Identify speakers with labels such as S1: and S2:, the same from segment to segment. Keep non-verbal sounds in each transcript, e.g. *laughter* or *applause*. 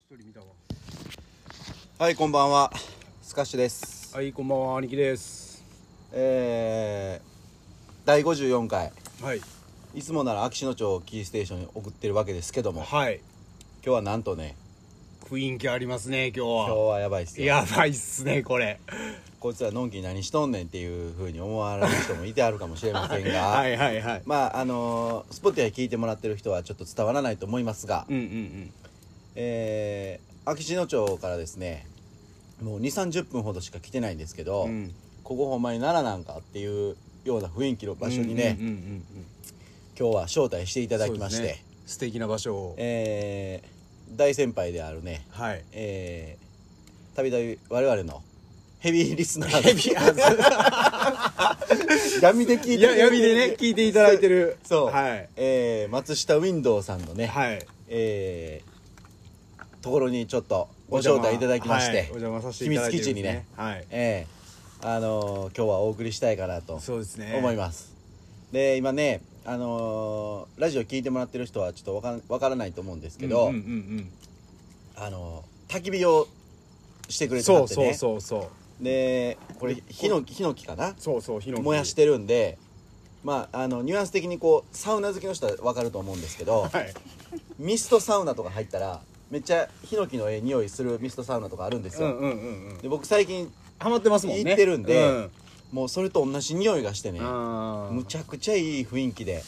S1: 一人見たわ
S2: はい、こんばんは。スカッシュです。
S1: はいこんばんは兄貴です
S2: えー、第54回。
S1: はい
S2: いつもなら秋篠町をキーステーションに送ってるわけですけども、今
S1: はい
S2: 日はなんとね、
S1: 雰囲気ありますね今日
S2: 今日
S1: は
S2: はやばいっすよ。
S1: やばいっすねこれ
S2: こいつらのんきに何しとんねんっていうふうに思われる人もいてあるかもしれませんが、
S1: *laughs* はいはいはい
S2: まあ、あのー、スポティア聞いてもらってる人はちょっと伝わらないと思いますが、
S1: うんうんうん
S2: えー、秋篠町からですね、もう2、30分ほどしか来てないんですけど、
S1: うん
S2: ここほんまに奈良なんかっていうような雰囲気の場所にね、
S1: うんうんうんうん
S2: 今日は招待していただきまし
S1: そう
S2: て、
S1: ですね素敵な場所を
S2: えー大先輩であるね
S1: はい
S2: えーたびたび我々のヘビーリスナー
S1: ヘビー
S2: *laughs* 闇で聞いて
S1: や闇でね聞いていただいてる
S2: そう、
S1: はい
S2: えー松下ウィンドウさんのね、
S1: はい
S2: えーところにちょっとご招待いただきまし
S1: は
S2: て、
S1: いお邪魔させていただいてるん
S2: 秘密基地に
S1: です
S2: ね、
S1: はい
S2: えーあのー今日はお送りしたいかなと
S1: そうですね
S2: 思いますで今ねあのーラジオ聞いてもらってる人はちょっとわかんわからないと思うんですけど、
S1: うんうんうん
S2: あの焚き火をしてく
S1: うん
S2: れては
S1: そ
S2: っ
S1: う
S2: て
S1: そうそう
S2: ね
S1: そう
S2: でこれヒノキヒノキかな
S1: そうそう火の
S2: 燃やしてるんでまああのニュアンス的にこうサウナ好きの人は分かると思うんです
S1: *laughs*
S2: けど、
S1: はい
S2: ミストサウナとか入ったらめっちゃヒノキのええ匂いするミストサウナとかあるんです
S1: う
S2: よ、
S1: んうんうんうん
S2: で僕最近
S1: ハマってますもんね
S2: 行ってるんで
S1: うん
S2: もうそれと同じ匂いがしてね
S1: あー
S2: むちゃくちゃいい雰囲気で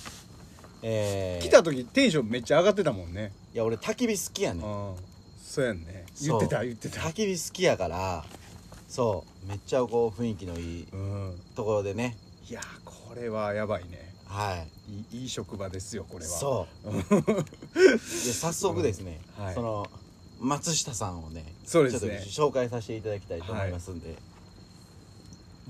S2: えー、
S1: 来
S2: い
S1: た時テンションめっちゃ上がってたもんね
S2: や俺焚き火好きやねん
S1: うんそうやんね言ってた
S2: そう
S1: 言ってた
S2: 焚き火好きやからそうめっちゃこう雰囲気のいい
S1: うん
S2: ところでね
S1: いやーこれはやばいね
S2: はい
S1: いいいい職場ですよこれは
S2: そう
S1: *laughs*
S2: で早速ですね、
S1: うんはい
S2: その松下さんをね
S1: そうですね
S2: ちょっと紹介させていただきたいと思いますんで、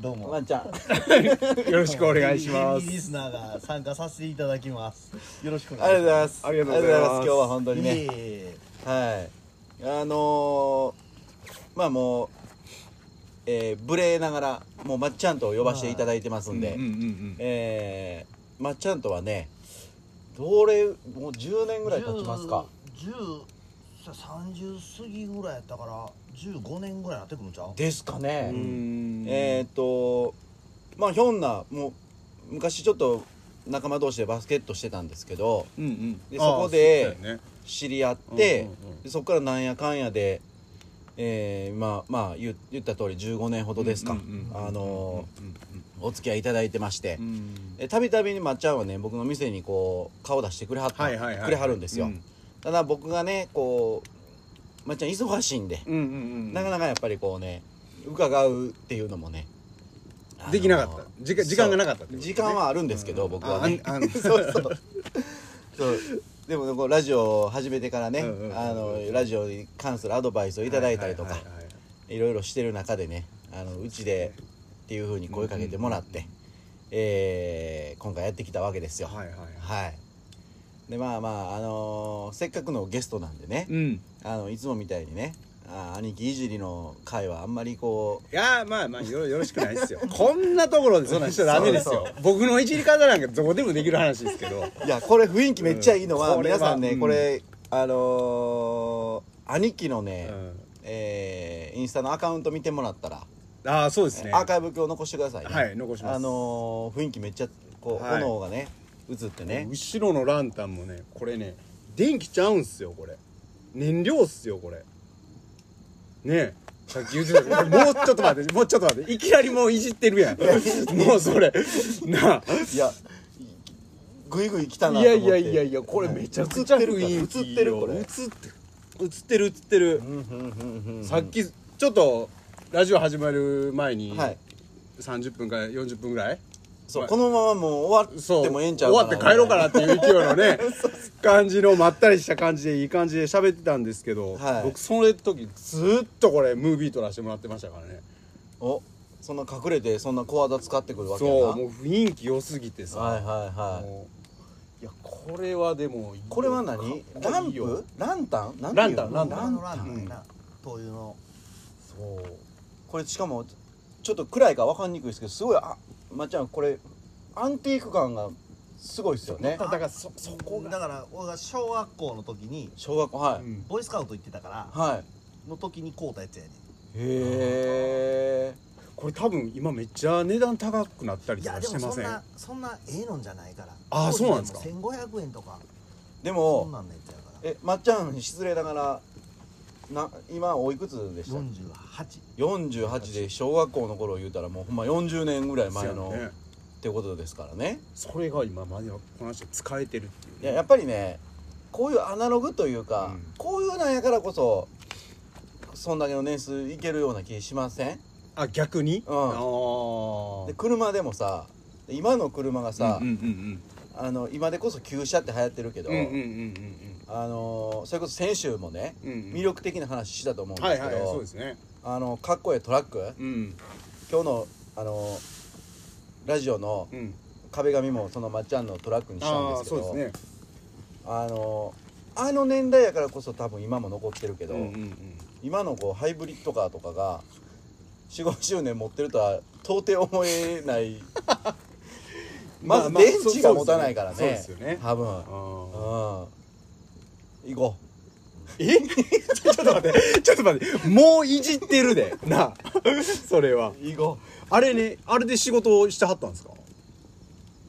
S3: どう
S2: ワ
S3: も
S2: ンちゃん
S1: よろしくお願いしま
S3: ヘビーリ
S1: す
S3: スナーが参加させていただきます。よろしくお
S2: ありがとうござい
S3: 願
S2: ま
S3: いし
S2: す
S1: ありがとうございます
S2: ありがとうござ今日は本当
S3: ます。
S2: に
S3: い
S2: ね
S3: えいえ
S2: はいあのー、まあもうえー、無礼ながらもうまっちゃんと呼ばせていただいてますんで、
S1: うんうんうん
S2: えー、まっちゃんとはねどれもう10年ぐらい経ちますか
S3: 10。10 30過ぎぐらいやったから15年ぐらいなってくるんちゃう
S2: ですかね、
S1: うーん
S2: えーっとまあひょんなもう昔ちょっと仲間同士でバスケットしてたんですけど
S1: うんうん
S2: で
S1: あ
S2: そ
S1: ー
S2: こで
S1: そうだよね
S2: 知り合って、
S1: うんうんうん
S2: でそこからなんやかんやで、えーまあまあ言言った通り15年ほどですか、
S1: うんうんうん
S2: あの
S1: うん
S2: ーお付き合いいただいてまして
S1: うんうん
S2: でたびたびにまっちゃんはね僕の店にこう顔出してくれはった、
S1: はいはいはい
S2: くれはるんですよ、
S1: うん
S2: ただ僕がねこうまっちゃん忙しいんで、
S1: うんうんうん
S2: なかなかやっぱりこうね伺うっていうのもねあの
S1: できなかった時間時間がなかったってことね
S2: 時間はあるんですけど、僕はね
S1: ああん
S2: *laughs* そうそうそうでもねこうラジオを始めてからね、
S1: うんうんうん
S2: あのラジオに関するアドバイスをいただいたりとか、
S1: はいいはいはいはい
S2: ろいろしてる中でねあのうちでっていうふうに声かけてもらって、えー今回やってきたわけですよ
S1: はいはいはい
S2: はいでまあまああのーせっかくのゲストなんでね、
S1: うん
S2: あのいつもみたいにねあ兄貴いじりの会はあんまりこう
S1: いやーまあまあよろよ *laughs* ろしくないですよこんなところでそんなんしちゃダメですよ僕のいじり方なんかどこでもできる話ですけど
S2: いやこれ雰囲気めっちゃいいのは、
S1: うんこれは
S2: 皆さんね、
S1: うん
S2: これあのー兄貴のね、
S1: うん
S2: えーインスタのアカウント見てもらったら、
S1: ああそうですね
S2: アーカイブ今日残してくださいね
S1: はい残します
S2: あのー雰囲気めっちゃこう、
S1: はい
S2: 炎がね映ってね
S1: 後ろのランタンもねこれね電気ちゃうんすよこれ燃料っすよこれねえさっき言ってたけどもうちょっと待ってもうちょっと待っていきなりもういじってる
S2: *laughs*
S1: やんもうそれなあ
S2: いやグイグイ来たなと
S1: い
S2: 思っ
S1: や
S2: て
S1: いやいやいやこれめちゃくちゃ
S2: 映ってるから
S1: 雰囲気
S2: 映ってるこれ
S1: 映って映ってる映ってる
S2: うんうんうんうん
S1: さっきちょっとラジオ始まる前に
S2: はい
S1: 30分から40分ぐらい
S2: そう
S1: まあ
S2: このままもう終わ
S1: そ
S2: っ
S1: う
S2: てもええんちゃう
S1: 終わって帰ろうかなっていう勢いの
S2: *laughs*
S1: ね感じのまったりした感じでいい感じで喋ってたんですけど、
S2: はい
S1: 僕その時ずっとこれムービー撮らせてもらってましたからね
S2: おそんな隠れてそんな小技使ってくるわけやな
S1: そうもう雰囲気良すぎてさ、
S2: はいはいはい
S1: もういやこれはでも
S2: これは何ラン
S1: よ
S2: プランタンなんて
S1: ランタン
S2: いうの
S3: ラン
S1: ランタン
S3: タンのランタンやな灯油の
S2: そうこれしかもちょっと暗いから分かんにくいですけどすごいあまっちゃんこれアンティーク感がすごいですよね
S1: だからそそこが
S4: だから俺が小学校の時に
S2: 小学校はい、
S1: うん
S4: ボーイスカウト行ってたから
S2: はい
S4: の時に買うたやつやねん
S2: へえ
S1: これ多分今めっちゃ値段高くなったり
S4: い
S1: と
S4: や
S1: か
S4: で
S1: して
S4: も
S1: ま
S4: そ
S1: せん
S4: んなそんなええのんじゃないから
S1: あーそうなんですか
S4: 当時でも1500円とか
S2: で
S4: そん
S2: も
S4: なんのやつやから
S2: えまっちゃん失礼ながらな今おいくつでした
S4: 48
S2: 48で小学校の頃を言うたらもうほんま40年ぐらい前の、
S1: そうやね
S2: ってことですからね
S1: それが今まではこの人使えてるっていうね、
S2: いややっぱりねこういうアナログというか、
S1: うん
S2: こういうなんやからこそそんだけの年数いけるような気しません
S1: あ逆に、
S2: うん
S1: あー
S2: で車でもさ今の車がさ、
S1: うんうん
S2: あの今でこそ旧車って流行ってるけど、
S1: うんうんうんうんうん
S2: あのーそれこそ先週もね、
S1: うんうん
S2: 魅力的な話したと思うんで
S1: は
S2: す
S1: い
S2: けど、
S1: はいそうですね
S2: あのかっこいいトラック
S1: うん
S2: 今日のあのーラジオの
S1: うん
S2: 壁紙もそのまっちゃんのトラックにしたん
S1: あ
S2: で
S1: あ
S2: すけ
S1: そう
S2: ど
S1: ですね
S2: あのあの年代やからこそ多分今も残ってるけど、
S1: うんうんうん
S2: 今のこうハイブリッドカーとかが45周年持ってるとは到底思えないまず電池が持たないからね,、
S1: そうですよね
S2: 多分
S1: あ
S2: うん
S1: ー
S2: 行こ
S1: え *laughs* ちょっと待ってちょっと待ってもういじってるでなあそれは
S2: う行こ
S1: あれねあれで仕事をしてはったんですか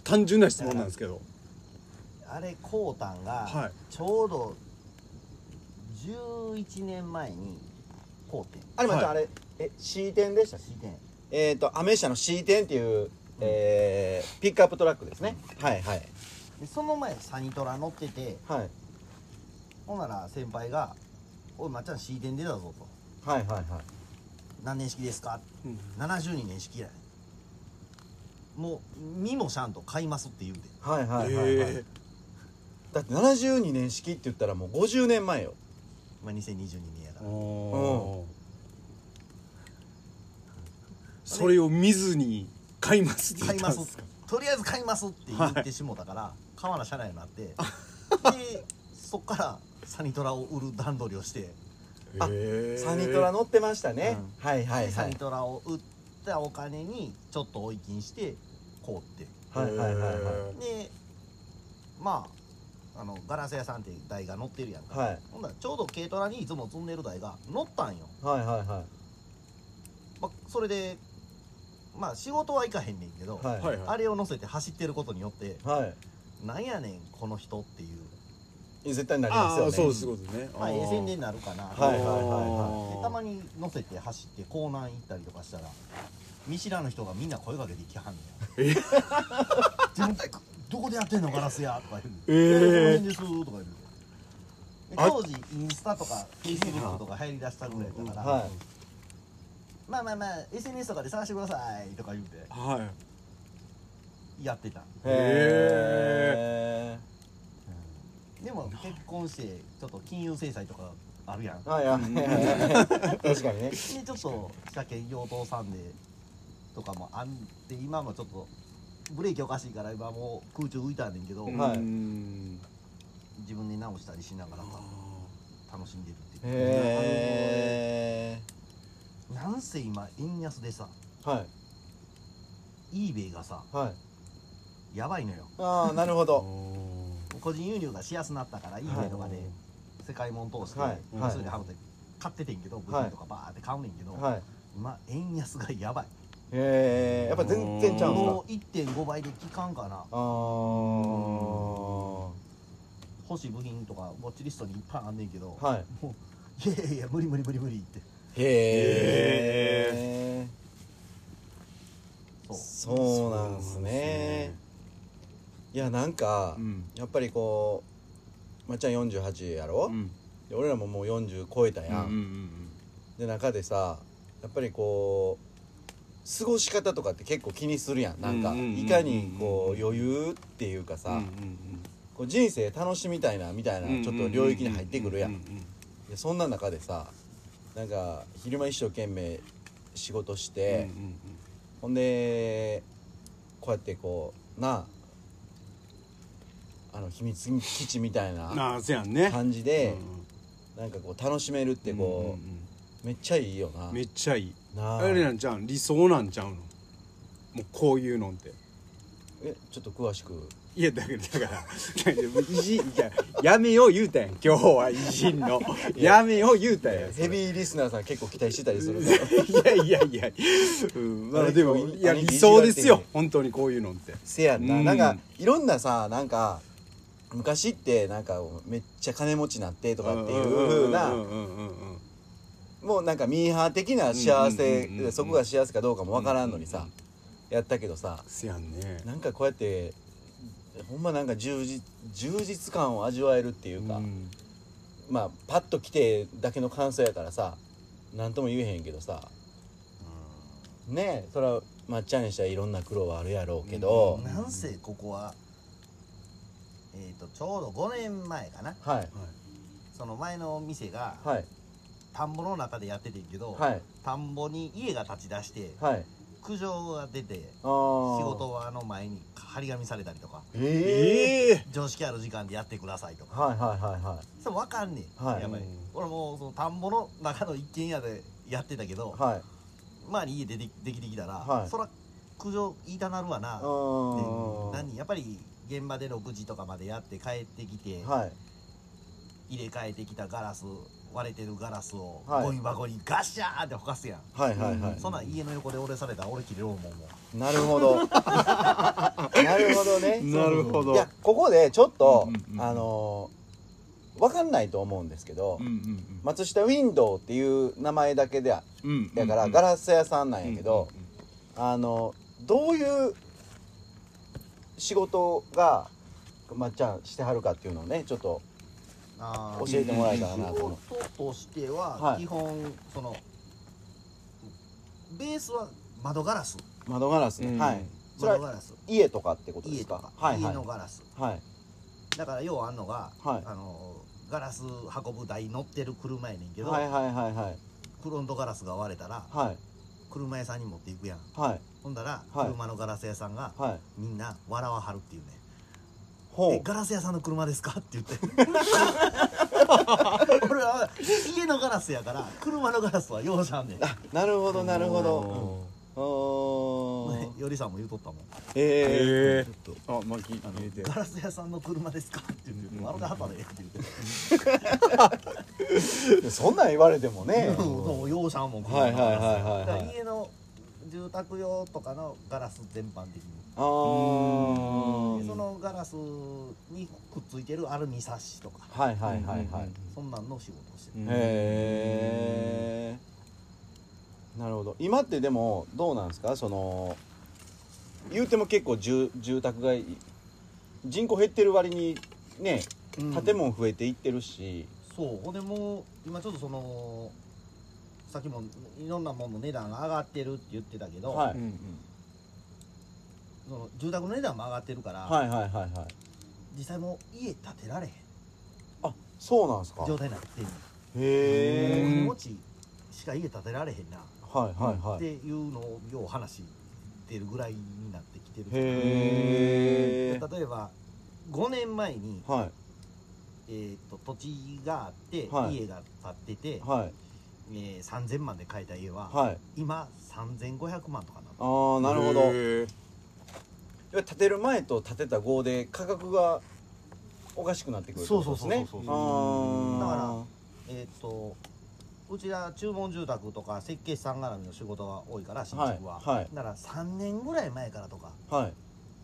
S1: 単純な質問なんですけど
S4: あれこうたん
S1: は
S4: が
S1: い
S4: ちょうど11年前にこうてん
S2: あれまた、
S1: はい
S2: あれえ C 点でしたっけ
S4: 自転
S2: えっ、とアメ車の C 点っていう、えーピックアップトラックですね、はいはい
S4: でその前サニトラ乗ってて
S2: はい
S4: ほんなら先輩が「おいまっちゃん C 点出たぞ」と
S2: はいはいはい
S4: 「何年式ですか?
S1: うん」
S4: 72年式やもう身もシャンと買いますって言うて
S2: はいはいはいはい、
S1: え
S2: だって72年式って言ったらもう50年前よ
S4: 今2022年やか
S1: ー
S4: ら
S1: おーそれを見ずに買いますって言
S4: 買い
S1: った
S4: ま
S1: んです
S4: す
S1: か
S4: とりあえず買いますって言ってしもたから、買わな社内になって
S1: *laughs*
S4: でそっからサニトラを売る段取りをして、
S1: へー
S2: サニトラ乗ってましたね、はいはいは
S4: でサニ
S2: い
S4: トラを売ったお金にちょっと追い金してこうって
S2: はいはいはいはい
S4: でまああのガラス屋さんって台が乗ってるやんか、
S2: はい
S4: ほんならちょうど軽トラにいつも積んでる台が乗ったんよ、
S2: はいはいは
S4: まあ、それでまあ仕事は行かへんねんけど、
S2: いはい
S4: あれを乗せて走ってることによって
S2: は
S4: なんやねんこの人っていう
S2: い絶対になります
S1: あ
S2: よ
S1: あ
S2: ね
S1: そうですそうですね
S4: まあ、
S1: ー
S4: ええ宣伝になるかな、
S2: はいはいはい
S4: で
S1: は
S4: たまに乗せて走って港南行ったりとかしたら見知らぬ人がみんな声かけてきはんね
S1: え
S4: *laughs* や「全体どこでやってんのガラスや」とか言う「
S1: ええ
S4: この辺です」とか言うで
S1: あ
S4: 当時インスタとかフェイスブックとか流行りだしたぐらいだから、
S2: は
S4: まあまあまあ SNS とかで探してくださいとか言うて
S1: はい
S4: やってた
S2: いへ
S4: でも結婚してちょっと金融制裁とかあるやん
S2: えはいはいはい確かにね
S4: でちょっと車検用途さんでとかもあんで今もちょっとブレーキおかしいから今もう空中浮いたんねんけど、
S2: はい
S1: うん
S4: 自分で直したりしながら楽しんでるっていう、
S2: へえ
S4: なんせ今円安でさ
S2: はい
S4: eBay がさ
S2: はい
S4: やばいのよ
S2: ああなるほど
S4: 個人輸入がしやすなったから
S2: は
S4: eBay
S2: い
S4: とかで世界もん通して、
S2: はい
S4: まあそれでハムで買っててんけど部品とかバーって買うねんけど、
S2: はい
S4: 今円安がやばい
S2: へえやっぱ全然ちゃうんすか
S4: もう1.5倍で期間かな
S2: ああ
S4: 欲しい部品とかウォッチリストにいっぱいあんねんけど、
S2: はい
S4: もう「いやいやいや無理無理無理無理」って
S2: へえ
S4: そう
S2: そうなんですねいやなんか、
S1: うん
S2: やっぱりこうまっちゃん48やろ、
S1: うん
S2: で俺らももう40超えたやん、で中でさやっぱりこう過ごし方とかって結構気にするやんなんか、
S1: うんうんうんうん
S2: いかにこう余裕っていうかさ、こう人生楽しみたいなみたいなちょっと領域に入ってくるやん,、でそんな中でさなんか昼間一生懸命仕事して、ほんでこうやってこうなああの秘密基地みたいな
S1: なあせやんね
S2: 感じで、なんかこう楽しめるってこう、めっちゃいいよな
S1: めっちゃいい
S2: なあ
S1: あれなんちゃうん理想なんちゃうのもうこういうのって
S2: えちょっと詳しく
S1: いやだからだからいじいややめよう言うたやん今日はいじんのやめよう言うたやん
S2: ヘビーリスナーさん結構期待してたりするから
S1: いやいやいや、うん、まあ
S2: 兄貴
S1: でも
S2: 兄貴
S1: いや理想です
S2: いじわっ
S1: よ
S2: てんね
S1: 本当にこういうのって
S2: *laughs* せやんな、
S1: うん
S2: なんかいろんなさなんか昔ってなんかめっちゃ金持ちなってとかっていう風な、
S1: うんうんうんうん
S2: もうなんかミーハー的な幸せ、
S1: うんうんうんうん
S2: そこが幸せかどうかもわからんのにさ、
S1: うんうん
S2: やったけどさ
S1: せやんね
S2: なんかこうやってほんまなんか充実充実感を味わえるっていうか、
S1: うん
S2: まあパッと来てだけの感想やからさ何とも言えへんけどさねえそれはまっちゃんにしたらいろんな苦労はあるやろうけど、
S1: うん
S4: なんせここはえっ、とちょうど5年前かな
S2: はい
S4: その前の店が
S2: はい
S4: 田んぼの中でやっててんけど、
S2: はい
S4: 田んぼに家が立ち出して
S2: はい
S4: 苦情が出て
S2: あ仕
S4: 仕事はあの前に張り紙されたりとか
S2: ええ
S1: ええ
S4: 常識ある時間でやってくださいとか
S2: はいはいはいは
S4: それ分かんねえ、
S2: はい
S4: やっぱり
S1: うん
S4: 俺もうその田んぼの中の一軒家でやってたけど、
S2: いはい
S4: 周り家出てできてきたら、
S2: はい
S4: そら苦情言いたなるわなって
S2: 何
S4: 何やっぱり現場で6時とかまでやって帰ってきて、
S2: はい
S4: 入れ替えてきたガラス割れてるガラスを
S2: はい
S4: ゴミ箱にガシャーってほかすやん、
S2: はいはいは
S4: そんなん家の横で折れされたら俺切れるもんもう
S2: いなる
S1: *laughs*
S2: ほどなるほどね
S1: なるほど
S2: いやここでちょっと
S1: うんうんうん
S2: あのわかんないと思うんですけど
S1: うんうん
S2: 松下ウィンドウっていう名前だけでや
S1: うんうん
S2: だからガラス屋さんなんやけどあのどういう仕事がまっちゃんしてはるかっていうのをねちょっと
S4: あ
S2: 教えてもらえたらな
S4: 仕
S2: と思う
S4: 事としては
S2: はい
S4: 基本、そのベースは窓ガラス
S2: 窓ガラス
S1: う
S2: ね
S1: ん
S2: はいそれ
S4: 窓
S2: は
S4: ガラス
S2: 家とかってことで
S4: 家
S2: す
S4: と
S2: か
S4: か、
S2: はい
S4: 家
S2: はい
S4: のガラス
S2: はい
S4: だからようあんのが、
S2: はい
S4: あのガラス運ぶ台乗ってる車やねんけど、
S2: はいはいはいはい
S4: フロントガラスが割れたら
S2: はい
S4: 車屋さんに持っていくやん
S2: はい
S4: ほんだら、
S2: はい
S4: 車のガラス屋さんが、
S2: はい
S4: みんな笑わはるっていうねえ
S2: ほ
S4: ガラス屋さんの車ですか?」って言って
S2: *laughs*
S4: 俺は家のガラスやから車のガラスは容赦あんねん
S2: うなるほどなるほど
S1: ど
S2: お
S4: *laughs*
S2: ー
S4: よりさんも言うとったもん
S1: え
S2: え
S1: えあ巻き
S4: あの
S1: 入れて
S4: ガラス屋さんの車ですか?」って言って「笑ってはったで」って言って
S2: ーそんなん言われてもね
S4: うん *laughs* もう容赦あんもん
S2: はいはいはいはいはい
S4: だから家の住宅用とかのガラス全般的に
S2: あー
S4: でそのガラスにくっついてるアルミサッシとか
S2: はいはいはいはい
S4: そんなんの仕事をしてる
S2: へえなるほど今ってでもどうなんですかその言うても結構住住宅街人口減ってる割にね
S4: うん
S2: 建物増えていってるし、
S4: そうほんでもう今ちょっとそのさっきもいろんなものの値段が上がってるって言ってたけど、
S2: はい
S1: うん
S4: その住宅の値段も上がってるから、
S2: はいはいはいはい
S4: 実際もう家建てられへん
S2: あそうなんですか
S4: 状態になってんねん
S2: へ
S4: お
S2: え
S4: 金持ちしか家建てられへんな、
S2: はいはいは
S4: っ
S2: い
S4: ていうのをよう話出るぐらいになってきてる
S2: へえ
S4: 例えば5年前に、
S2: は
S4: えー、と土地があって、
S2: はい
S4: 家が建ってて
S2: い、はい
S4: えー3000万で買えた家は、
S2: はい
S4: 今3500万とかなの
S2: ああなるほど
S1: へえ
S2: 建てる前と建てた後で価格がおかしくなってくるってことですね
S4: そうそうそうそうそうだ
S2: あ
S4: かえー、とうちら注文住宅とか設計士さん絡みの仕事が多いから新築は、
S2: はいはい
S4: だから3年ぐらい前からとか
S2: らはい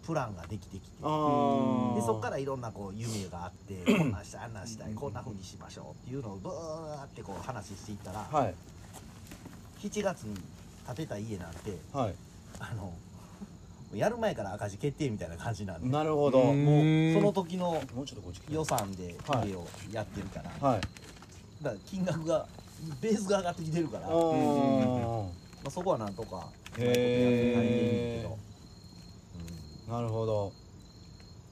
S4: プランができてきて
S2: あー
S4: でそこからいろんなこう夢があって
S2: *clears throat*
S4: こんなんしたいあんなんしたいこんなふうにしましょうっていうのをブーってこう話していったら、
S2: はい
S4: 7月に建てた家なんて
S2: はい
S4: あのやる前から赤字決定みたいな感じなんで
S2: なるほど
S1: うん
S2: もう
S4: その時の
S2: もうちょっとこっち来て
S4: 予算で
S2: はい
S4: 家をやってるから、
S2: はい
S4: だから金額がベースが上がってきてるから、ま
S2: お
S4: あ、そこはなんとかうまいことやって足りてるけ
S2: へ
S4: ど、
S2: ーなるほど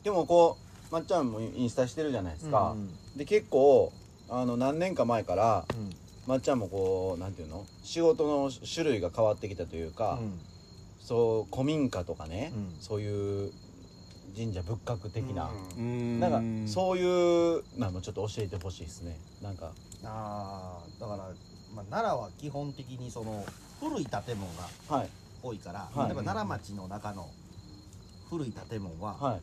S2: でもこうまっちゃんもインスタしてるじゃないですか
S4: うん
S2: で結構あの何年か前から
S4: うん
S2: まっちゃんもこうなんていうの仕事の種類が変わってきたというか、そう古民家とかね、
S4: うん
S2: そういう神社仏閣的な、
S4: うん
S1: うん
S2: なんかそういうのもちょっと教えてほしいですねなんか
S4: あーだから、まあ、奈良は基本的にその古い建物が
S2: はい
S4: 多いから、
S2: はい
S4: 例えば奈良町の中の古い建物は
S2: はい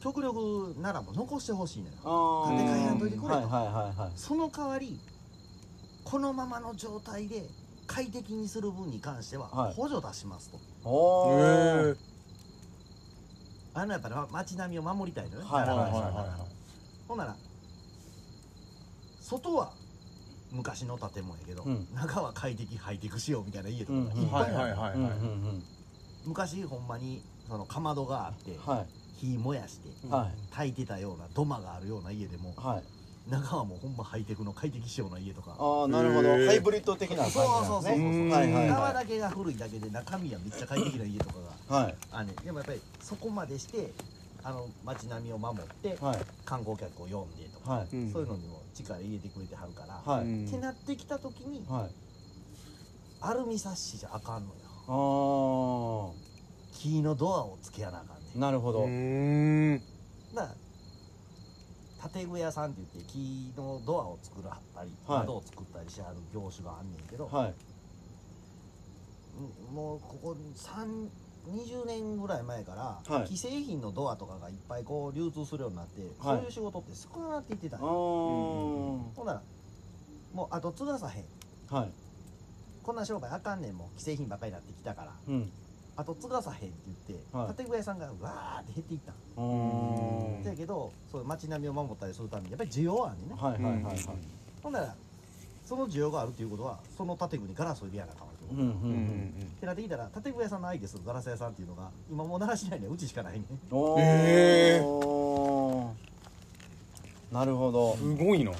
S4: 極力ならば残してほしいのよ
S1: あ
S4: 建
S1: ー
S4: て替えやんといてくれと
S2: はいはいはいはい
S4: その代わりこのままの状態で快適にする分に関しては
S2: はい
S4: 補助出しますと、
S2: おー
S1: へえ
S4: あのやっぱり街並みを守りたいのね、
S2: はいはいはい
S4: 奈良の人
S2: は
S4: ほんなら外は昔の建物やけど、
S2: うん
S4: 中は快適ハイテクしようみたいな家とかがいっぱい
S2: うん
S4: ある、
S1: はいはい
S2: い
S1: はい
S2: うんう
S1: はい
S2: ん
S4: 昔ほんまにそのかまどがあって、
S2: うんは
S4: 火燃やして
S2: いはい
S4: 炊いてたような土間があるような家でも
S2: はい
S4: 中はもうほんまハイテクの快適仕様な家とか
S2: ああなるほど
S1: へー
S2: ハイブリッド的な感じ
S4: そう
S2: なん
S4: そう
S2: で
S4: そうそう
S2: す
S4: そ
S1: ん
S2: ね
S4: う
S2: はいはい
S4: 側
S2: は
S4: だけが古いだけで中身はめっちゃ快適な家とかが
S2: いはい
S4: あんねんでもやっぱりそこまでしてあの街並みを守って
S2: はい
S4: 観光客を呼んでとか、
S2: はい
S1: うん
S4: そういうのにも力入れてくれてはるから、
S2: はい
S1: うん
S4: ってなってきた時に
S2: はい
S4: アルミサッシじゃあかんの
S2: あ
S4: よ
S2: あ
S4: 木のドアをつけやなあかんねん
S2: なるほ
S1: う
S2: ど
S1: ーん
S4: だから建具屋さんって言って木のドアを作らはったり、
S2: はい
S4: 窓を作ったりしてはる業種があんねんけど、
S2: はい
S4: うんもうここ3 20年ぐらい前から、
S2: はい
S4: 既製品のドアとかがいっぱいこう流通するようになって、
S2: はい
S4: そういう仕事って少なくなっていってたん
S2: あ
S4: よ
S2: ー
S1: ん
S4: ほんならもう後継がさへん
S2: はい
S4: こんな商売あかんねんもう既製品ばっかりになってきたから
S2: うん
S4: 後継がさへんって言って、
S2: はい
S4: 建具屋さんがわーって減っていったん
S2: あー
S4: だけどそういう街並みを守ったりするためにやっぱり需要はあんねんね
S2: はいはいはいはい
S4: ほんならその需要があるということはその建具にガラスを入れやなあかんわけよ、
S2: うんうんう
S1: うんうん
S2: ん
S4: ってなってきたら建具屋さんの相手するガラス屋さんっていうのが今もう奈良市内にはうちしかないね
S2: お
S1: へ
S2: ーなるほど
S1: うんすごいな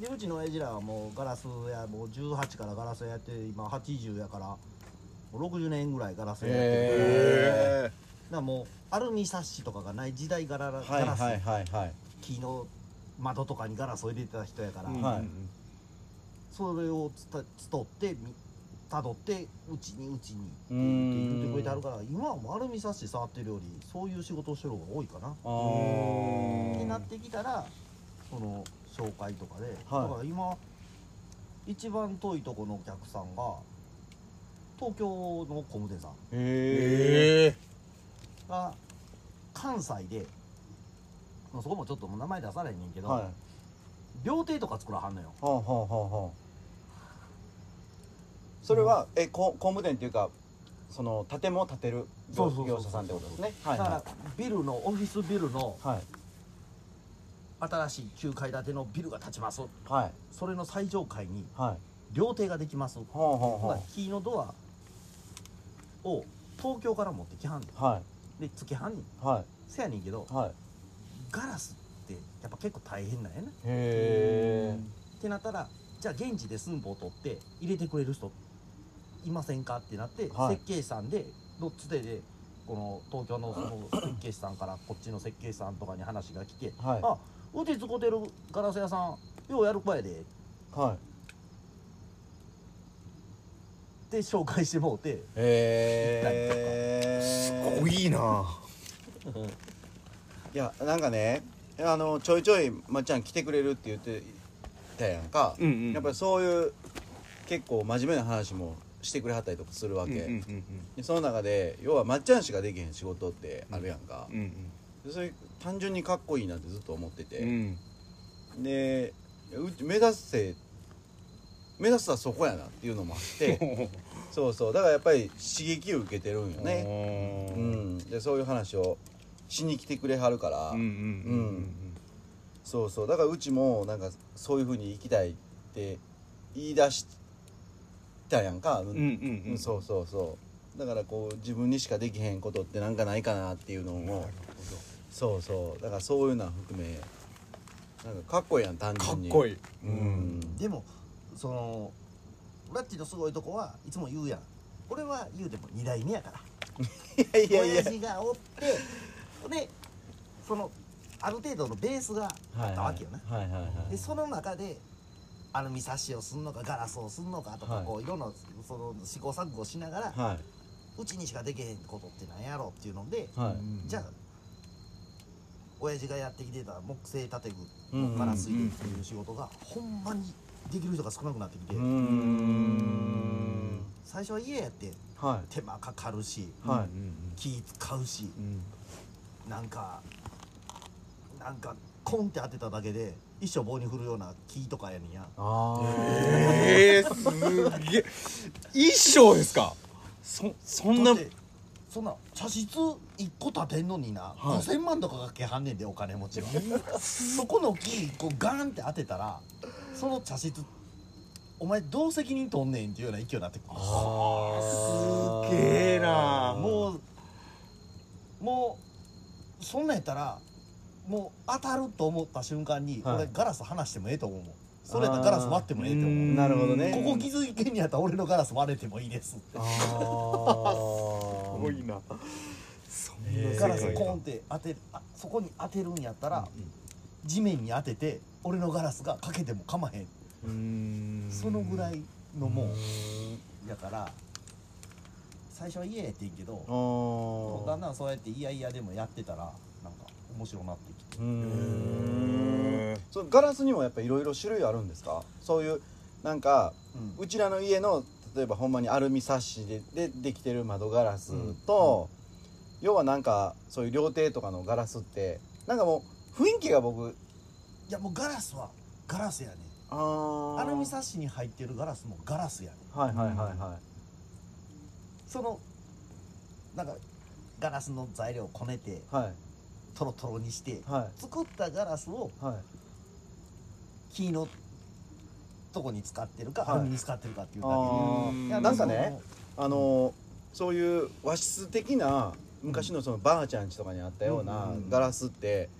S4: でうちの親父らはもうガラス屋もう18からガラス屋やって今80やからもう60年ぐらいガラス屋やってる、
S2: へ
S1: へえ
S4: だからもうアルミサッシとかがない時代からガラス、
S2: はいはいはいはい
S4: 木の窓とかにガラスを入れてた人やから、
S1: うん
S2: はい
S4: それをつたつとってみたどってうちにうちにっ
S2: うー
S4: て言
S2: ん
S4: ってくれてあるから今はもうアルミサッシ触ってるよりそういう仕事をしてる方が多いか
S1: う
S2: あ
S4: な
S1: ん
S4: って
S2: ー
S4: なってきたらその紹介とかで、
S2: はい
S4: だから今一番遠いとこのお客さんが東京の工務店さん
S2: へえ
S1: へえ
S4: が関西でまあそこもちょっともう名前出されへんねんけど、
S2: はい
S4: 料亭とか作らはんのよ
S2: はあはあはあはあそれはえこ工務店っていうかその建物を建てる
S4: そ
S2: 業
S4: うそうそう
S2: 業者さんってことですねは
S4: だ
S2: い
S4: から
S2: は
S4: ビルのオフィスビルの
S2: いはい
S4: 新しい9階建てのビルが建ちます
S2: はい
S4: それの最上階に
S2: はい
S4: 料亭ができます
S2: はあはあ
S4: ほな
S2: は
S4: 木のドアを東京から持ってきはんねん
S2: あはい
S4: でつけはんねん
S2: は
S4: せやねんけど
S2: いはい
S4: ガラスってやっぱ結構大変なんやなっ
S2: へえ
S4: てなったらじゃあ現地で寸法を取って入れてくれる人いませんかってなって、
S2: はい
S4: 設計士さんでどっちででこの東京のその設計士さんからこっちの設計士さんとかに話が来て「
S2: はい
S4: あうてつこてるガラス屋さんようやる子やで」
S2: はい
S4: って紹介してもうて
S2: へえ
S1: すごいな
S2: やなんかねあのちょいちょいまっちゃん来てくれるって言ってたやんか、
S1: うんうん
S2: やっぱりそういう結構真面目な話もしてくれはったりとかするわ
S1: う
S2: け、
S1: んうんうん
S2: でその中で要はまっちゃんしかできへん仕事ってあるやんか
S1: う、ん
S2: でそれ単純にかっこいいなってずっと思って
S1: うんう
S2: て、
S1: ん
S2: でうち目指せ目指すはそこやなっていうのもあって
S1: *laughs*
S2: そうそうだからやっぱり刺激を受けてるんよね、
S1: ね
S2: うん、でそういう話をしに来てくれはるから、
S1: うんうんうんうん
S2: そうそうだからうちもなんかそういうふうに行きたいって言い出したやんか、
S1: うんうんうん
S2: そうそうそうだからこう自分にしかできへんことってなんかないかなっていうのをそうそうだからそういうのは含めなんかかっこいいやん単
S1: かっ
S2: 純に
S1: こい
S2: い
S1: い
S2: うん
S4: でもそのラッチのすごいとこはいつも言うやん俺は言うても2代目やから
S2: いやいやい
S4: 親
S2: や
S4: 父がおってでそのある程度のベースがあったわけよな、
S2: はいはいはいはい
S4: でその中でアルミサッシをすんのかガラスをすんのかとか、
S2: はい
S4: こういろんなその試行錯誤しながら、
S2: は
S4: うちにしかできへんことってなんやろっていうので、
S2: いはい
S1: うん
S4: じゃあ親父がやってきてた木製建具
S2: うんうんうん
S4: のガラス入れっていう仕事がほんまにできる人が少なくなってきて、
S2: うーん
S4: 最初は家やって
S2: は
S4: 手間かかるし
S2: いは
S1: うん
S4: 気使うし
S1: うん
S4: なんかなんかコンって当てただけで一生棒に振るような木とかやねんや
S2: あ
S1: ええー、すげえ一生ですかそそんな
S4: だってそんな茶室一個建てんのにな、
S1: はい
S4: 5000万とかかけはんねんでお金持ちはそこの木こうガーンって当てたらその茶室お前どう責任取んねんっていうような勢いになってくる
S2: あ
S1: すげえな
S2: もう
S4: もうもうそんなんやったらもう当たると思った瞬間に、
S2: はい
S4: 俺ガラス離してもええと思うもんそれやったらガラス割ってもええと思う
S1: うん
S2: なるほどね
S4: ここ気づいてんやったら俺のガラス割れてもいいですって
S2: あ
S4: *laughs*
S2: ー
S1: なそん
S2: えー
S4: ガラス
S1: 世界
S4: コンって当てるあそこに当てるんやったら、地面に当てて俺のガラスがかけても構へん
S2: うん
S4: そのぐらいのも
S2: うん
S4: うやから最初は「いえ」って言うけど
S2: あ
S4: も
S2: ー
S4: うだんだんそうやって「いやいや」でもやってたらなんか面白なってき
S2: う
S4: て
S2: ー
S1: へ
S2: ん
S1: ー
S2: そのガラスにもやっぱいろいろ種類あるんですかそういうなんか
S4: うん
S2: うちらの家の例えばほんまにアルミサッシででできてる窓ガラスと、要はなんかそういう料亭とかのガラスってなんかもう雰囲気が僕
S4: いやもうガラスはガラスやね
S2: あー
S4: アルミサッシに入ってるガラスもガラスやね
S2: はいはいはいは
S4: そのなんかガラスの材料をこねて
S2: いはい
S4: トロトロにして
S2: は
S4: 作ったガラスを
S2: いはい
S4: 木のとこに使ってるか、
S2: はい
S4: アルミに使ってるかっていうだけ
S2: あ
S4: で
S1: うん
S2: ー
S4: いや
S2: なんかねあのーそういう和室的な昔のそのばあちゃん家とかにあったような
S4: うん
S2: ガラスって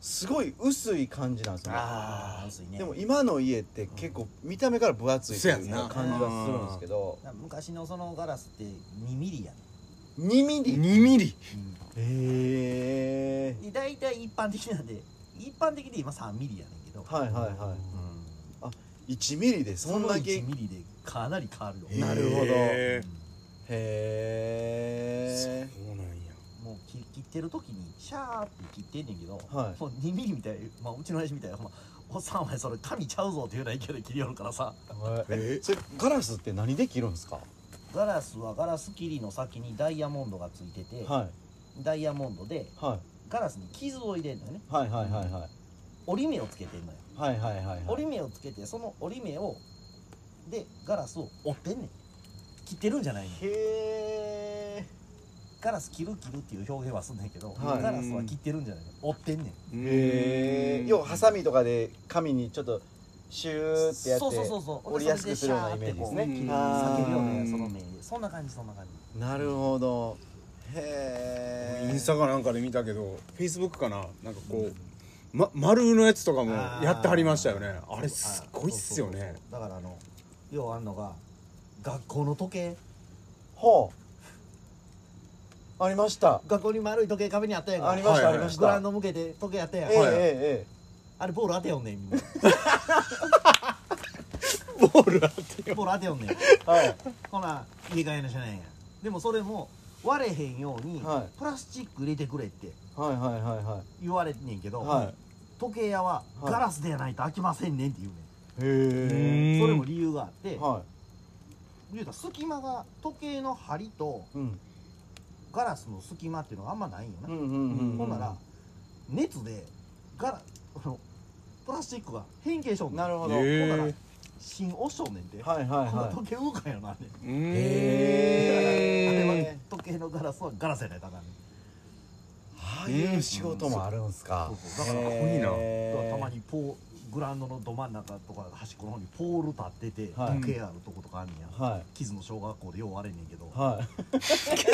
S4: う
S2: すごい薄い感じなんですよね
S4: ああ薄いね
S2: でも今の家って結構見た目から分厚いっていうか
S1: そう
S2: 感
S4: やん
S2: じ
S4: な
S2: はするんですけど
S4: 昔のそのガラスって2ミリやね
S2: 2ミリ
S1: 2ミリ
S2: へえ
S4: で大体一般的なんで一般的で今3ミリやねんけど、
S2: はいはいは
S4: うん
S2: い1ミリでそ
S4: そ
S2: ん
S4: の
S2: だけ
S4: 1ミリでかなり変わるよ、
S2: なるほど
S1: へ
S2: へえ
S1: そうなんや
S4: もう切切ってる時にシャーって切ってんねんけど、
S2: はい
S4: もう2ミリみたい、まあ、うちの親父みたいな、まあ、おっさんお前それ紙ちゃうぞっていうような勢いで切りよるからさ
S2: えそれガラスって何で切るんですか
S4: ガラスはガラス切りの先にダイヤモンドがついてて、
S2: は
S4: ダイヤモンドで
S2: いはい
S4: ガラスに傷を入れるのよね
S2: はいはいはいはい
S4: 折り目をつけてんのよ
S2: はいはいはいはい
S4: 折り目をつけてその折り目をでガラスを折ってんねん切ってるんじゃないの
S2: へえ
S4: ガラス切る切るっていう表現はすんねんけど、
S2: はい
S4: ガラスは切ってるんじゃないの折ってんねん
S2: へえ要はハサミとかで紙にちょっとシューってやって
S4: そうそうそうそう
S2: 折りやすくするようなイメージですね
S4: それでシャーっ
S2: あ
S4: てこう
S2: ー
S4: 裂けるよねその目そんな感じそんな感じ
S2: なるほどへえ
S1: インスタかなんかで見たけどフェイスブックかななんかこう、ま、丸のやつとかもやってはりましたよねあれすっごいっすよね
S4: あーそうそうそうそうだからあの要はあんのが学校の時計
S2: ほうありました
S4: 学校に丸い時計壁にあったやんか
S2: ありました、
S1: はいはい
S2: ありまし
S4: グラウ
S2: た
S4: ンド向けて時計やったやん、
S2: えええ
S1: はい
S2: ええ
S4: あれボール当てよんねんみ
S1: *laughs*
S4: んな
S1: ボールあってよ
S4: ボール当てよんねん
S2: えはい
S4: ほな家帰りのしゃないやんでもそれも割れへんように、
S2: はい
S4: プラスチック入れてくれって
S2: はいはいはいは
S4: 言われんねんけど、
S2: いはい
S4: 時計屋は
S2: はい
S4: ガラスでやないと開きませんねんって言うねん、
S2: へ
S1: うん
S4: それも理由があって、
S2: えは
S4: 言うたら隙間が時計の針と
S2: いうん
S4: ガラスの隙間っていうのがあんまないんよ
S2: う
S4: な、
S2: んうんうん
S4: ほんなら熱でガラあのプラスチックが変形しよう
S2: なるほど、
S1: へえ
S4: ほんなら芯押しようねんて、
S2: はいはい
S4: ほんなら
S2: は
S4: 時計動かんよなあれ
S1: う *laughs* ーん
S2: へ
S4: あれは
S2: え
S4: ね時計のガラスはガラスやないとあかんねん
S2: いああいう仕事もあるんすか
S4: そうそうだから
S1: かっこいいな
S2: へえ
S4: だからたまにポーグラウンドのど真ん中とか端っこの方にポール立ってて、
S2: はい
S4: 時計あるとことかあんねや、
S2: は
S4: キズの小学校でよう割れんねんけど、
S2: いは
S1: ケ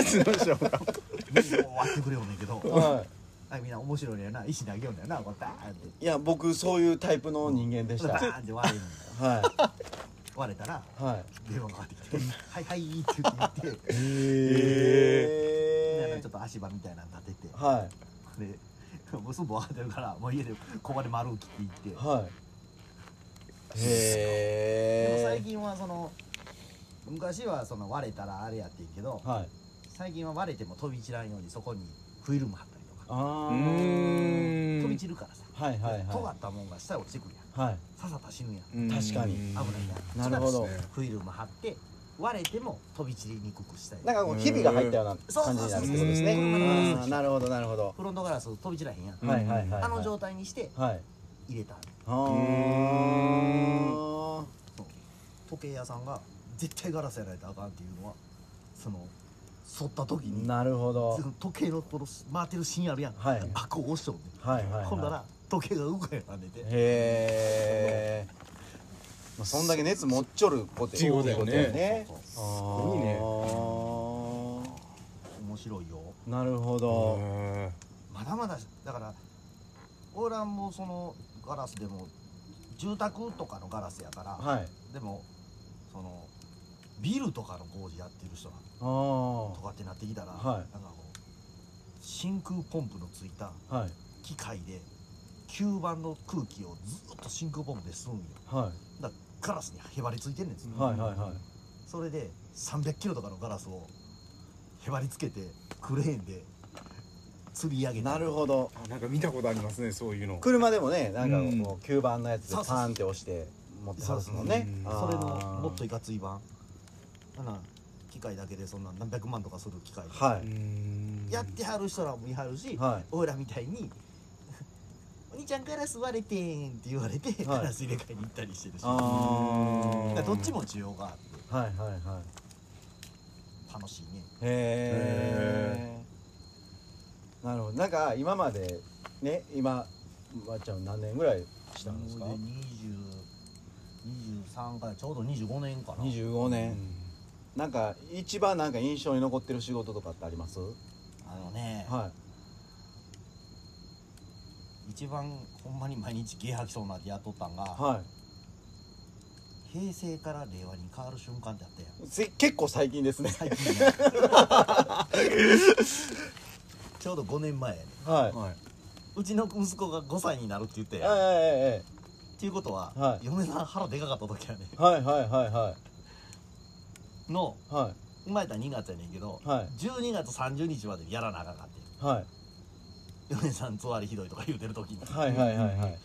S1: ツの人が
S4: よう割ってくれよんねんけど *laughs*
S2: いはい
S4: あみんな面白いねんな石投げよんねんなこうバーンって
S2: *laughs* いや僕そういうタイプの人間でした
S4: バ
S2: はい
S4: ーンって割れんねん割れたら
S2: はい
S4: 電話がかかっ
S2: *laughs*
S4: てきて「はいはい」って言って言ってなんか
S2: へ
S4: ちょっと足場みたいなの立てて
S2: は
S4: でもうすぐ分かってるからもう家でここで丸を切ってい
S2: い
S4: って
S2: はい
S4: でも
S2: へ
S4: 最近はその昔はその割れたらあれやってんけど
S2: えはい
S4: 最近は割れても飛び散らんようにそこにフィルム貼ったりとか
S2: あ
S1: う
S2: ー
S1: ーん
S4: 飛び散るからさ
S2: はいはいはい
S4: 尖ったもんが下に落ちてくるやん
S2: はい
S4: 刺さったら死ぬやん
S1: うん
S2: 確かに
S4: 危ないやん
S2: なるほど
S4: フィルム貼って割れても飛び散りにくくしたい
S2: なんかこうひびが入ったような感じになるってことで
S1: そうそうそう
S2: すね
S1: そう
S2: あーなるほどなるほど
S4: フロントガラス飛び散らへんやん、
S1: うん
S2: はいはいはい
S4: あの状態にして
S2: はい
S4: 入れた
S2: あー
S4: 時計屋さんが絶対ガラスやられたらあかんっていうのはその剃った時に
S2: なるほど
S4: その時計のこの回ってる芯あるやん、
S2: はい
S4: あこう押しとんね
S2: はいはいはい
S4: ほんだら時計が動かへんなんでて
S2: へえそんだけ熱持っちょる子って
S1: っていうことやね
S2: す
S1: ごいね
S4: 面白いよ
S2: なるほど
S4: まだまだだから俺らもそのガラスでも住宅とかのガラスやから、
S2: はい
S4: でもそのビルとかの工事やってる人が
S2: あ
S4: とかってなってきたら、
S2: はい
S4: なんかこう真空ポンプのついた
S2: あはい
S4: 機械で吸盤の空気をずっと真空ポンプで吸うんよ
S2: は
S4: だからガラスにへばりついてんねんずっ
S2: い
S4: と
S2: はいはいは
S4: それで300キロとかのガラスをへばりつけてクレーンで釣り上げ
S2: い
S4: た
S2: なるほど
S1: なんか見たことありますねそういうの
S2: 車でもねなんか
S1: うん
S2: こう吸盤のやつで
S4: そ
S2: パ
S4: うそうそう
S2: ーンって押して持って外すのね
S1: うん
S2: あー
S4: それのもっといかつい版なんなん機械だけでそんな何百万とかする機械で
S2: は
S1: う
S2: い
S1: ん
S4: やってはる人らもいはるし、
S2: はい
S4: オーラみたいに *laughs* 「お兄ちゃんガラス割れてん」って言われて、
S2: はい
S4: ガラス入れ替えに行ったりしてるし
S2: あ
S4: だ
S2: ー
S4: からどっちも需要があって
S2: はいはいはい
S4: 楽しいね
S2: へえなるほどなんか今までね今わっちゃん何年ぐらいしたんですか
S4: もうね20 23からちょうど25年かな
S2: 25
S1: う
S2: 年、
S1: ん
S2: なんか一番なんか印象に残ってる仕事とかってありますは
S4: あのね、
S2: い
S4: 一番ほんまに毎日ゲー吐きそうなってやっとったんが、
S2: は
S4: 平成から令和に変わる瞬間ってあったやん
S2: いせ結構最近ですね
S4: 最近や *laughs* ちょうど5年前やね
S2: はいは
S1: は
S4: うちの息子が5歳になるって言って
S2: い
S4: やんっ
S2: はい
S4: ていうことは、
S2: はい
S4: 嫁さん腹でかかった時やね
S2: はいはいはいはいは
S4: の
S2: いはい
S4: 生まれた2月やねんけど、
S2: はい
S4: 12月30日までやらなあかんかって
S2: はい
S4: ん嫁さんつわりひどいとか言うてる時に
S2: はいはいはいはい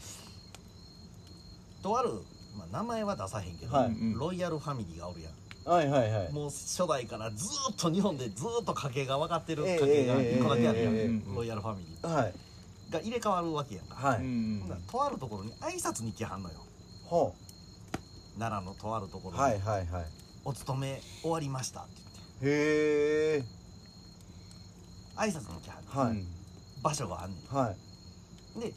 S4: とある、まあ、名前は出さへんけど、
S2: はい
S4: ロイヤルファミリーがおるやん
S2: はいはいはい
S4: もう初代からずーっと日本でずーっと家計が分かってる
S2: ええ
S4: 家計が一個だけあるやん、
S2: ええええ
S1: ええ
S4: ロイヤルファミリ
S2: はい
S4: ーが入れ替わるわけやんか、
S2: はいい
S1: ん
S4: ほんならとあるところに挨拶に来はんのよ
S2: ほ
S4: 奈良のとあるとこ
S2: う
S4: ろに、
S2: はいはいはい
S4: お勤め終わりましたって言
S2: へえ
S4: って挨拶に来はんの
S2: はい
S4: 場所があんね
S2: はい
S4: んで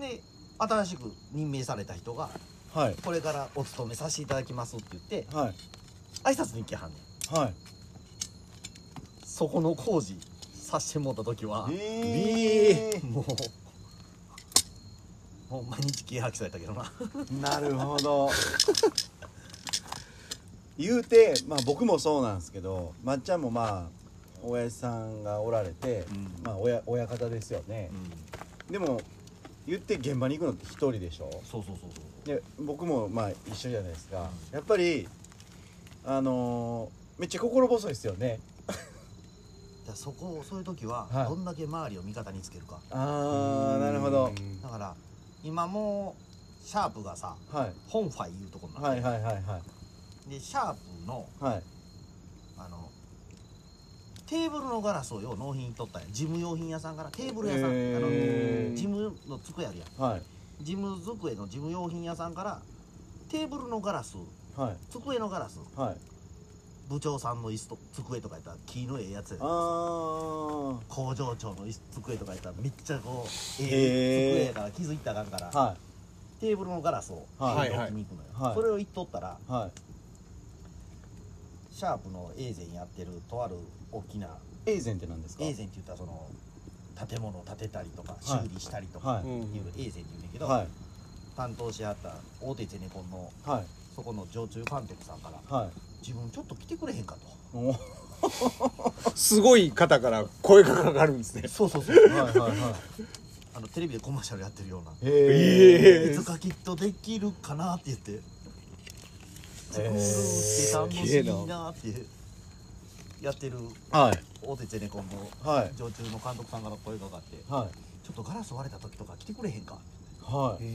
S4: で新しく任命された人が
S2: はい
S4: これからお勤めさせていただきますって言って
S2: はい
S4: 挨拶に来はんねん
S2: はい
S4: そこの工事さしてもうた時は
S2: ええ
S4: もうもう毎日気吐きされたけどな
S2: なるほど *laughs* 言うて、まあ、僕もそうなんですけどまっちゃんもまあ親父さんがおられて、
S4: うん
S2: まあ親親方ですよね
S4: う、ん
S2: でも言って現場に行くのって一人でしょ
S4: そうそうそうそう
S2: で僕もまあ一緒じゃないですか、やっぱりあのーめっちゃ心細いですよね
S4: だからそこをそういう時は
S2: はい
S4: どんだけ周りを味方につけるか、
S2: ああなるほど
S4: だから今もうシャープがさ
S2: はい
S4: 本ファイいうとこになって
S2: はいはいはいはい
S4: でシャープの
S2: はい
S4: あのテーブルのガラスをよう納品取ったんや事務用品屋さんからテーブル屋さん、
S2: へー
S4: あの事務の机あるやん
S2: はい
S4: 事務机の事務用品屋さんからテーブルのガラス
S2: はい
S4: 机のガラス
S2: はい
S4: 部長さんの椅子と机とかやったら木のええやつや
S2: ああ
S4: 工場長の椅子机とかやったらめっちゃこう
S2: へ
S4: ええ
S2: ー
S4: 机やから気づいたらあかんから、
S2: は
S4: テーブルのガラスを
S2: はい
S4: 置きに行くのよ、
S2: はい
S4: それを言っとったら
S2: いはい
S4: シャープのエーゼンやってるとある大きな
S2: エーゼンって何ですか
S4: エーゼンって言ったらその建物を建てたりとか修理したりとか
S2: はい
S4: って
S1: う
S4: いうんエーゼンって言うねんけど、
S2: はい
S4: 担当しはった大手ゼネコンの
S2: はい
S4: そこの常駐監督さんから
S2: はい
S4: 「自分ちょっと来てくれへんか」と
S2: お
S1: すごい方から声がかかるんですね
S4: そうそうそう
S2: はいはいは
S4: あのテレビでコマーシャルやってるような「
S2: い
S1: ええ
S4: いつかきっとできるかな」って言って「
S2: え
S4: すごい楽
S1: すげえ
S4: し
S1: ない
S4: な」ってやってる
S2: はい
S4: 大手ゼネコンの
S2: はい
S4: 常駐の監督さんから声がかかって「
S2: はい
S4: ちょっとガラス割れた時とか来てくれへんか」
S2: は
S1: う
S2: い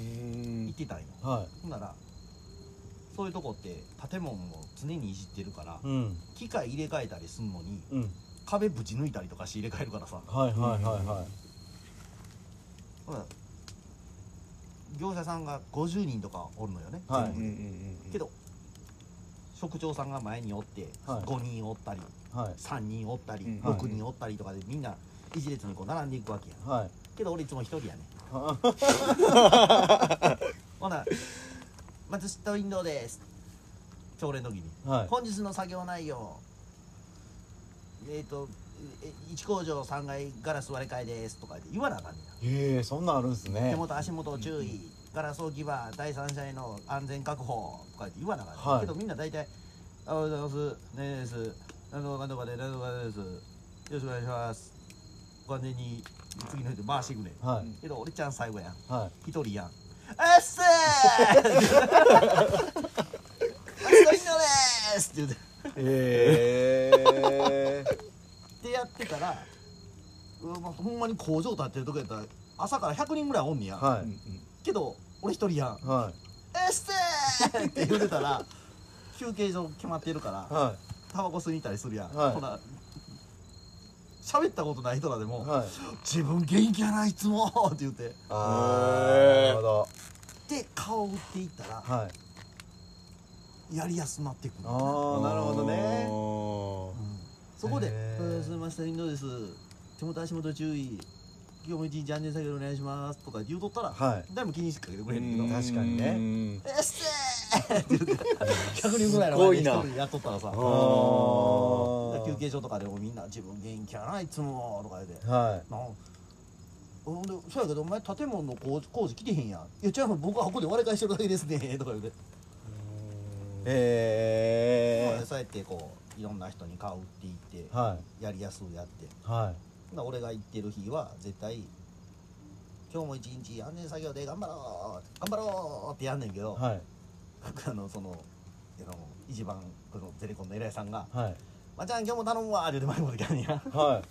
S4: 言っ
S1: ん
S4: てたんよ
S2: は
S4: ほんならそういうとこって建物も常にいじってるから、
S2: うん
S4: 機械入れ替えたりすんのに
S2: うん
S4: 壁ぶち抜いたりとかして入れ替えるからさ
S2: はいはいはいはい
S4: ほら業者さんが50人とかおるのよね、
S2: はい
S1: うんうんうん
S4: けど職長さんが前におって
S2: はい
S4: 5人おったり、
S2: はい
S4: 3人おったり、
S1: うん
S4: 6人おったりとかでみんな一列にこう並んでいくわけや
S2: はい
S4: けど俺いつも一人やねほな「松下ウィンドウです」朝礼の時に
S2: はい
S4: 本日の作業内容えっ、とえ一工場3階ガラス割れ替えですとか言って言わなあかんねんな
S2: へえそんなんあるんすね
S4: 手元足元注意ガラス置き場第三者への安全確保とかって言わなあかんねん、
S2: はい
S4: けどみんな大体「あおはようございますねえです何とかかんとかで何とかですよろしくお願いします」完全に次の人回していくねん
S2: は
S4: けど俺ちゃん最後やん
S2: いはい
S4: 一人やん「あっせー! 」「一人のです!」って言うて。
S2: へえ
S4: ってやってたら、うわまあ、ほんまに工場建ってるとこやったら朝から100人ぐらいおんねや、
S2: は
S1: うん
S2: い
S4: けど俺一人やん
S2: は
S4: 「エステー!」って言うてたら休憩所決まってるから
S2: いは
S4: タバコ吸いに行ったりするやん、
S2: はい
S4: ほな喋ったことない人らで
S2: い
S4: も
S2: はい
S4: 「自分元気やないつも」って言って
S2: あーなるほど
S4: で顔を打っていったら
S2: はい
S4: やりやすくなっていくんだよな
S2: ああなるほどね
S4: そこで
S2: へ
S4: 「
S2: ー
S4: うんすみませんインドです手元足元注意今日も一日安全作業お願いします」とか言うとったら、
S2: はい
S4: 誰も気にしてかけてく
S1: う
S4: れへんけど
S1: ん
S2: 確かにね
S1: うん
S4: エッセーって言うて100人ぐらいの前で一人やっとったらさ
S1: あ
S2: ー
S4: 休憩所とかでもみんな「自分元気やないつも」とか言うて
S2: は
S4: 「なんほんでそうやけどお前建物の工事工事来てへんやん」「いや違うの僕はここで割り返してるだけですね」とか言うて、
S2: いへえ
S4: そうやってこういろんな人に顔売っていって、
S2: は
S4: やりやすくやって
S2: いはい
S4: ほな俺が行ってる日は絶対「今日も一日安全作業で頑張ろう頑張ろう」ってやんねんけど、
S2: はい
S4: あのそのあの一番このゼレコンの偉いさんが
S2: はい
S4: 「まあ、ちゃん今日も頼むわ」って言うて前のことやんねや。
S2: はい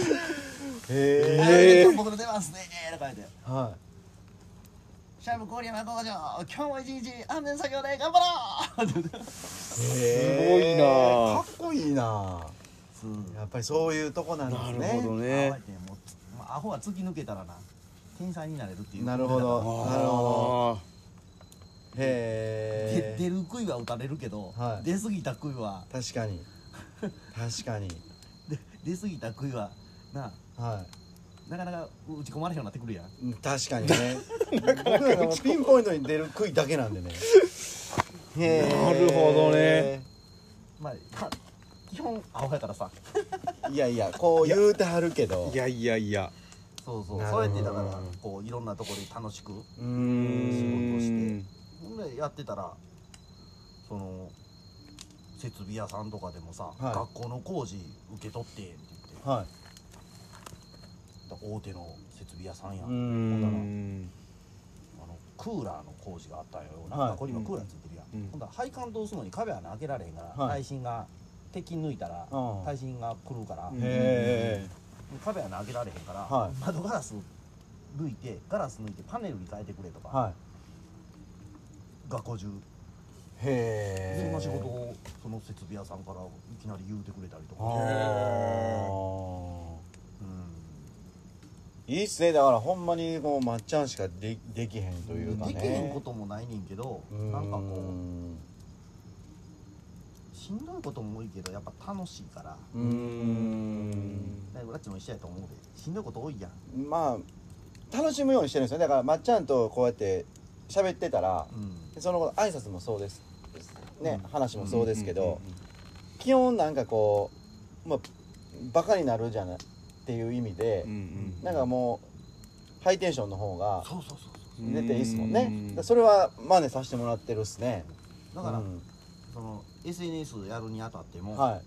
S2: へ
S4: え
S2: え
S4: ー、今日僕の出ますねーとか言って
S2: は
S4: 「シャープ郡山工場今日も一日安全作業で頑張ろう!」って言って
S2: い
S1: へー
S2: かっこいいなやっぱりそういうとこなんですね
S1: なるほど
S4: あ
S1: ね
S4: えてもうつまあアホは突き抜けたらな天才になれるっていう
S2: なるほどなるほ
S1: ど
S2: どへ
S4: で出
S2: え
S4: る杭は打たれるけど、
S2: はい
S4: 出過ぎた杭は
S2: 確かに確かに
S4: で出過ぎた杭はな
S2: は
S4: なかなか打ち込まれへんようになってくるやん
S2: い確かにね僕らのピンポイントに出る杭だけなんでねへー
S1: なるほどね
S4: まあか基本アホやからさ
S2: いやいやこう言うてはるけど
S1: いやいやいや
S4: そうそう
S2: なる
S4: そ
S2: ほ
S4: う
S2: ど
S4: やってだからこういろんなところで楽しく
S2: うー
S1: 仕し
S2: ん
S1: て
S4: ほんでやってたらその設備屋さんとかでもさ、
S2: い
S4: 学校の工事受け取ってって言って
S2: は
S4: 大手の設備屋さんや
S2: い
S4: ん、
S2: う
S1: う
S2: ー
S1: んん
S4: あのクーラーの工事があったんよな、
S2: はい
S4: 学校にもクーラーついてるやん、
S1: うん
S4: ほんだら配管通すのに壁穴開けられへんから、
S2: はい
S4: 耐震が鉄筋抜いたら
S2: うん
S4: 耐震が来るから、
S1: うん
S2: へえ
S4: 壁穴開けられへんから、
S2: はい
S4: 窓ガラス抜いてガラス抜いてパネルに変えてくれとか、
S2: は
S4: 学校中
S2: いへ
S4: そ
S2: え
S4: んな仕事をその設備屋さんからいきなり言うてくれたりとか
S2: ああ
S4: う
S2: いいっすねだからほんまにこうまっちゃんしかでできへんというんかね
S4: できへんこともないねんけど
S2: うーん
S4: なんかこうしんどいことも多いけどやっぱ楽しいから
S2: うーん
S4: だから俺たちも一緒やと思うでしんどいこと多いやん
S2: まあ楽しむようにしてるんですよねだからまっちゃんとこうやって喋ってたら
S4: うん
S2: その後挨拶もそうですね、
S4: うん
S2: 話もそうですけど、基本なんかこう、まあ、バカになるじゃないっていう意味で、なんかもうハイテンションの方が
S4: そうそうそうそう
S2: 出ていいっすもん
S1: う
S2: ね
S1: ん
S2: だからそれは真似させてもらってるっすね
S4: だから、
S2: うん
S4: その SNS やるにあたっても、
S2: はい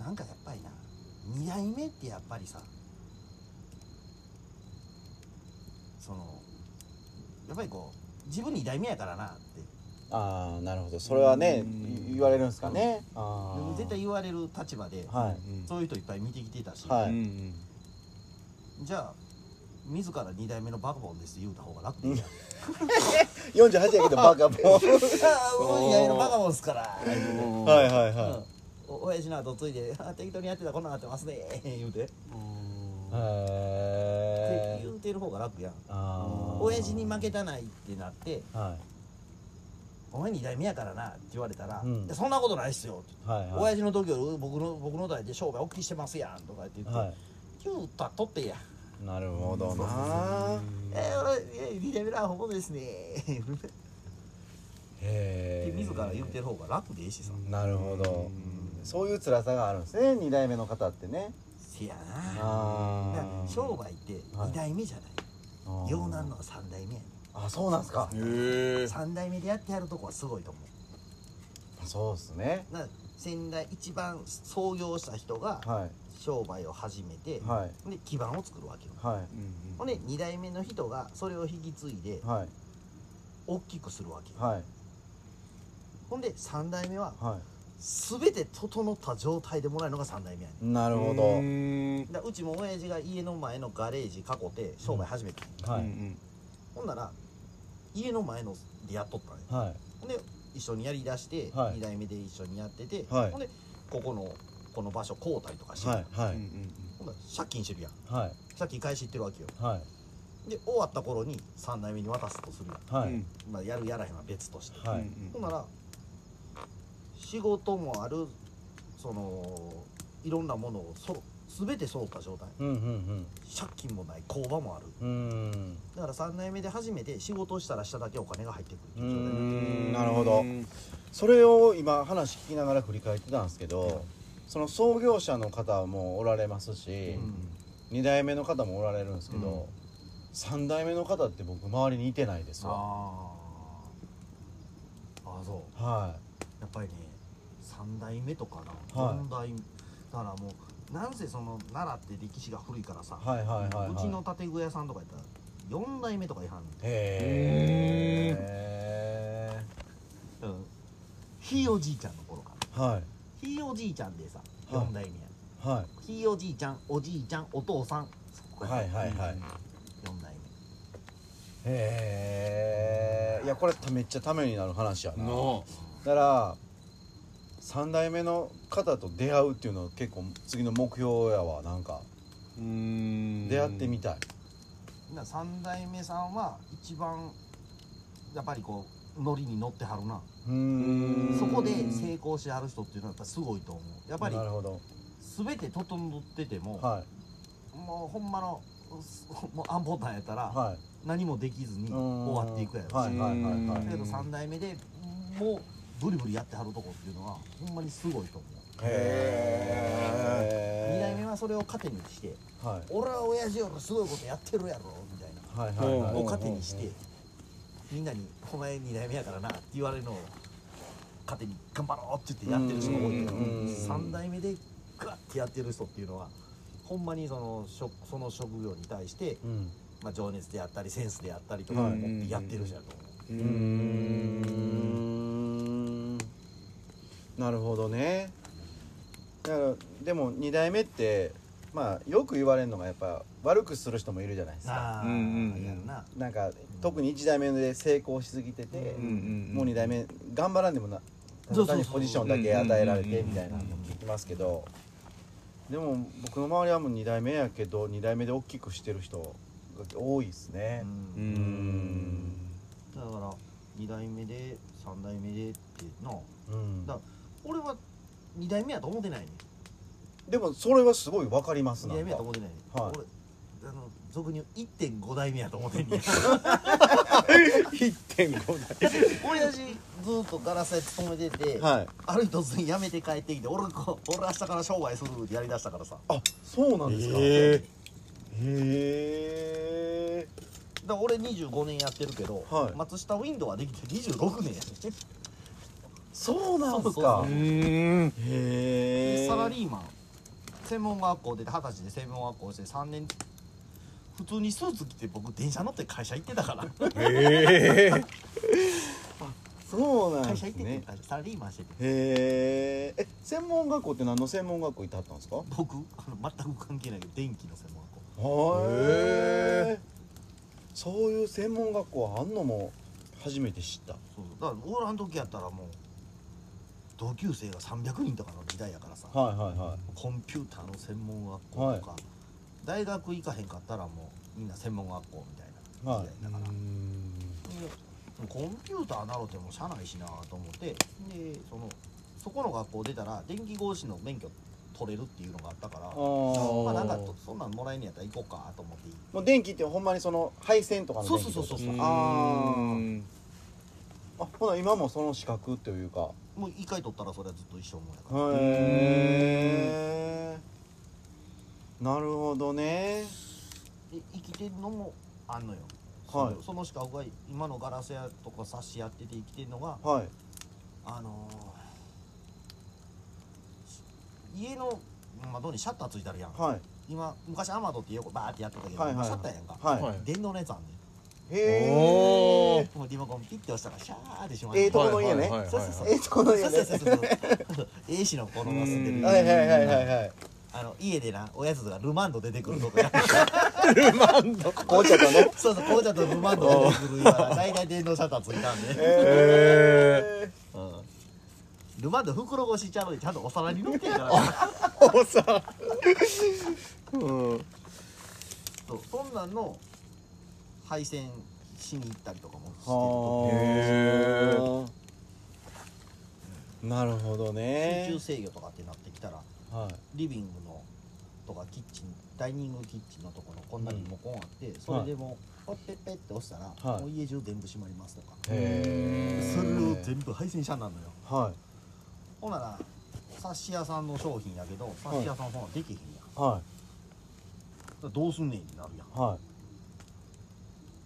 S4: なんかやっぱりな2代目ってやっぱりさそのやっぱりこう自分2代目やからなって
S2: ああなるほどそれはね
S1: うん
S2: 言われるんですかね、ああ
S4: 絶対言われる立場で、
S2: はい
S4: そういう人いっぱい見てきてたし、
S2: はい
S1: うん
S4: じゃあ自ら2代目のバカボンですって言うた方が楽でいいやん
S2: 48やけどバカボン
S4: ああ2代目のバカボンっすから
S2: はいはいは
S4: お親父の後ついであ適当にやってたこんなんなってますね言うて
S2: いへ
S4: 言
S2: え
S4: うてる方が楽やん
S2: あー
S4: 親父に負けたないってなって
S2: は
S4: 「お前2代目やからな」って言われたら
S2: う
S4: 「
S2: ん
S4: いやそんなことないっすよ」って
S2: いはいはい
S4: 親父の時より僕の僕の代で商売大きくしてますやん」とかって言って「
S2: は
S4: 言うたとってや
S2: いなるほどな」
S4: えー俺えー2代目のアホですね」って
S2: へえ
S4: *laughs* 自ら言ってる方が楽でいいしさ
S2: なるほどそういう辛さがあるんですね二代目の方ってね
S4: せやなだか
S2: あ
S4: ら
S2: あ
S4: 商売って
S2: はい
S4: 2代目じゃないようなんのは3代目やね
S2: あそうなんすか
S1: え
S4: 3代目でやってやるとこはすごいと思う
S2: そうっすね
S4: な先代一番創業した人が
S2: は
S4: 商売を始めて
S2: いはい
S4: で基盤を作るわけよ
S2: は
S4: ほんで2代目の人がそれを引き継いで
S2: いはい
S4: 大きくするわけよ
S2: はい
S4: ほんで3代目は
S2: は
S4: 全て整った状態でもらえるのが3代目やね
S2: いなるほど
S1: うーん
S4: んだからうちも親父が家の前のガレージ囲って商売始めたんよ、
S2: は
S1: う
S2: い
S1: ん
S4: ほんなら家の前のでやっとったんよ
S2: はい
S4: ほんで一緒にやりだして、
S2: はい
S4: 2代目で一緒にやってて、
S2: はい
S4: ほんでここのこの場所交代とかして、
S2: はいは
S1: うんう
S2: い
S1: ん
S4: ほんなら借金してるやん
S2: はい
S4: 借金返し行ってるわけよ
S2: はい
S4: で終わった頃に3代目に渡すとするやん、
S2: はい
S1: うん
S4: まあ、やるやらへんは別として、
S2: はい
S1: うん
S4: ほんなら仕事もあるそのいろんなものをそ全て揃った状態
S2: うんうん
S4: 借金もない工場もある
S2: うんうーん
S4: だから3代目で初めて仕事をしたらしただけお金が入ってくるっていう状態
S2: うー
S4: になっ
S2: んな
S4: て
S2: るほどそれを今話聞きながら振り返ってたんですけどその創業者の方もおられますし、二2代目の方もおられるんですけど、三3代目の方って僕周りにいてないですわ
S4: あーあーそう
S2: は
S4: やっぱりね3代目とかな、
S2: はい
S4: 4代だからもうなんせその奈良って歴史が古いからさ、
S2: い、はいはいはいうはい
S4: ちの建具屋さんとかやったら4代目とか言いはんねん
S2: へえ
S4: ひいおじいちゃんの頃から
S2: はい
S4: ひいおじいちゃんでさ
S2: はい
S4: 4代目や、
S2: は
S4: ひいおじいちゃんおじいちゃんお父さんそこ
S2: い
S4: や
S2: はいはいはい
S4: 4代
S2: へえいやこれめっちゃためになる話やな
S1: の
S2: だから3代目の方と出会うっていうのは結構次の目標やわなんか
S1: うーん
S2: 出会ってみたい、
S4: 目な3代目さんは一番やっぱりこうノリに乗ってはるな
S2: うーん
S4: そこで成功してはる人っていうのはやっぱすごいと思うやっぱり
S2: なるほど
S4: 全て整ってても、
S2: は
S4: もうほんまのすもうアンボタンやったら、
S2: いは
S4: 何もできずに
S2: い
S4: 終わっていくやろし、
S2: はいはいはいはい
S4: だけど3代目でもうブリブリやってはるとこっていうのはほんまにすごいと思う
S2: へ
S4: 2代目
S2: え
S4: はそれを糧にして
S2: はい
S4: 俺は親父よりすごいことやってるやろみたいな
S2: はいはいはい
S1: お
S4: を
S1: う
S4: 糧にしてみんなに「お前2代目やからな」って言われるのを糧に頑張ろうって言ってやってる人が多いけど
S2: うんうんうんうん
S4: 3代目でガッてやってる人っていうのはほんまにその職その職業に対して、
S2: うん
S4: まあ、情熱であったりセンスであったりとかを持ってやってる人やと思う。
S1: うー
S2: うーんなるほどねだからでも2代目ってまあよく言われるのがやっぱ悪くする人もいるじゃないですか
S4: ああ、
S1: うんうんうん
S4: やるな
S2: なんか特に1代目で成功しすぎてて、
S1: うんうんうん
S2: もう2代目頑張らんでもなただ単にポジションだけ与えられてみたいなのも聞きますけどでも僕の周りはもう2代目やけど2代目で大きくしてる人が多いですね
S4: う、
S1: うんん
S4: だから2代目で3代目でってな
S2: うん
S4: だ俺は2代目やと思ってないね
S2: でもそれはすごいわかります
S4: 2
S2: なん
S4: 代目や
S2: か
S4: と思ってないね、
S2: はい
S4: 俺あの俗に言う1.5代目やと思ってんねや
S1: 1.5
S4: だって親父ずっとガラス屋勤めてて、
S2: はい
S4: ある日突然辞めて帰ってきて俺こ俺明日から商売するってやりだしたからさ
S2: あそうなんですか
S1: え
S2: へえ
S4: だから俺25年やってるけど、
S2: はい
S4: 松下ウィンドウはできて26年やね
S2: そうなんです
S4: そう
S1: 代
S2: か
S4: そう
S1: うん
S2: へえ
S4: でサラリーマン専門学校出て二十歳で専門学校して3年普通にスーツ着て僕電車乗って会社行ってたから
S1: ええ
S2: そうなんで
S3: 会
S2: す
S3: 社行ってて、
S2: ね
S3: 会社サラリーマンしてて
S2: へーえ専門学校って何の専門学校行ってはったんですか
S3: 僕あの全く関係ないけど電気の専門学校
S2: へえそういう専門学校あんのも初めて知った
S4: そうそうだから俺らの時やったらもう同級生が300人とかの時代やからさ
S2: はいはいは
S4: コンピューターの専門学校とか、大学行かへんかったらもうみんな専門学校みたい
S2: い
S4: な
S2: は
S4: 時代だから、
S2: い
S4: でもコンピューターなろてもしゃあないしなと思ってでそのそこの学校出たら電気合士の免許取れるっていうのがあったから
S2: あー
S4: まあなんかとそんなんもらえんねやったら行こうかと思って
S2: もう電気ってほんまにその配線とかの電気ってこと
S4: そうそうそう
S1: うん
S2: ああほな今もその資格というか
S4: もう一回取ったらそれはずっと一生もんやから
S2: へえなるほどね
S4: で生きてるのもあんのよ
S2: はい
S4: そのその資格が今のガラス屋とか冊子やってて生きてるのが
S2: はい
S4: あのー家の窓にシャッターついてあるやん、
S2: はい
S4: 今昔アマドってよくバーってやってたけど、
S2: はいはいはい
S4: シャッターやんか、
S2: はい、
S1: はい
S4: 電動のやつあんねん
S2: へえ
S4: もうリモコンピッて押したらシャーってしまう
S2: ええとこの家ね
S1: はいはいはいはい
S4: そうそうそう
S2: えっとこの
S4: そ
S2: 家
S4: う
S2: *laughs*
S4: そう
S2: ね
S4: そうそう A 氏の子供が住んでる家
S2: はいはいはいはいはい
S4: あの家でなおやつがルマンド出てくるとか
S2: 紅茶とね
S4: そうそう紅茶とルマンド出てくる家は大体電動シャッターついたんで、
S1: へ
S4: ルマンド袋越しちゃうのにちゃんとお皿に乗ってるからな
S1: ーおさ
S4: そうそんなんの配線しに行ったりとかもしてると
S1: へ
S2: はあなるほどね
S4: 集中制御とかってなってきたら
S2: はい
S4: リビングのとかキッチンダイニングキッチンのところのこんなにもコンあって、それでもポッペッペッって押したら、
S2: はい
S4: もう家中全部閉まりますとか、
S2: へえ
S4: それを全部配線車なのよ
S2: は
S4: ほんなら冊子屋さんの商品やけど冊子屋さんほんならできへんやん、だ
S2: い
S4: か
S2: は
S4: らどうすんねんってなるやん
S2: いは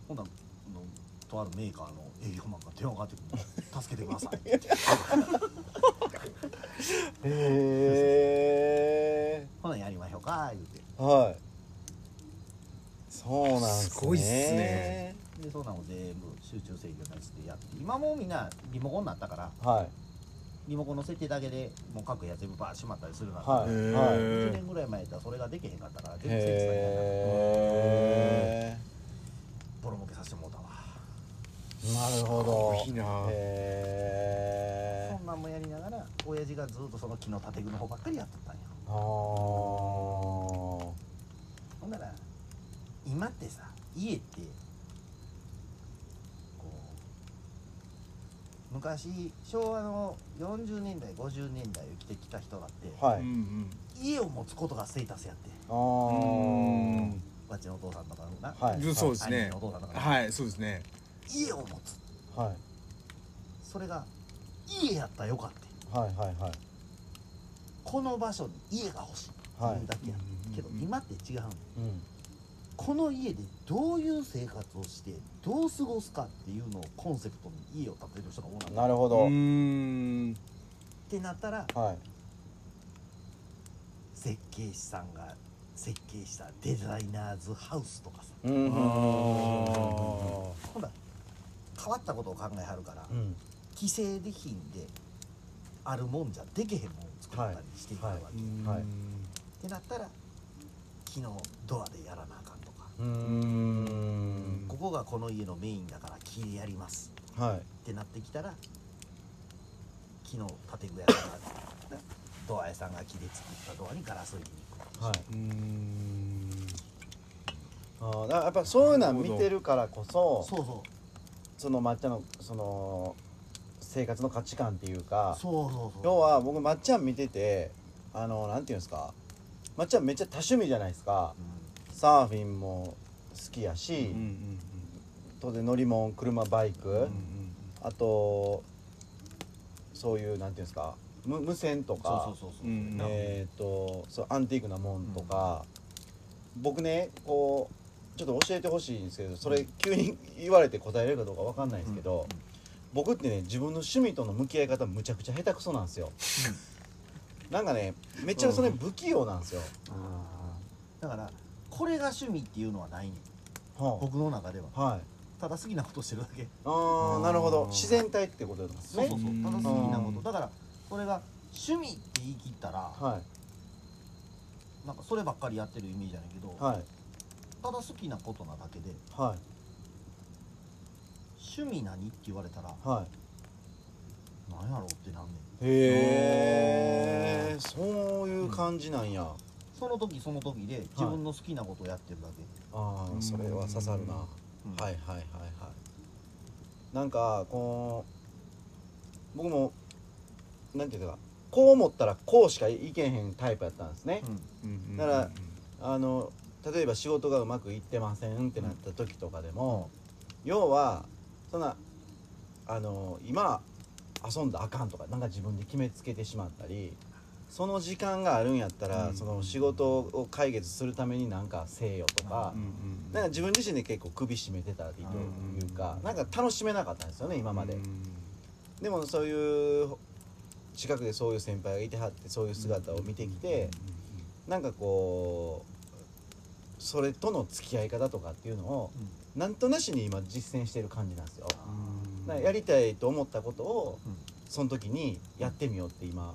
S4: ほんならあのとあるメーカーの営業マンが電話かかってくる助けてください
S2: *laughs*
S4: って
S2: いへえ
S4: ほなやりましょうか言うて
S2: はいそうなんですね
S1: すごいっすね
S4: でそんなんを全部集中制御のやつでやって今もうみんなリモコンになったから
S2: は
S4: リモコンの設定だけでもう各部屋全部バーッ閉まったりするなんて、
S2: はいはい
S4: 1年ぐらい前やったらそれができへんかったから
S2: い
S4: 全然伝え
S2: へえ
S4: ボロ儲けさせてもうたわ
S2: なるほ
S1: すごい
S2: ど
S1: な
S2: へえ
S4: そんなんもやりながら親父がずっとその木の建具の方ばっかりやっとったんよ
S2: あー
S4: ほんなら今ってさ家ってこう昔昭和の40年代50年代を生きてきた人だって、
S2: はい
S1: ん
S4: 家を持つことがステータスやって
S2: あー
S4: わっちのお父さんとかのな、
S2: はい
S1: うんそうです
S4: 兄
S1: ね
S4: のお父さんとかな、
S1: はいそうですね
S4: 家を持つ
S2: はい
S4: それが家やったらよかって
S2: はいはいはい
S4: この場所に家が欲しい
S2: はい
S4: っていうだけや、けど今って違うの
S2: うん
S4: この家でどういう生活をしてどう過ごすかっていうのをコンセプトに家を建てる人が多いな
S2: なるほ
S1: う
S2: ど、
S1: ん
S4: ってなったら
S2: はい
S4: 設計士さんが設計したデザイナーズハウスとかさ
S2: うんうんうん
S1: あ
S4: ほら変わったことを考えはるから、
S2: うん
S4: 既成で品であるもんじゃできへんもんを作ったりしていくわけ、
S2: は
S4: っ
S2: はい
S4: てなったら昨日ドアでやらなあかんとか、
S2: うーん
S4: ここがこの家のメインだから木でやります
S2: はい
S4: ってなってきたら木の建具屋さんがドア屋さんが木で作ったドアにガラスを入れに行く
S1: うん
S2: はいあーだからやっぱそういうのは見てるからこそそ
S4: そうそう
S2: の抹茶のその生活の価値観っていうか
S4: そうそうそう
S2: 要は僕まっちゃん見ててあのなんていうんですかまっちゃんめっちゃ多趣味じゃないですか
S4: う
S2: サーフィンも好きやし、
S1: うんうん
S2: 当然乗り物車バイク、
S1: うんうん
S2: あとそういうなんていうんですか無無線とか
S4: そうそうそうそう、
S1: うん
S2: えー、とそうアンティークなもんとか、僕ねこうちょっと教えてほしいんですけどそれ急に言われて答えれるかどうかわかんないんですけど、僕ってね自分の趣味との向き合い方むちゃくちゃ下手くそなんですよ、なんかねめっちゃそれ不器用なんですよ、
S4: だからこれが趣味っていうのはないねん
S2: は
S4: 僕の中では
S2: あはい
S4: ただ好きなことしてるだけ
S2: ああなるほど自然体ってことなんです
S4: そう
S2: ね
S4: そうそうただ好きなことだからそれが趣味って言い切ったら
S2: は
S4: なんかそればっかりやってるイメージじゃないけど
S2: いはい
S4: ただ好きなことなだけで
S2: はい
S4: 趣味何って言われたら
S2: は
S4: 何やろうってなんねん
S2: いへえそういう感じなんや、あ
S4: その時その時で自分の好きなことをやってるだけ、
S2: あーそれは刺さるな、
S4: うん
S2: はいはいはいはいなんかこう僕もなんていうかこう思ったらこうしかいけへんタイプやったんですね、
S1: うん
S2: だからあの例えば仕事がうまくいってませんってなった時とかでも、要はそんなあの今遊んだらあかんとかなんか自分で決めつけてしまったりその時間があるんやったら、その仕事を解決するためになんかせえよとか、
S1: うん
S2: なんか自分自身で結構首絞めてたりというか、なんか楽しめなかったんですよね今まで、でもそういう近くでそういう先輩がいてはってそういう姿を見てきて、なんかこうそれとの付き合い方とかっていうのを、なんとなしに今実践してる感じなんですよ、だからやりたいと思ったことを、
S4: うん
S2: その時にやってみようって今
S4: うん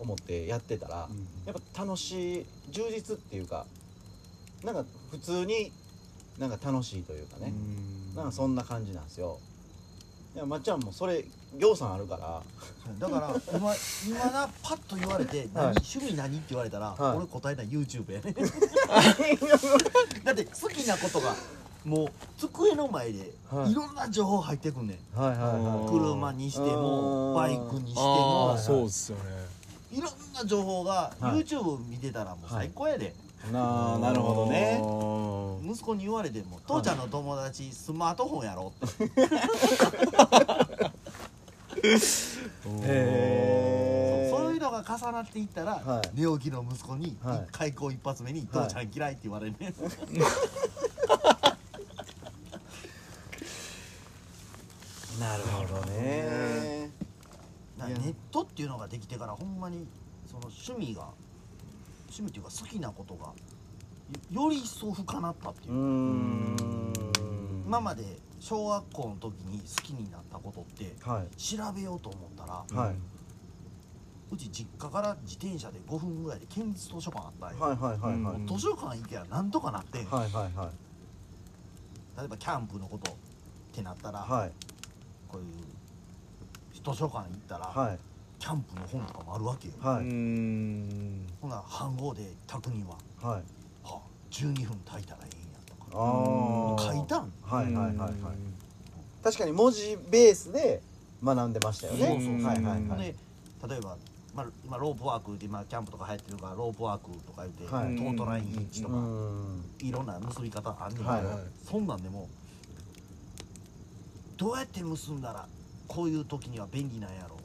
S2: 思ってやってたら、やっぱ楽しい充実っていうかなんか普通になんか楽しいというかね、なんかそんな感じなんですよいやまっちゃんもそれぎょうさんあるから
S4: だから今今なパッと言われて何、
S2: はい
S4: 趣味何って言われたら、
S2: はい
S4: 俺答えたら YouTube やね *laughs* だって好きなことがもう机の前で
S2: はい
S4: いろんな情報入ってくんねん、
S2: はいはい
S1: はい
S4: 車にしても
S2: あ
S4: バイ
S2: ー
S4: クにして
S1: あ
S4: も
S1: あそうっすよね
S4: いろんな情報が
S2: はい
S4: YouTube 見てたらもう最高やで、
S2: な *laughs* あなるほどね
S1: ね
S4: 息子に言われても「父ちゃんの友達スマートフォンやろ」って
S2: へえ
S4: そういうのが重なっていったら、
S2: はい
S4: 寝起きの息子に
S2: はい
S4: 一開口一発目に「
S2: はい
S4: 父ちゃん嫌い」って言われるね、
S2: なるほどね
S4: *laughs* だからネットっていうのができてからほんまにその趣味が趣味っていうか好きなことがよより一層深なったっていうう、
S2: ん
S4: 今まで小学校の時に好きになったことって
S2: は
S4: 調べようと思ったら、
S2: いはい、
S4: うち実家から自転車で5分ぐらいで県立図書館あったんよ、
S2: はいはいはいはい
S1: うん
S4: 図書館行けばなんとかなってん、
S2: はいはいはい
S4: 例えばキャンプのことってなったら、
S2: はい
S4: こういう図書館行ったら、
S2: はい
S4: キャンプの本とかもあるわけよ、
S2: は
S1: う
S2: い
S1: ん
S4: ほな飯号で宅には
S2: はい
S4: 「はあ12分炊いたらええんや」とか
S2: ああ
S4: 書いたん
S2: はいはいはいはい確かに文字ベースで学んでましたよね
S1: そうそうそう
S2: はいはい
S1: うん
S2: は
S4: で
S2: い
S4: 例えば、まあ、今ロープワークで今キャンプとか流行ってるからロープワークとか言って、
S2: はい
S4: トートラインヒッチと
S2: う
S4: か、
S2: ん
S4: いろんな結び方あんねんけど、
S2: はいはい
S4: そんなんでもどうやって結んだらこういう時には便利なんやろ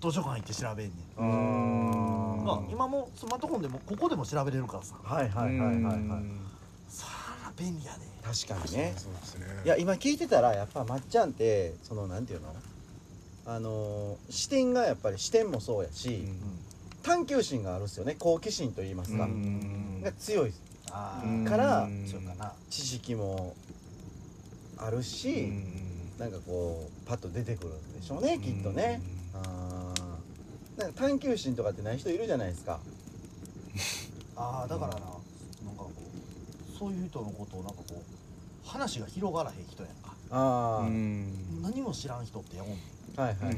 S4: 図書館行って調べんねん、
S2: あー
S4: まあ今もスマートフォンでもここでも調べれるからさ
S2: はいはいはいはいはい
S4: さあ便利やで
S2: 確かにね
S1: そうですね
S2: いや今聞いてたらやっぱまっちゃんってそのなんていうのあのー視点がやっぱり視点もそうやし、探求心があるっすよね好奇心と言いますか、が強い
S4: あ
S1: う
S4: あ
S1: ん
S2: から
S1: うん
S4: そうかな
S2: 知識もあるし、なんかこうパッと出てくるんでしょうね、きっとね、あーなんか探求心とかってない人いるじゃないですか
S4: ああだからななんかこうそういう人のことをなんかこう話が広がらへん人やんか
S2: ああ、
S4: 何も知らん人ってやもんね
S2: はいはい、
S4: ほんま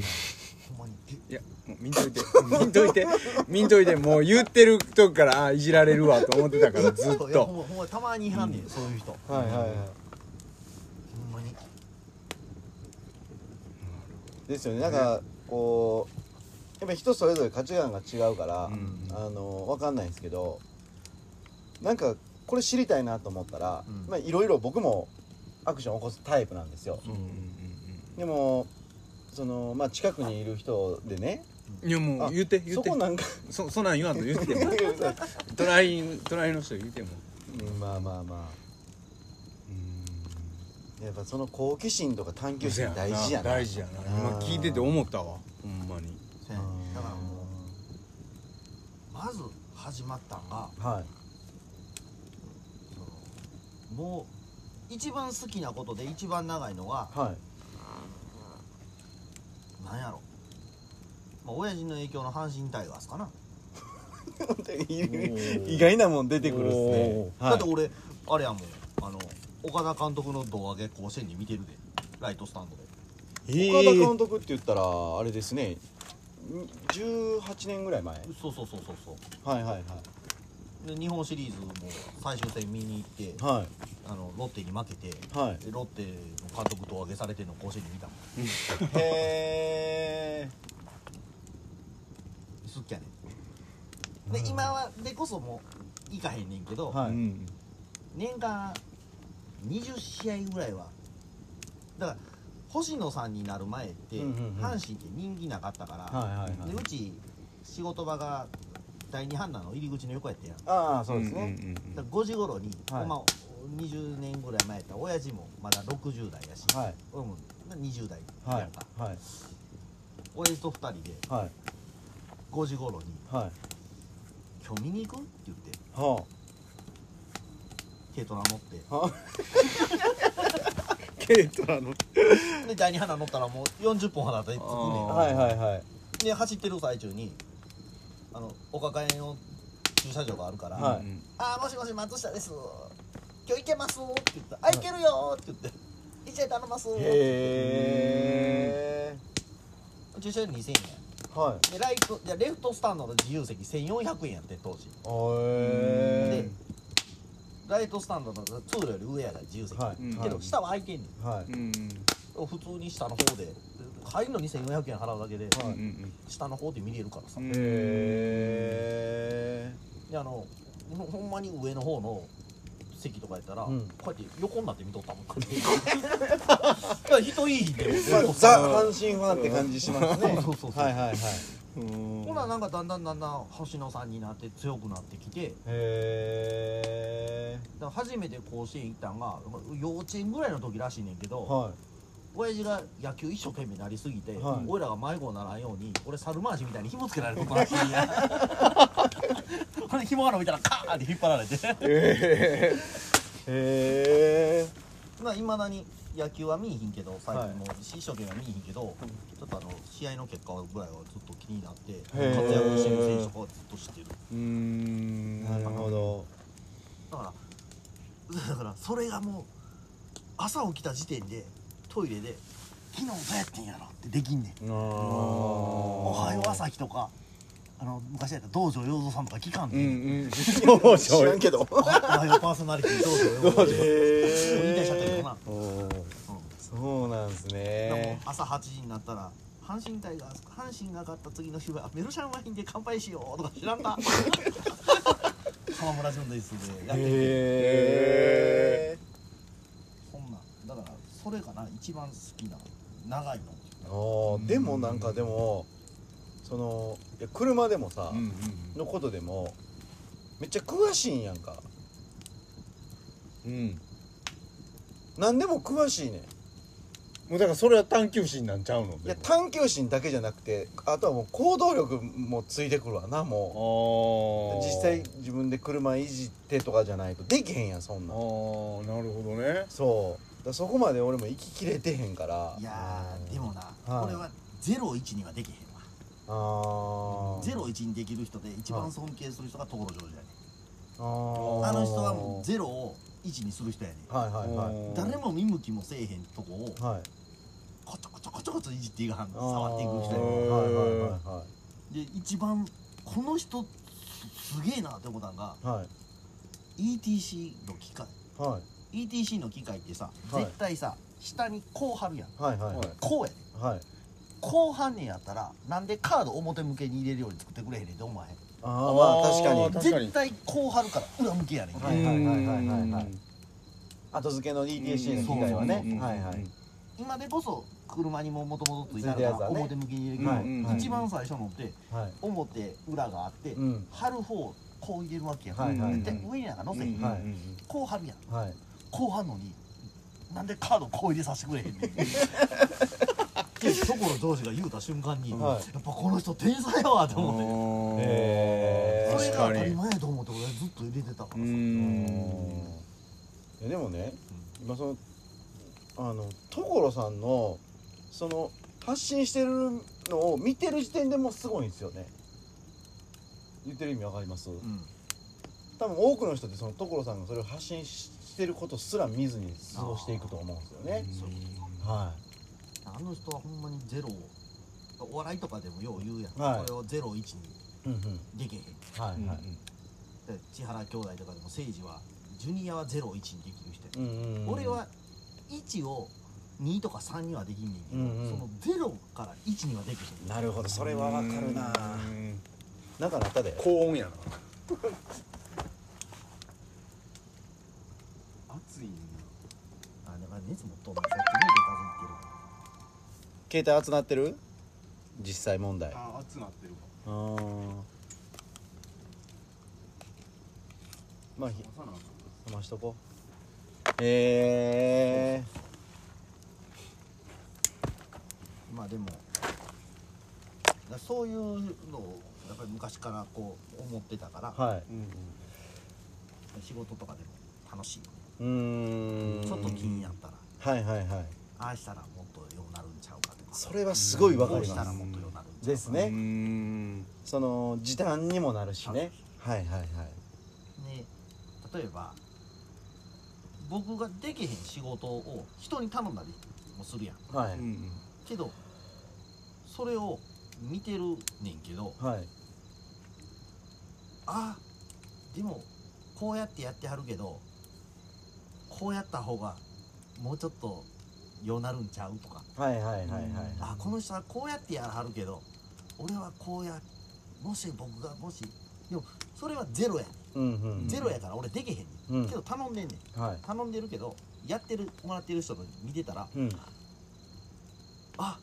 S4: にえ
S1: いやもう見んといて見んといて見んといてもう言ってる時からあーいじられるわと思ってたからずっ
S4: いやほ
S1: と
S4: んまほんまたまにいはんねん、そういう人ほん
S2: はいはいはい
S4: まに
S2: ですよねなんかこうやっぱ人それぞれ価値観が違うから、
S1: うん
S2: あの分かんないんですけどなんかこれ知りたいなと思ったら、
S4: うん
S2: まあいろいろ僕もアクション起こすタイプなんですよ、でもそのまあ近くにいる人でね
S1: いやも
S2: あ
S1: う言って言
S2: そ
S1: って
S2: こなんか
S1: そそんなん言わんと言ってもトライトライの人言っても
S2: うんまあまあまあやっぱその好奇心とか探求心大事やな
S1: 大事やな今聞いてて思ったわほんまに
S4: せやねんだからもうまず始まったんが
S2: はい
S4: そのもう一番好きなことで一番長いのは
S2: はい
S4: 何やろまあ親父の影響の阪神タイガースかな、
S1: ー
S2: 意外なもん出てくるっすねはい
S4: だって俺あれやもんあの岡田監督の胴上げ甲子園に見てるでライトスタンドで
S2: 岡田監督って言ったらあれですねん18年ぐらい前はい
S4: そうそうそうそうそう
S2: はいはい
S4: で日本シリーズも最終戦見に行って
S2: は
S4: あのロッテに負けて
S2: いはい
S4: でロッテの監督と上げされてるの甲子園に見たもん
S2: へえ
S4: 好きやねんで今はでこそもう行かへんねんけど、
S2: は
S1: う
S2: い
S1: ん
S4: 年間20試合ぐらいはだから星野さんになる前って、
S2: うんうんうん
S4: 阪神って人気なかったから、
S2: はいはいはい
S4: でうち仕事場が第二阪南の入り口の横やってやんだか
S2: ああそうですね
S1: ん
S4: ら5時頃に、
S2: はい
S4: ほんま20年ぐらい前やったら親父もまだ60代やし、
S2: はい
S4: 俺も20代
S2: は
S4: や
S2: い
S4: んか、
S2: はい
S4: 親父と2人で
S2: はい
S4: 5時頃に
S2: はい
S4: 「今日見に行く?」って言って
S2: は
S4: 軽トラ乗って
S2: あは
S1: 軽トラの
S4: で第二花乗ったらもう40本放たりつくねん
S2: あはいはいはい
S4: で走ってる最中にあのお抱えの駐車場があるから「
S2: はい
S4: ああもしもし松下です今日行けます」って言ったら「あ行けるよ」って言って「一台頼ます」
S2: へえ
S4: 駐車場2000円
S2: はい
S4: でライトじゃレフトスタンドの自由席1400円やって当時
S2: お
S4: で
S2: え
S4: ライトスタンドの通路より上やから自由席、
S2: はい
S1: うん
S4: けど下は空いてんねん
S2: はい
S1: うん
S4: 普通に下の方で入るの2400円払うだけで、
S1: うんう
S2: はい
S1: ん
S4: 下の方で見れるから
S1: う
S4: さ、
S1: ん
S2: へ
S4: であのほほんまに上の方の席とかやったら、
S2: うん
S4: こうやって横になって見とった
S2: *laughs*
S4: もん *laughs* だから人いい日で
S2: えまあザ阪神ファンって感じしますね
S4: *laughs* そうそうそう
S2: はいはいはいへ
S1: うん
S4: ほななんかだんだんだんだん星野さんになって強くなってきて
S2: え
S4: だから初めて甲子園行ったんが幼稚園ぐらいの時らしいねんけど、
S2: は
S4: 親父が野球一生懸命なりすぎて、
S2: はい
S4: 俺らが迷子にならんように俺猿回しみたいに紐つけられること *laughs* らしいんやこれ紐が伸びたらカーンって引っ張られて
S2: い *laughs* へえ
S4: *laughs* まあいまだに野球は見えひんけど最近も一生懸命は見えひんけど、ちょっとあの試合の結果ぐらいはずっと気になって
S2: へー
S4: 活躍してる選手とかはずっと知ってる
S1: うん
S2: なるほど
S4: だからだからそれがもう朝起きた時点でトイレで「昨日どうやってんやろ?」ってできんねん
S2: あー
S4: 「おはよう朝日」とかあの昔やったら道場洋蔵さんとか聞かん
S1: うん
S4: ね
S1: う
S4: ん、
S1: んそう
S2: 知ら
S1: そ
S2: ん
S1: う
S2: けど
S4: おはようパーソナリティ道場洋蔵
S2: *laughs*
S4: 言いたいしちゃったけどな、
S2: おー
S4: うん
S2: そうなんです
S4: でも
S2: ね
S4: 朝8時になったら阪神タイガース阪神が勝った次の日はメルシャンワインで乾杯しようとか知らんか浜村淳ですでやってて
S2: へえ
S4: そんなんだからそれかな一番好きな長いの
S2: でもなんかでもそのいや車でもさ
S1: うんうん
S2: のことでもめっちゃ詳しいんやんか
S1: うん
S2: 何でも詳しいねん
S1: もうだからそれは探求心なんちゃうの
S2: いや探求心だけじゃなくてあとはもう行動力もついてくるわなもう
S1: ああ
S2: 実際自分で車いじってとかじゃないとできへんやんそん
S1: ああな
S2: なん
S1: るほどね
S2: そうだからそこまで俺も行ききれてへんから
S4: いやーでもな、
S2: はい
S4: これは01にはできへんわ
S2: あー
S4: 01にできる人で一番尊敬する人が所ジョージやね
S2: あー
S4: あの人はもう0を1にする人やね
S2: はいはいは
S1: うん
S4: 誰も見向きもせえへんとこを
S2: いはい
S4: コチョコチョコチョコチョいじっていかはん
S2: あー
S4: 触っていく人やね
S2: はいはいは
S4: で一番この人すすげえなって思ったんが
S2: いはい
S4: ETC の機械
S2: はい
S4: ETC の機械ってさ、
S2: はい
S4: 絶対さ下にこう貼るやん
S2: はいはい
S1: はい
S4: こうやで
S2: はい
S4: こう貼んねんやったらなんでカード表向けに入れるように作ってくれへんねんって思わへん
S2: ああまあ確かに
S1: あー確かに
S4: 絶対こう貼るから裏向けやねん、
S2: はいはいはいはいはいはい後付けの DTC の機械はね
S1: うん
S2: はいはい
S4: 今でこそ車にももともとついて
S2: つい
S4: あ
S2: て
S4: る
S2: るや
S4: か
S2: つ
S4: ら
S2: はね
S4: 表向けに入れるけど、
S2: はいはい
S4: 一番最初のって
S2: はい
S4: 表裏があって、
S2: うん
S4: 貼る方こう入れるわけやん、
S2: はいはい
S4: 絶対上になんか載せへん、
S2: うんはい
S4: こう貼るやん
S2: はい
S4: 後半のになんでカードこう入れさせて
S2: *laughs*
S4: くれへんねんで所ジョージが言うた瞬間に、
S2: はい
S4: やっぱこの人天才やわと思っ
S1: あ
S2: へ
S4: て
S2: ー
S4: そ
S1: 確
S4: れが
S1: か
S4: 当たり
S1: に
S4: 前やと思って俺はずっと入れてたから
S1: う
S4: さ
S1: ん
S2: いやでもね今そのあの所さんのその発信してるのを見てる時点でもうすごいんですよね言ってる意味わかります、多分多くの人ってその所さんがそれを発信ししてることすら見ずに過ごしていくと思うんですよね
S4: そういうこ
S2: は
S4: とあの人はほんまにゼロをお笑いとかでもよう言うやん、
S2: はい
S4: これをゼロ一に
S2: い、うんうん、
S4: できへん
S2: はいはい、
S4: で千原兄弟とかでも誠治はジュニアはゼロ一にできる人やん
S2: うんうんうん
S4: 俺は1を2とか3にはできんねんけど、
S2: うんうん
S4: その0から1にはできへん
S2: なるほどそれはわかるな
S1: うん
S2: なんかなったで
S1: 高音やな
S3: 暑い
S4: あだから熱持っとんのさっき見てたぞってる
S2: 携帯集まってる実際問題
S3: あ暑なってるわ
S2: あーまあひ
S3: 朝なん
S2: 冷ましとこうへえ
S4: まあでもだからそういうのをやっぱり昔からこう思ってたから、
S2: は
S4: 仕事とかでも楽しいよね
S2: いうーん
S4: ちょっと気になったら
S2: はいはいはい
S4: ああしたらもっとようなるんちゃうかとか
S2: それはすごいわか
S4: こう
S2: り
S4: した
S2: ま
S4: ら
S2: す
S4: もっとようなるんちゃうか
S2: です
S1: う
S2: ね
S1: ん
S2: その時短にもなるしねはいはいはい
S4: ね例えば僕ができへん仕事を人に頼んだりもするやん
S2: は
S1: う
S2: い
S1: ん
S4: けどそれを見てるねんけど
S2: はい
S4: あでもこうやってやってはるけどこうやった方がもうちょっとようなるんちゃうとか
S2: はいはいはいはい
S4: あこの人はこうやってやらはるけど俺はこうやもし僕がもしでもそれはゼロやね
S2: うんうんん
S4: ゼロやから俺できへんね
S2: うんん
S4: けど頼んでんねん
S2: は
S4: 頼んでるけどやってるもらってる人の見てたら
S2: いうん
S4: あ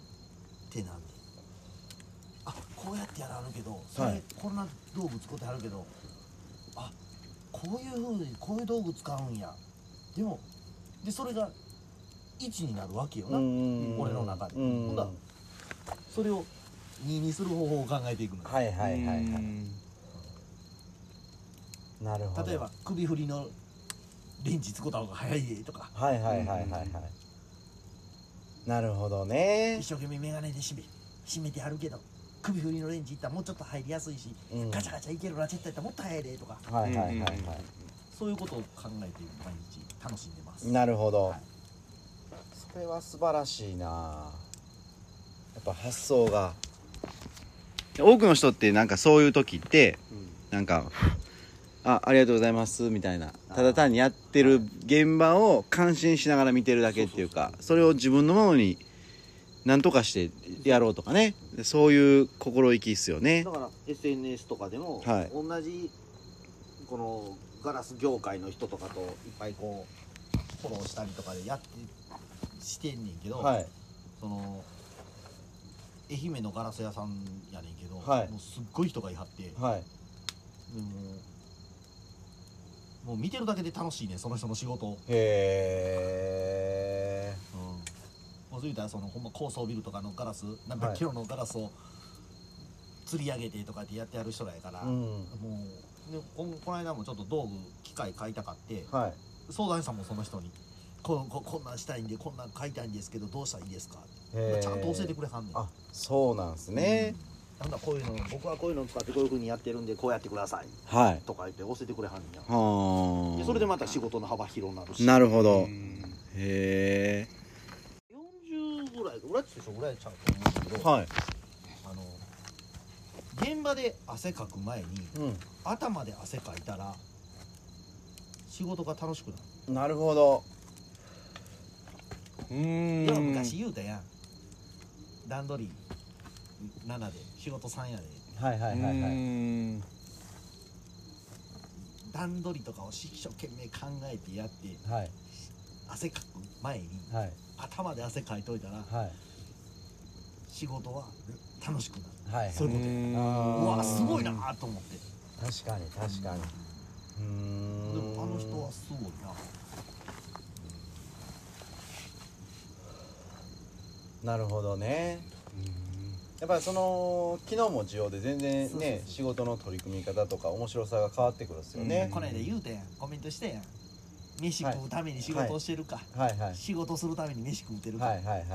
S4: ってなんであこうやってやらはるけどそれ、
S2: はい
S4: こんな道具使ってはるけどあこういうふうにこういう道具使うんやでもでそれが1になるわけよな、俺の中で、
S2: うん
S4: ほんだらそれを2にする方法を考えていくのよ、
S2: はいはいはいは
S1: う
S2: い
S1: ん
S2: なるほど
S4: 例えば首振りのレンジ使った方が早いでとか
S2: はいはいはいはいはい、なるほどね
S4: 一生懸命眼鏡で締め締めてはるけど首振りのレンジいったらもうちょっと入りやすいし、
S2: うん
S4: ガチャガチャいけるラチェットやったらもっと早いでとか
S2: はいはいはいはい、
S4: そういうことを考えて毎日楽しんでます。
S2: なるほど、
S4: はい
S2: それは素晴らしいなやっぱ発想が多くの人ってなんかそういう時ってなんか「あありがとうございます」みたいなただ単にやってる現場を感心しながら見てるだけっていうかそれを自分のものに何とかしてやろうとかねでそういう心意気っすよね
S4: だから SNS とかでも、
S2: はい
S4: 同じこのガラス業界の人とかといっぱいこうフォローしたりとかでやってしてんねんけど、
S2: はい
S4: その愛媛のガラス屋さんやねんけど、
S2: はい
S4: もうすっごい人がいはって、
S2: はい
S4: でももう見てるだけで楽しいねその人の仕事を。
S2: へえ
S4: もうそういったらそのほんま高層ビルとかのガラス何百キロのガラスを釣り上げてとかってやってやる人らやから、
S2: う
S4: も
S2: ん
S4: うでこんこの間もちょっと道具機械買いたかって
S2: はい
S4: 相談したもんその人にこここんなんしたいんでこんなん買いたいんですけどどうしたらいいですかって
S2: へー
S4: ちゃんと教えてくれはんねん
S2: あそうなんすね、
S4: なんだこういうの僕はこういうの使ってこういうふうにやってるんでこうやってください
S2: はい
S4: とか言って教えてくれはんねんや
S2: は
S4: で
S2: あ
S4: それでまた仕事の幅広になるし
S2: なるほど、
S1: う
S2: へ
S1: ん
S2: え
S4: 40ぐらい裏っちでしょ裏やちゃうと思うんですけど、
S2: はい
S4: あの現場で汗かく前に
S2: う
S4: 頭で汗かいたら仕事が楽しくなる、
S2: んなるほど
S1: うん
S4: では昔言うたやん段取り7で仕事3やで
S2: はいはいはいは
S1: う
S2: い
S1: ん
S4: 段取りとかを一生懸命考えてやって
S2: はい
S4: 汗かく前に
S2: はい
S4: 頭で汗かいといたら
S2: はい
S4: 仕事は楽しくなる
S2: はい
S4: そういうこと
S1: うん
S2: あー
S4: うわすごいなーと思って
S2: 確かに確かにうー
S4: で
S2: ん
S4: もあの人はすごいな
S2: なるほどねやっぱりその昨日も需要で全然ね
S4: そうそうそう
S2: 仕事の取り組み方とか面白さが変わってくるっすよね、
S1: うん
S4: この間言うたやんコメントしたやん飯食うために仕事をしてるか、
S2: はいはい
S4: 仕事するために飯食うてるか、
S2: はいはいはいはい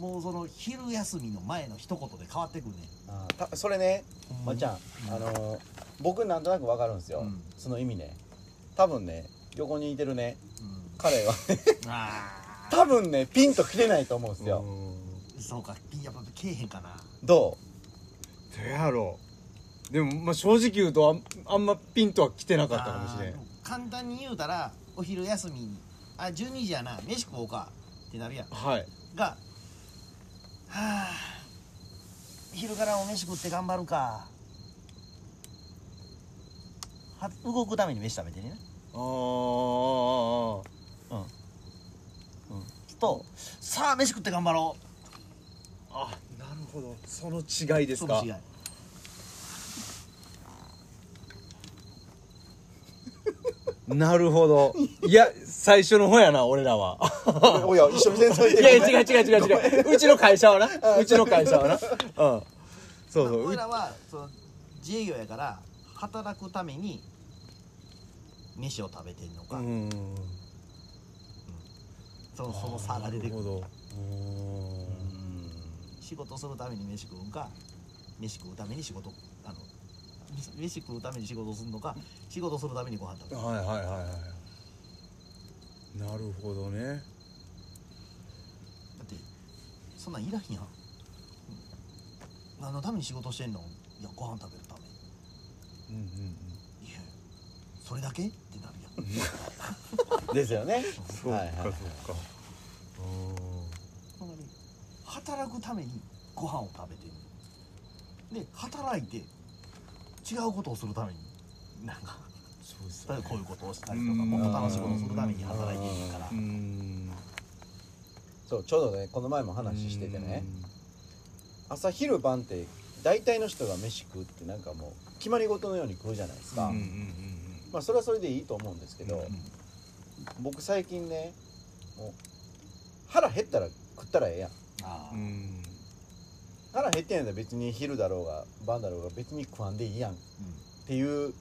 S4: もうその昼休みの前の一言で変わってくるね
S2: あーたそれね
S4: ほん
S2: ま
S4: ま
S2: っ
S4: に
S2: ちゃん、あのー僕なんとなくわかるんですよ、
S4: うん
S2: その意味ね多分ね横にいてるね
S4: うん
S2: 彼は *laughs*
S4: あ
S2: 多分ねピンと来てないと思うんですよ、
S4: ーそうかピンやっぱけえへんかな
S2: ど
S1: どやろうでも、まあ、正直言うとあんあんまピンとは来てなかったかもしれん
S4: あー簡単に言うたらお昼休みに「あ12時やな飯食おうか」ってなるやん
S1: はい
S4: が「はあ昼からお飯食って頑張るか」は動くために飯食べてね
S1: あー
S4: と「さあ飯食って頑張ろう
S1: あーあーあーあなるほどその違い」ですか
S4: その違い
S1: なるほどいや最初の方やな俺ら *laughs* は
S2: うおや一緒にせんとい
S1: い
S2: て
S1: や違う違う違う違ううちの会社はなうちの会社はなうんそうそう
S4: 俺
S1: う
S4: らはその自営業やから働くために飯を食べてんのか、
S1: うん
S4: そのその差が出てく
S1: なるほ
S4: る
S1: ど
S4: 仕事するために飯食うんか飯食うために仕事あの飯食うために仕事するのか仕事するためにご飯食べる
S1: はいはいはいはいなるほどね
S4: だってそんなんいらんやん何のために仕事してんのいやご飯食べるため
S2: うんうん
S4: いやそれだけってなるやん
S2: うんですよね
S1: そうか
S2: はいはい
S1: そうか
S4: ほんまに働くためにご飯を食べてんねんで働いて違うことをするためになんか
S1: そうです
S4: 例えばこういうことをしたりとか
S1: うん
S4: もっと楽しいことをするために働いてるから
S1: ん
S2: そうちょうどねこの前も話しててね朝昼晩って大体の人が飯食うってなんかもう決まり事のように食うじゃないですか、
S1: うんうん
S2: まあそれはそれでいいと思うんですけど、
S1: うん
S2: 僕最近ねもう腹減ったら食ったらええやん
S4: あ
S1: うんうん
S2: 腹減ってんやったら別に昼だろうが晩だろうが別に食わんでいいやんっていう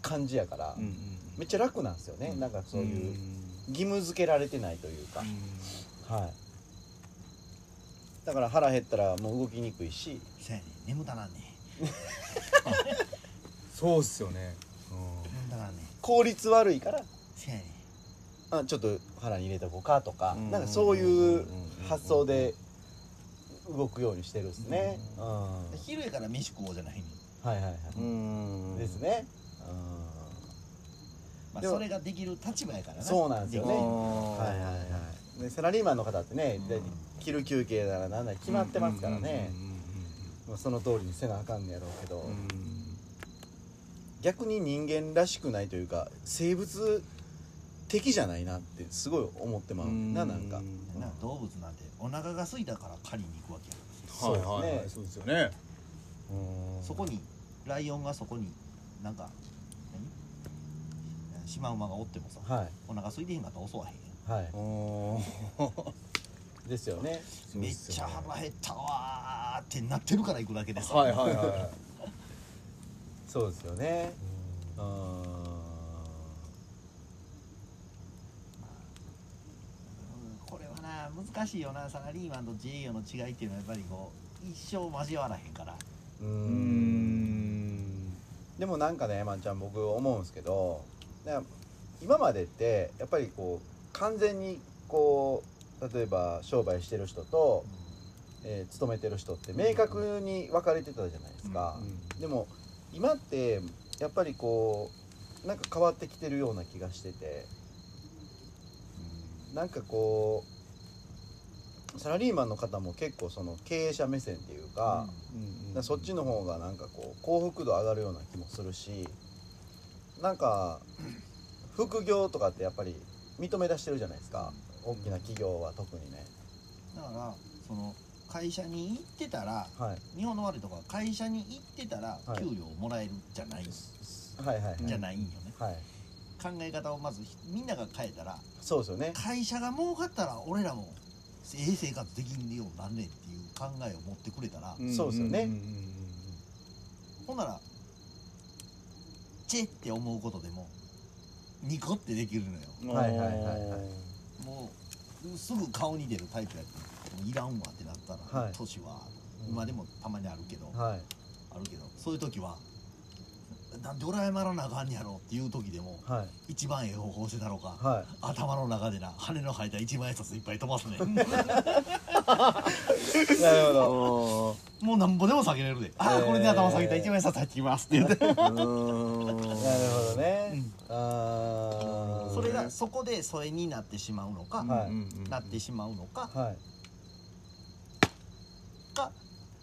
S2: 感じやから、
S1: うん
S2: めっちゃ楽なんですよね、なんかそういう
S1: う
S2: 義務付けられてないというか、
S1: ん
S2: はいだから腹減ったらもう動きにくいし
S4: そやねん眠たなんね
S1: そうっすよね
S4: ん眠たなんねん
S2: 効率悪いから
S4: そやねん
S2: あちょっと腹に入れとこうかとか、
S1: うん
S2: なんかそういう
S1: うん
S2: 発想で動くようにしてるんですね、うん
S4: 昼やから飯食おうじゃないねん
S2: はいはいはい、
S1: うん
S2: ですね、
S4: まあ、
S2: でも
S4: それができる立場やから
S2: うん、
S4: な
S2: そうなんですよね
S4: できる
S2: はいはいはいでサラリーマンの方ってね
S4: うん
S2: 大体昼休憩ならなんだ決まってますからねまあその通りにせなあかんねやろうけど
S1: うんうんうん
S2: 逆に人間らしくないというか生物的じゃないなってすごい思ってまうねんな
S1: うん
S2: なんか
S4: な動物なんてお腹が空いたから狩りに行くわけやか
S1: はいはいはいそうですよね
S2: うん
S4: らそこにライオンがそこになんか何シマウマがおってもさ
S2: は
S4: お腹空いてへんかったら襲わへんやん
S2: いは
S1: お
S2: いですよね
S4: めっちゃ腹減ったわーってなってるから行くだけです
S1: はいはいは
S2: そうですよね
S1: い
S2: うん
S4: うんこれはな難しいよなサラリーマンと自営業の違いっていうのはやっぱりこう一生交わらへんから
S2: う
S1: うんん
S2: でもなんかねまんちゃん僕思うんですけどだから今までってやっぱりこう完全にこう例えば商売してる人と、えー勤めてる人って明確に分かれてたじゃないですか、でも今ってやっぱりこうなんか変わってきてるような気がしててなんかこうサラリーマンの方も結構その経営者目線っていうか、だからそっちの方がなんかこう幸福度上がるような気もするしなんか副業とかってやっぱり認め出してるじゃないですか大きな企業は特にね
S4: だからその会社に行ってたら
S2: はい
S4: 日本の悪いとこは会社に行ってたら
S2: はい
S4: 給料もらえるじゃない、
S2: はいはいはい
S4: じゃないんよね
S2: はい
S4: 考え方をまずひみんなが変えたら
S2: そうですよね
S4: 会社が儲かったら俺らもええ生活できんようになんねんっていう考えを持ってくれたら、
S1: ん
S2: そうですよね
S1: んん
S4: ほんならチェって思うことでもニコってできるのよ
S2: はいはいはいはい
S4: もうすぐ顔に出るタイプやったもういらんわってなったら、
S2: はい
S4: 年は今でもたまにあるけど、
S2: はい
S4: あるけどそういう時はなんで俺謝らなあかんねやろっていう時でも、
S2: はい
S4: 一番ええ方法してたろうか、
S2: はい
S4: 頭の中でな羽の生えた一万円札いっぱい飛ばすね
S2: *laughs*
S5: なるほ
S4: もうなんぼでも下げれるで、ああこれで頭下げた一万円札入ってきますって言って
S5: ど
S2: なるほどねあー
S4: それがそこで疎遠になってしまうのか、
S2: はい
S4: なってしまうのか、
S2: はい
S4: か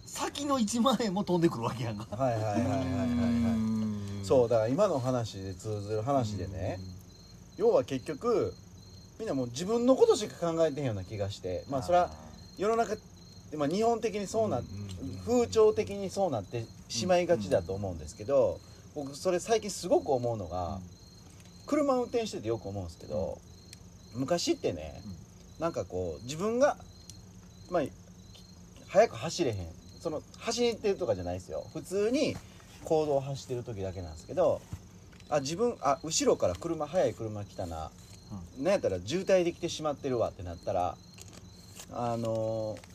S4: 先の1万円も飛んでくるわけやんか
S2: はいはいはいはいはいはいそうだから今の話で通ずる話でね、要は結局みんなもう自分のことしか考えてへんような気がしてまあそれは世の中まあ日本的にそうな、風潮的にそうなってしまいがちだと思うんですけど、僕それ最近すごく思うのが、車運転しててよく思うんですけど、昔ってね、なんかこう自分がまあ早く走れへんその走りってるとかじゃないですよ普通に行動を走ってる時だけなんですけどあ自分あ後ろから車速い車来たな、なんやったら渋滞できてしまってるわってなったらあのー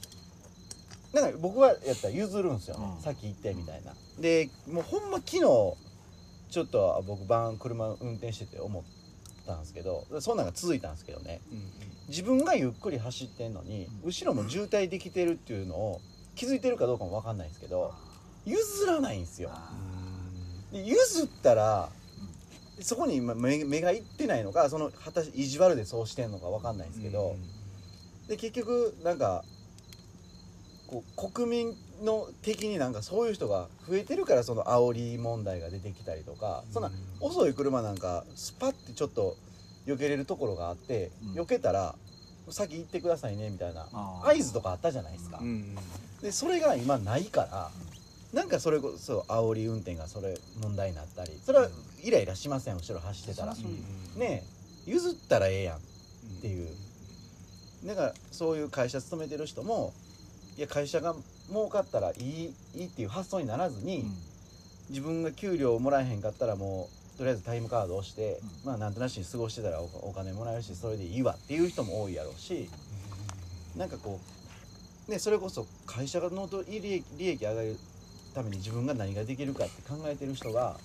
S2: なんか僕がやったら譲るんですよ、ね
S4: うん
S2: さっき言ってみたいなでもうほんま昨日ちょっとあ僕晩車運転してて思ったんですけどそんなんが続いたんですけどね自分がゆっくり走ってんのに後ろも渋滞できてるっていうのを気づいてるかどうかも分かんないんですけど譲らないんですよで譲ったらそこにま目目がいってないのかその果たし意地悪でそうしてんのか分かんないんですけど、で結局なんかこう国民の的になんかそういう人が増えてるからその煽り問題が出てきたりとかそんな遅い車なんかスパッてちょっと避けれるところがあって
S4: うん
S2: 避けたら先行ってくださいねみたいな
S4: あー
S2: 合図とかあったじゃないですか
S1: う。ん
S2: でそれが今ないからなんかそれこそ煽り運転がそれ問題になったりそれはイライラしません後ろ走ってたら
S4: そりゃそうよ
S2: ねえ譲ったらええやん
S1: っ
S2: っていうだからそういう会社勤めてる人もいや会社が儲かったらいいいいっていう発想にならずに、自分が給料もらえへんかったらもうとりあえずタイムカードを押して、
S4: う
S2: まあなんとなしに過ごしてたらおお金もらえるしそれでいいわっていう人も多いやろうし、なんかこう、ね、それこそ会社のど利益利益上がるために自分が何ができるかって考えてる人が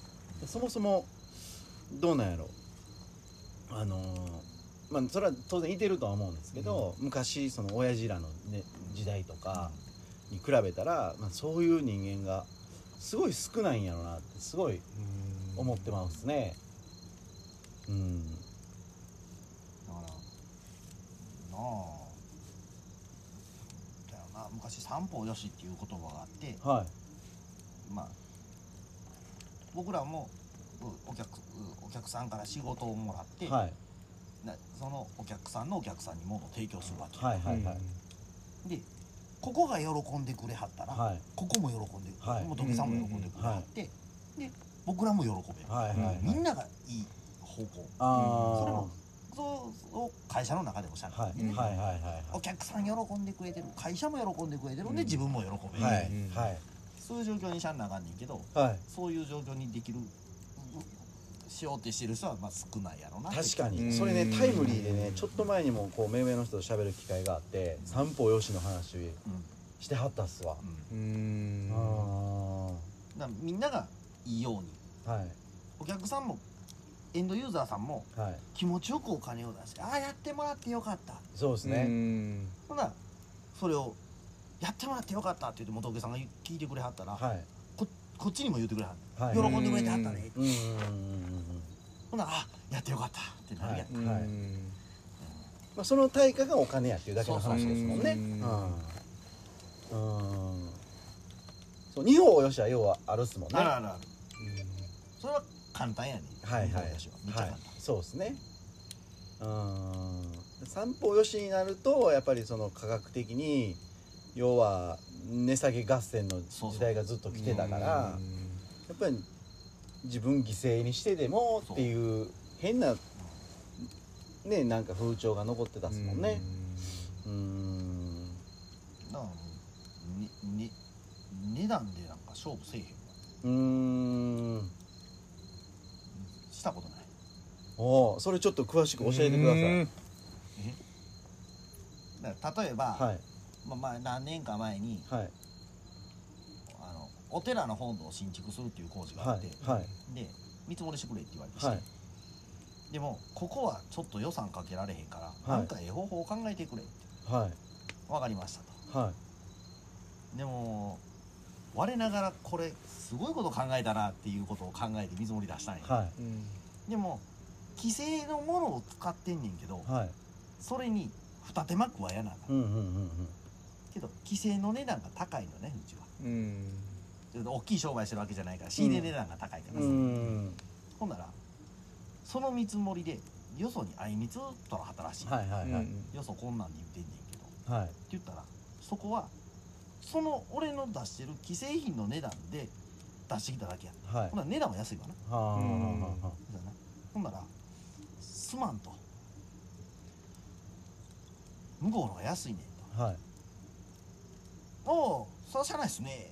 S2: そもそもどうなんやろあのーまあそれは当然いてるとは思うんですけど、昔その親父らの、ね、時代とかに比べたら、まあ、そういう人間がすごい少ないんやろなってすごい思ってますね。うん、
S4: だからなあだよな昔「三方よし」っていう言葉があって
S2: はい
S4: まあ僕らもうお客うお客さんから仕事をもらって、
S2: はい
S4: なそのお客さんのお客さんに物を提供するわけ、
S2: はいはいはい
S4: でここが喜んでくれはったら、
S2: はい
S4: ここも喜んで、
S2: はい
S4: もう土下さんも喜んでくれはって、で僕らも喜べる、
S2: はいはいはい
S4: みんながいい方向それ
S2: あ
S4: もそうそう会社の中でもしゃ
S2: あ
S4: べ
S2: はい
S4: る、
S2: はいはいはい
S4: お客さん喜んでくれてる会社も喜んでくれてるんで、自分も喜べる、
S2: はい
S1: うん
S2: はい
S4: そういう状況にしゃんなあかんねんけど
S2: はい
S4: そういう状況にできるしようってしてる人はまあ少ないやろな
S2: 確か
S1: う
S2: に
S1: ん
S2: それねタイムリーでねちょっと前にもこう目上の人と喋る機会があって三方よしの話
S4: うんうん
S2: してはったっすわ
S1: うん
S2: ああ
S4: だからみんながいいように
S2: はい
S4: お客さんもエンドユーザーさんも
S2: はい
S4: 気持ちよくお金を出してああやってもらってよかった
S2: そうです
S1: う
S2: ね
S1: ん
S4: ほなそれをやってもらってよかったって言って元請さんが聞いてくれはったら、
S2: はい
S4: ここっちにも言ってくれはん
S2: はい
S4: 喜んでくれてはったね、
S2: うんうんうんうん
S4: ほなあやってよかったってなるやん、
S1: うん
S2: はいまあその対価がお金やっていうだけの話ですもんね
S1: そう
S2: うんうんそう二方よしは要はあるっすもんね
S4: ある
S2: は
S4: あるあるそれは簡単やね
S2: いはいは
S4: め
S2: い
S4: っちゃ簡単、
S2: そうですねうん三方よしになるとやっぱりその科学的に要は値下げ合戦の
S4: そうそう
S2: 時代がずっと来てたから
S1: うん
S2: やっぱり自分犠牲にしてでもっていう変なねなんか風潮が残ってたっすもんねうん
S4: だからもうねね値段でなんか勝負せえへんわ
S2: うーん
S4: したことない
S1: おーそれちょっと詳しく教えてください
S4: だから例えば、
S2: はい
S4: まあ、まあ何年か前に
S2: はい
S4: あのお寺の本堂を新築するっていう工事があ
S2: は
S4: って、
S2: いはい
S4: で見積もりしてくれって言われまして、
S2: はい
S4: でもここはちょっと予算かけられへんから、
S2: はい
S4: なんかええ方法を考えてくれって
S2: はい
S4: 分かりましたと
S2: はい
S4: でも我ながらこれすごいこと考えたなっていうことを考えて見積もり出したんや、
S2: はい
S4: でも既成のものを使ってんねんけど
S2: はい
S4: それに二手間加えやなあかん
S2: うんうんうんうん
S4: けど既成の値段が高いのねうちは
S1: うん
S4: ちょっと大きい商売してるわけじゃないから仕入れ値段が高いから
S2: う
S4: さ、
S2: ん
S4: ほんならその見積もりでよそにあいみつとらはたらしい、
S2: はいはいはい
S4: よそこんなんで言ってんねんけどって
S2: はい
S4: 言ったらそこはその俺の出してる既製品の値段で出してきただけや
S2: はい
S4: ほんなら値段は安いわな
S2: はあはあはあは
S4: だなほんならすまんと向こうの方が安いねんと
S2: あはい
S4: 「おおそうしゃあないっすね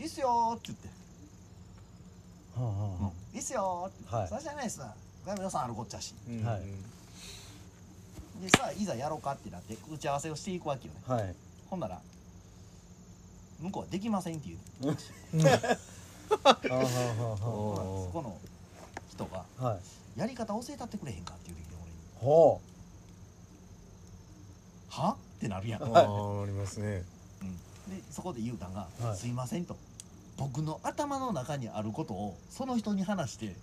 S4: いいっすよ」って言って
S2: はあはあは
S4: 「いいっすよ」って言って
S2: はい
S4: そうしゃあないっすわだいぶ予算あるこっちゃし
S6: うん
S2: はい
S4: でさあいざやろうかってなって打ち合わせをしていくわけよね
S2: あはい
S4: ほんなら向こうはできませんって言う
S2: はあはあは
S4: ほんなら
S1: おー
S4: そこの人が
S2: あはい
S4: 「やり方教えたってくれへんか」って言うてきて俺に
S2: ほ
S4: 「はってなるやん、
S1: あーありますね
S4: うんでそこで言うたんが「
S2: はい
S4: すいません」と「僕の頭の中にあることをその人に話して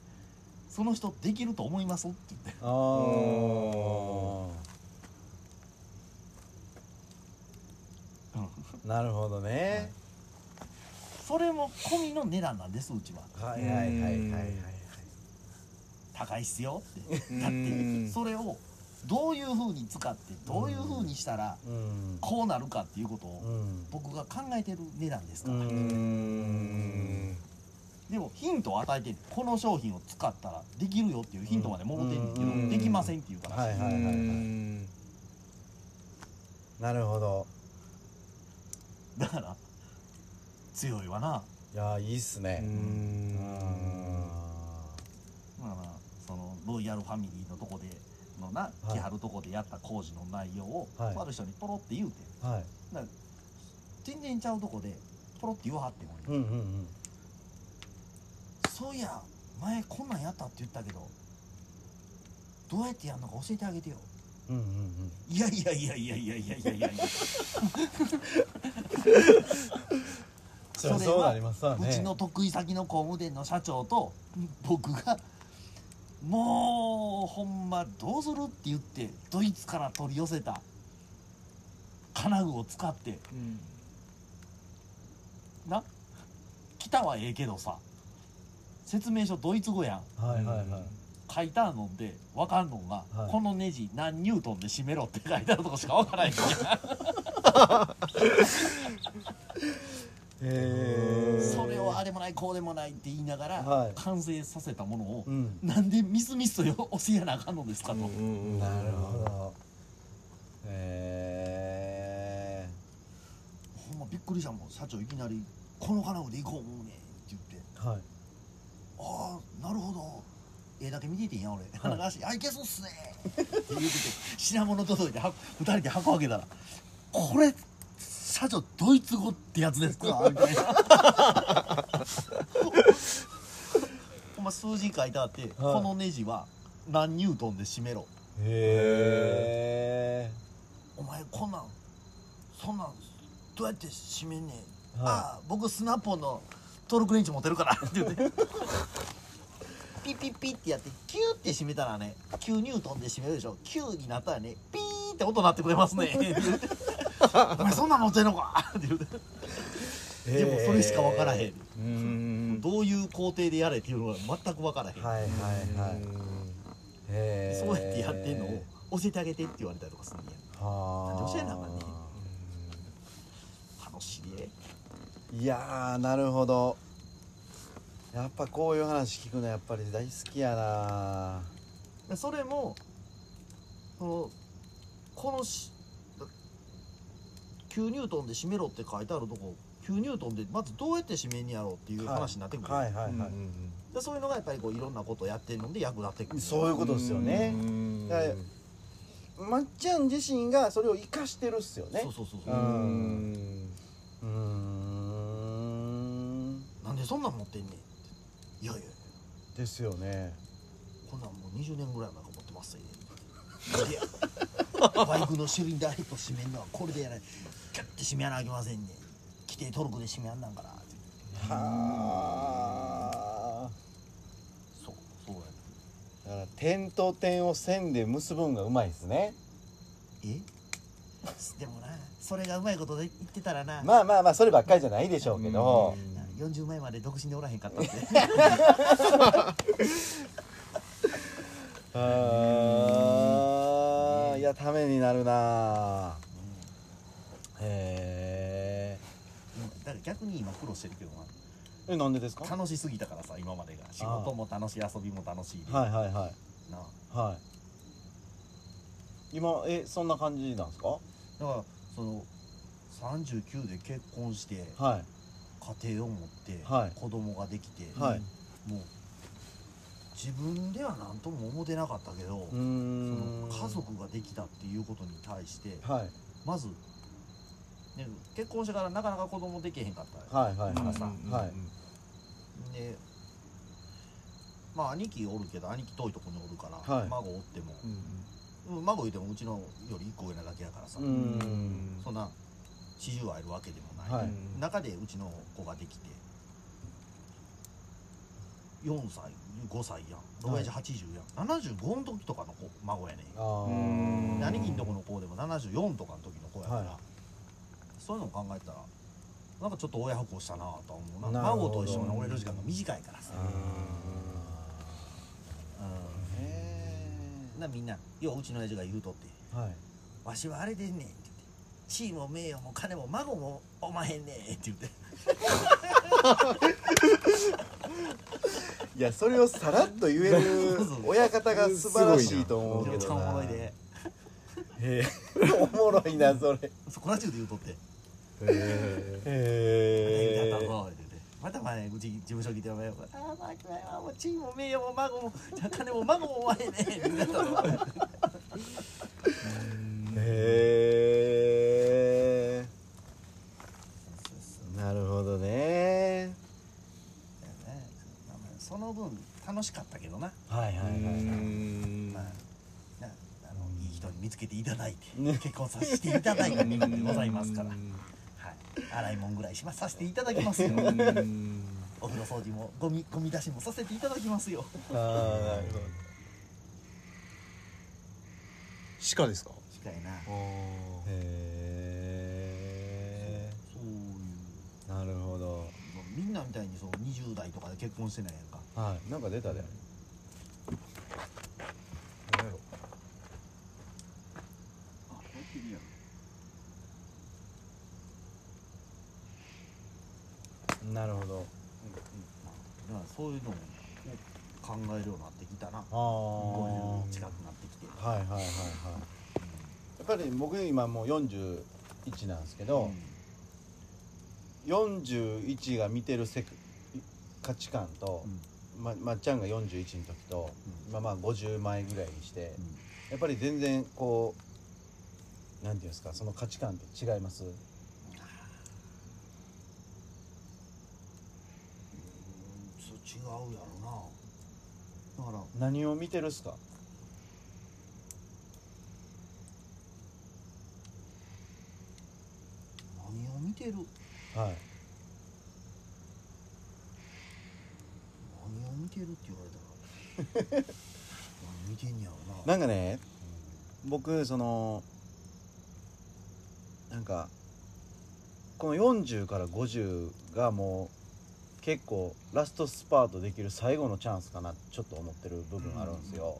S4: その人できると思います?」って言って
S2: うああなるほどね
S4: それも込みの値段なんですうちは
S2: はいはいはいはいはいはい
S4: 高いっすよってだってそれをどういうふうに使ってどういうふうにしたら
S2: うん
S4: こうなるかっていうことを
S2: うん
S4: 僕が考えてる値段です
S2: う
S4: から、
S2: ん
S4: でもヒントを与えてんねんこの商品を使ったらできるよっていうヒントまでもろてんねんけど、
S2: うんうん
S4: できませんっていうから、
S2: はいはいはいはいなるほど
S4: だから強いわな、
S2: いやーいいっすねうん
S4: まあまあ、そのロイヤルファミリーのとこでのな
S2: はい
S4: 来はるとこでやった工事の内容を、
S2: はい
S4: とある人にポロって言うてん
S2: はい
S4: だから全然ちゃうとこでポロって言わはってん俺に
S2: うんうんうん
S4: そういや前こんなんやったって言ったけどどうやってやるのか教えてあげてよ
S2: うんうんうん
S4: いやいやいやいやいやいやいやいやいや
S2: そりゃそうなりますわね
S4: うちの得意先の工務店の社長と僕がもうほんまどうするって言ってドイツから取り寄せた金具を使ってな来たはええけどさ説明書ドイツ語やん
S2: はいはいはい
S4: 書いたのんでわかんのんが、
S2: はい
S4: このネジ何ニュートンで締めろって書いてあるとこしかわからない
S2: *laughs* へ
S4: それをあれもないこうでもないって言いながら、
S2: はい
S4: 完成させたものを、
S2: うん
S4: なんでミスミスと教えやなあかんのですかと、
S2: なるほどへ
S4: ほんまびっくりしたもん社長いきなり「この金具で行こう思うねん」って言って
S2: えはい
S4: 「ああなるほど絵だけ見ててんや俺花がしあいけそうっすね」って言うてて品物届いては2人で箱開けたら「これ社長ドイツ語ってやつですか?」みたいなほんま数字書いてあって、このネジは何ニュートンで締めろ
S2: へえ
S4: お前こんなんそんなんどうやって締めんねん、
S2: はい
S4: ああ僕スナッポンのトルクレンチ持ってるからって言ってピッピッピッってやってキューって締めたらね9ニュートンで締めるでしょ9になったらねピーンって音鳴ってくれますねお前そんなん持ってんのかって言うてでもそれしか分からへん、どういう工程でやれっていうのは全く分からへん、
S2: はいはいはいへえ
S4: そうやってやってんのを教えてあげてって言われたりとかするんや
S2: は
S4: なん
S2: あ
S4: で教えなあかんね楽しいね
S2: いやーなるほどやっぱこういう話聞くのやっぱり大好きやな
S4: でそれもそのこのし9ニュートンで締めろって書いてあるとこ9 9ニュートンでまずどうやって締めんねやろうっていう話になってくる、
S2: はいはいはい、
S4: でそういうのがやっぱりこういろんなことをやってるので役立ってくる
S2: そういうことですよねだからまっちゃん自身がそれを生かしてるっすよね
S4: そうそうそう
S2: う
S4: そう
S2: ー
S4: うん
S2: うーん
S4: なんでそんなん持ってんねんっていやいやいや
S2: ですよね
S4: こんなんもう20年ぐらい前から持ってますよ、ね、いやバイクのシリンダーヘッド締めんのはこれでやないキュッて締めやなあきませんねん規定トルクで締めやんなんかなって
S2: はあ
S4: そうそうやね
S2: だから点と点を線で結ぶんがうまいですね
S4: えでもなそれがうまいことで言ってたらな、
S2: まあまあまあそればっかりじゃないでしょうけど
S4: な40前まで独身でおらへんかった
S2: *laughs*
S4: って
S2: あーいやためになるなへ
S4: だから逆に今苦労してるけどな
S2: ええなんでですか
S4: 楽しすぎたからさ今までが仕事も楽しい遊びも楽しいで
S2: はいはいは
S4: なあ
S2: いはい今えそんな感じなんですか
S4: だからその39で結婚して
S2: はい
S4: 家庭を持って、
S2: はい
S4: 子供ができて、
S2: はい
S4: もう自分では何とも思ってなかったけど、
S2: うー
S4: そ
S2: ん
S4: の家族ができたっていうことに対して
S2: はい
S4: まず、ね、結婚してからなかなか子供できへんかったよ、
S2: はいはい
S4: ま
S2: は
S4: あさ
S2: いはい
S4: でまあ兄貴おるけど兄貴遠いとこにおるから、
S2: はい
S4: 孫おっても、うん孫言うてもうちのより1個上なだけやからさ、
S2: うーん
S4: そんな四十会えるわけでもない、
S2: はい
S4: 中でうちの子ができて4歳5歳やん
S2: は
S4: 親
S2: い
S4: 父80やん、75の時とかの子孫やね
S2: あー
S4: ん兄貴んとこの子でも74とかの時の子やから、
S2: はい
S4: そういうのを考えたらなんかちょっと親不孝したなとは思うな
S2: なるほ
S4: 孫
S2: ど
S4: と一緒に俺の時間が短いからさ
S2: あ、
S4: う
S2: ーへ
S4: ん、なみんなよううちの親父が言うとって
S2: ーはい
S4: わしはあれでんねんって言って地位も名誉も金も孫もおまへんねんって言って
S2: いやそれをさらっと言える親方が素晴らしいと思うけ
S4: めっちゃ
S2: ど
S4: おもろ
S2: ない
S4: で
S2: へえおもろいなそれへ
S4: そこら中で言うとって「ええ
S2: え
S4: やったぞ」って言って。また前うち事務所来てお前よ「ああまあもう地位も名誉も孫もじゃあ金も孫もお前ね」って言った *laughs* ぞ
S2: へえなるほどね
S4: その分楽しかったけどな,、
S2: はいはい
S4: まあ、なあのいい人に見つけていただいて、結婚させていただいた身分でございますから、はい、洗い物ぐらいしまさせていただきますよお風呂掃除もゴミゴミ出しもさせていただきますよ
S2: ああなるほど
S1: 鹿ですか
S4: 近いな
S2: へえ
S4: そういう
S2: なるほど
S4: みんなみたいにそう20代とかで結婚してないやんか
S2: はいなんか出たでなるほど
S4: だからそういうのを考えるようになってきたな
S2: あ
S4: 50近くなってきて
S2: あはいはいはいはいやっぱり僕今もう41なんですけど、41が見てる世界価値観と、ままっちゃんが41の時と、
S4: うん
S2: 今まあ50前ぐらいにして、やっぱり全然こうなんていうんですかその価値観って違います
S4: そう違うやろなだから
S2: 何を見てるっすか
S4: 何を見てる
S2: はい
S4: 何を見てるって言われたら何見てんやろ
S2: な
S4: な
S2: んかね僕そのなんかこの40から50がもう結構ラストスパートできる最後のチャンスかなってちょっと思ってる部分あるんですよ、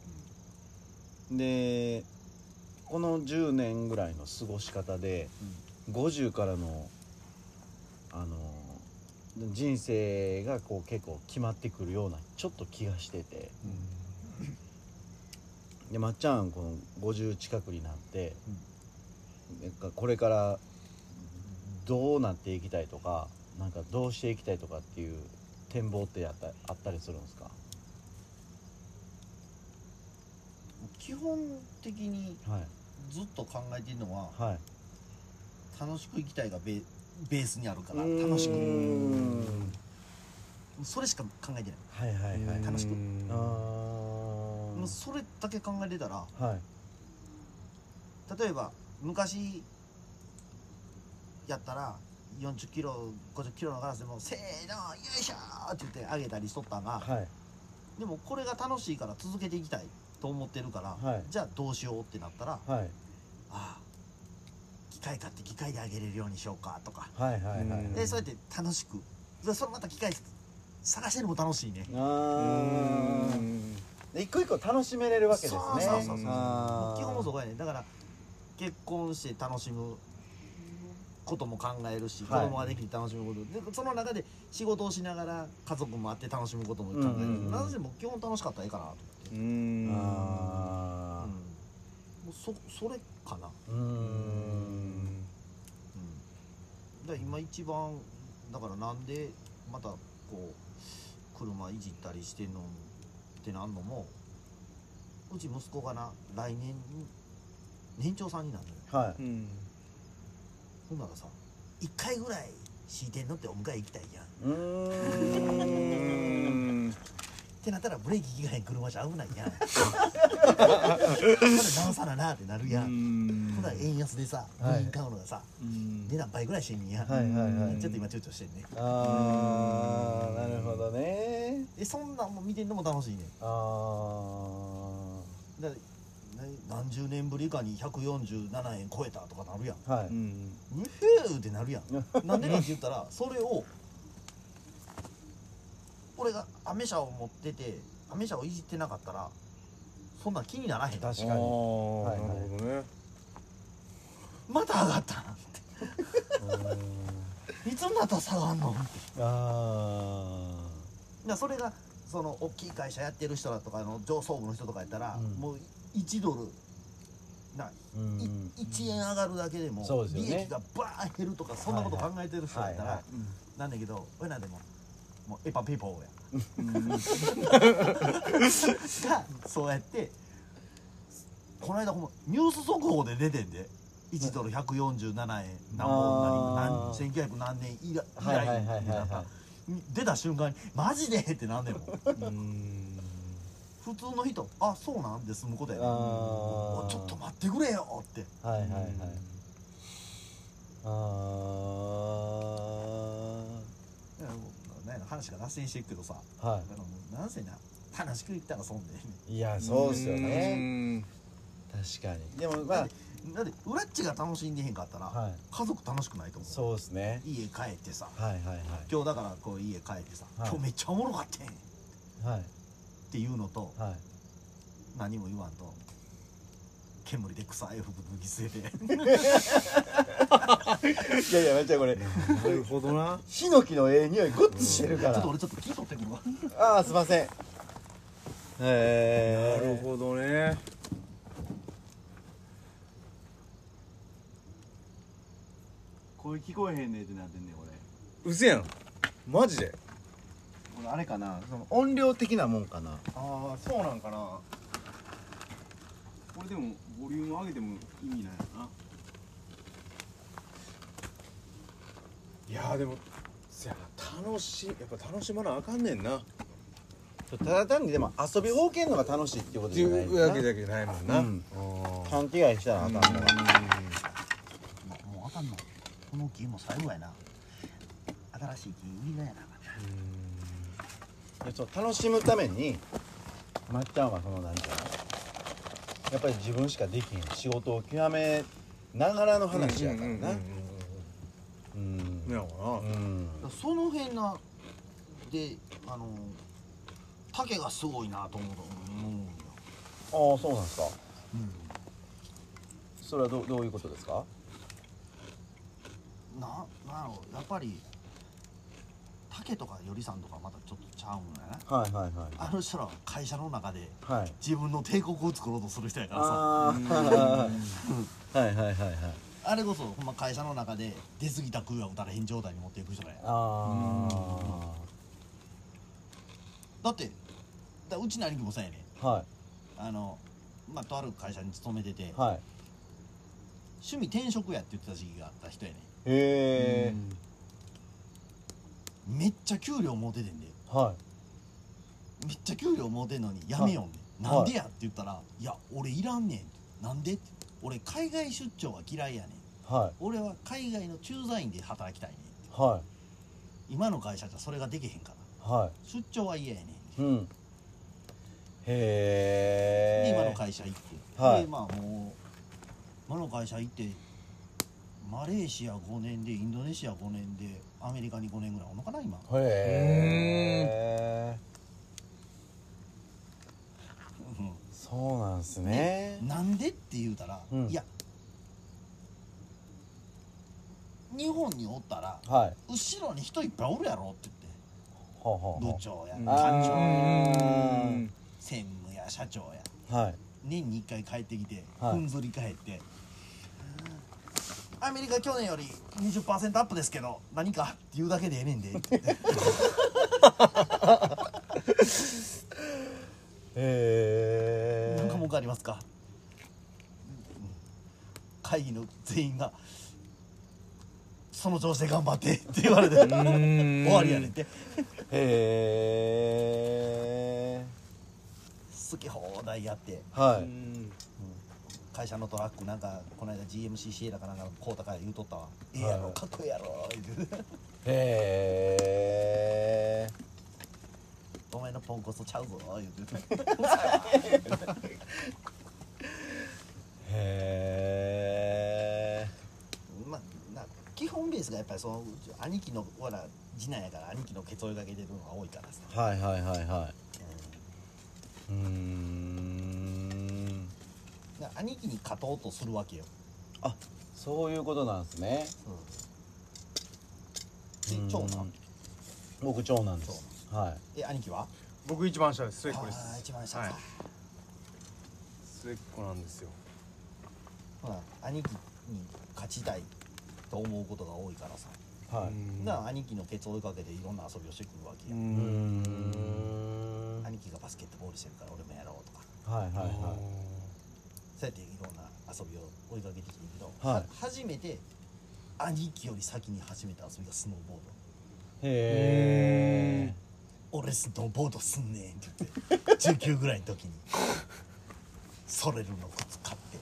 S2: でこの10年ぐらいの過ごし方で、50からのあの人生がこう結構決まってくるようなちょっと気がしてて、でまっちゃんこの50近くになって、なんかこれからどうなっていきたいとか、
S4: う
S2: なんかどうしていきたいとかっていう展望ってあったあったりするんですか
S4: 基本的に
S2: はい
S4: ずっと考えてるのは
S2: はい
S4: 楽しく生きたいがベベースにあるから
S2: うーん
S4: 楽しくそれしか考えてない
S2: はいはいはい
S4: 楽しく
S2: あー
S4: もうそれだけ考えてたら
S2: はい
S4: 例えば昔やったら40キロ50キロのガラスでも「せーのよいしょ!」って言ってあげたりしとったが、
S2: はい
S4: でもこれが楽しいから続けていきたいと思ってるから、
S2: はい
S4: じゃあどうしようってなったら、あ
S2: はい
S4: あ機械買って機械であげれるようにしようかとか、
S2: はいはいはいはい
S4: でそうやって楽しくでそれまた機械探してるのも楽しいね
S2: あーで一個一個楽しめれるわけですね
S4: そうそうそうそう
S2: あー
S4: 基本もそこやねだから結婚して楽しむことも考えるし、
S2: はい
S4: 子供ができて楽しむことでその中で仕事をしながら家族もあって楽しむことも考える、
S2: うんうんうん
S4: なのでもう基本楽しかったらいいかなと
S1: うーん
S2: あ
S4: 思って、うん、もうそそれかな、
S2: ーうーん
S4: うん、だから今一番だからなんでまたこう車いじったりしてんのってなんのもうち息子がな来年年長さんになるのよ
S2: は
S1: う
S2: い
S1: ん、
S4: ほんならさ1回ぐらい敷いてんのってお迎え行きたいじゃん
S2: う
S4: っ
S2: ーん
S4: てなったらブレーキ以外に車じゃ危ない
S2: *laughs*
S4: やんほんなら直さななってなるやん、ほんなら円安でさ
S2: はい
S4: 部品買うのがさ値段倍ぐらいしてんねやん、
S2: はいはいはい
S4: ちょっと今躊躇してんね
S2: ああなるほどね
S4: でそんなんも見てんのも楽しいねん
S2: ああ
S4: だからね何十年ぶりかに147円超えたとかなるやん
S2: はいう
S1: ん
S4: うふーってなるやんなんでかって言っ
S2: *laughs*
S4: たらそれを俺がアメ車を持っててアメ車をいじってなかったらそんなん気にならへん
S2: 確か
S1: あ
S2: に
S1: ー
S2: はいはい
S1: なるほどね
S4: また上がったっていつになったら下がんのってだか
S2: あ
S4: らそれがその大きい会社やってる人だとかの上層部の人とかやったら、
S2: うん
S4: もう1ドルな
S2: あうん
S4: 1円上がるだけでも
S2: そうですよね
S4: 利益がバーン減るとかそんなこと考えてる人だっ
S2: はい
S4: たら
S2: は
S4: なんだけど俺なんでももうエパペーポ
S2: *laughs*
S4: ーやがそうやってこの間ほんまニュース速報で出てんで1ドル147円何本なり
S2: あ
S4: 何
S2: ー
S4: 1900何年以来以
S2: はいはいはい
S4: 来
S2: はいはい
S4: になった出た瞬間に「マジで!」ってなんでもん普通の人「あそうなん?」で済むことやねん
S2: あ
S4: お
S2: あ
S4: ちょっと待ってくれよって
S2: はいはいはいあ
S4: いやもうなんや話が脱線していくけどさ
S2: あは
S4: だからもうなんせな楽しく言ったら損で
S2: いいやそうっすよ
S1: う
S2: ね
S1: ん
S2: 確かにでもまあ
S4: だって裏っちが楽しんでへんかったら、
S2: はい
S4: 家族楽しくないと思う
S2: そうっすね
S4: 家帰ってさ
S2: はいはいはい
S4: 今日だからこう家帰ってさ、
S2: はい
S4: 今日めっちゃおもろかったやんっ
S2: はい
S4: ていうのと、
S2: はい
S4: 何も言わんと煙で臭い服脱ぎ捨てて
S2: いやいやめっちゃこれ
S1: なるほどな
S2: ヒノキのええ匂いグッとしてる
S4: *laughs* ちょ
S2: か
S4: っ
S2: ら
S4: と俺ちょっと聞いとってくるわ
S2: ああすいません
S1: なる
S2: え
S1: ほどね
S7: 声聞こえへんねんってなってんねんこれ
S1: うせやんマジで
S7: これあれかなその音量的なもんかな
S1: ああそうなんかな
S7: これでもボリューム上げても意味ないよない
S1: やーでもせやな楽しいやっぱ楽しまなあかんねんなった
S2: だ単にでも遊び方けんのが楽しいっていうこと
S1: て
S2: じ
S1: い
S2: ゃないう
S1: わけだけじゃないもんな、
S2: うん
S1: あー
S2: 勘違いしたらあかんから
S4: もうもうあかんのこの木も最後やな新しい木売りなやな
S2: でそう楽しむためにまっちゃんはその何かやっぱり自分しかできへん仕事を極めながらの話やから
S1: う
S2: な
S1: ん
S2: うん
S1: うんうんうんうんなんかな
S2: うん
S4: その辺なであの竹がすごいなと思うと思うんよ
S2: ああそうなんですかそれはどうどういうことですか
S4: ななんやろうやっぱり竹とかよりさんとかまたちょっとちゃうんだよね
S2: はいはいはい
S4: あの人らは会社の中で
S2: はい
S4: 自分の帝国を作ろうとする人やからさ
S2: ああはいはいはいはい
S4: あれこそほんま会社の中で出過ぎた空は打たれへん状態に持っていく人らや
S2: あ
S4: だってだうちの兄貴もさやね
S2: あは
S4: あのまあとある会社に勤めてて
S2: いはい
S4: 趣味転職やって言ってた時期があった人やね
S2: へえ
S4: めっちゃ給料持ててんで
S2: は
S4: めっちゃ給料持てんのにやめよ
S2: はい
S4: んねん、なんでやって言ったら「いや俺いらんねんって」なんで?」って俺海外出張が嫌いやねん
S2: いはい
S4: 俺は海外の駐在員で働きたいねんって
S2: は
S4: 今の会社じゃそれができへんから
S2: いは
S4: 出張は嫌やねんって
S2: いうん
S4: で今
S2: へ
S4: の
S2: え
S4: 会社行って、
S2: はい
S4: でまあもう今の会社行ってマレーシア5年でインドネシア5年でアメリカに5年ぐらいおんのかな今
S2: へえそうなんすね
S4: なんでって言うたら、
S2: うん
S4: いや日本におったら
S2: はい
S4: 後ろに人いっぱいおるやろって
S2: ほうほう
S4: 言って
S2: ほ
S4: 部長や
S1: うん
S4: 官庁
S2: あー
S4: 専務や社長や
S2: うはい
S4: 年に1回帰ってきて、
S2: はい
S4: ふんぞり返ってアメリカ去年より20%アップですけど何かって言うだけでええねんで
S2: *laughs*
S4: って言って
S2: へ
S4: 何か
S2: え
S4: 文句ありますか会議の全員がその調子で頑張ってって言わ
S2: *laughs*
S4: れて終わりやねんって
S2: へえ
S4: 好き放題やって
S2: は
S1: う
S2: い
S1: ん
S4: 会社のトラックなんかこの間 GMCCA だかなんかこうたから言うとったわ「ええやろ
S2: はい
S4: かっこええやろ」言うて
S2: へえ
S4: 「お前のポンコツちゃうぞ」言うて。
S2: *laughs* へえ
S4: まあ、な基本ベースがやっぱりその兄貴のほら次男やから兄貴のケツ追いかけてるのが多いからさ、
S2: はいはいはいはいうん
S4: だから兄貴に勝とうとするわけよ、
S2: あそういうことなんですね
S4: で長
S2: う
S4: 男
S2: ん僕長男ですはい
S4: え兄貴は
S8: 僕一番下です末っ
S4: あ
S8: 子で
S4: あ
S8: す
S4: 一番下か、
S8: はい
S1: 末っ子なんですよ
S4: ほら兄貴に勝ちたいと思うことが多いからさ、
S2: はいう
S4: だから兄貴のケツ追いかけていろんな遊びをしてくるわけよ、
S2: うー
S1: ん
S2: んはい
S4: 兄貴がバスケットボールしてるから俺もやろうとか
S2: はい
S1: はい
S2: は
S4: そうやっていろんな遊びを追いかけてきてるけど、
S2: はい
S4: 初めて兄貴より先に始めた遊びがスノーボード
S2: いへえ
S4: 俺スノーボードすんねんって言って19ぐらいの時にソレルの靴買って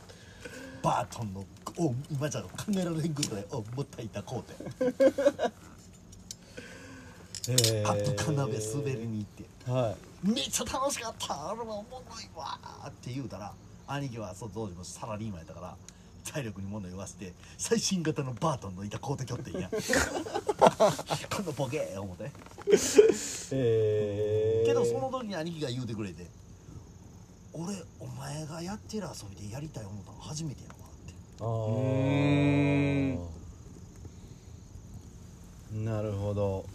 S4: バートンのお今じゃ考えられへんぐらいおもったいたこうてアップ田辺滑りに行って
S2: は
S4: めっちゃ楽しかったあれはおもろいわーって言うたら兄貴はそう当時もサラリーマンやったから体力に物言わせて最新型のバートンの板買うてきょってんやこのボケー思って
S2: いへえ
S4: けどその時に兄貴が言うてくれて「俺お前がやってる遊びでやりたい思ったの初めてやわ」って
S2: ああなるほど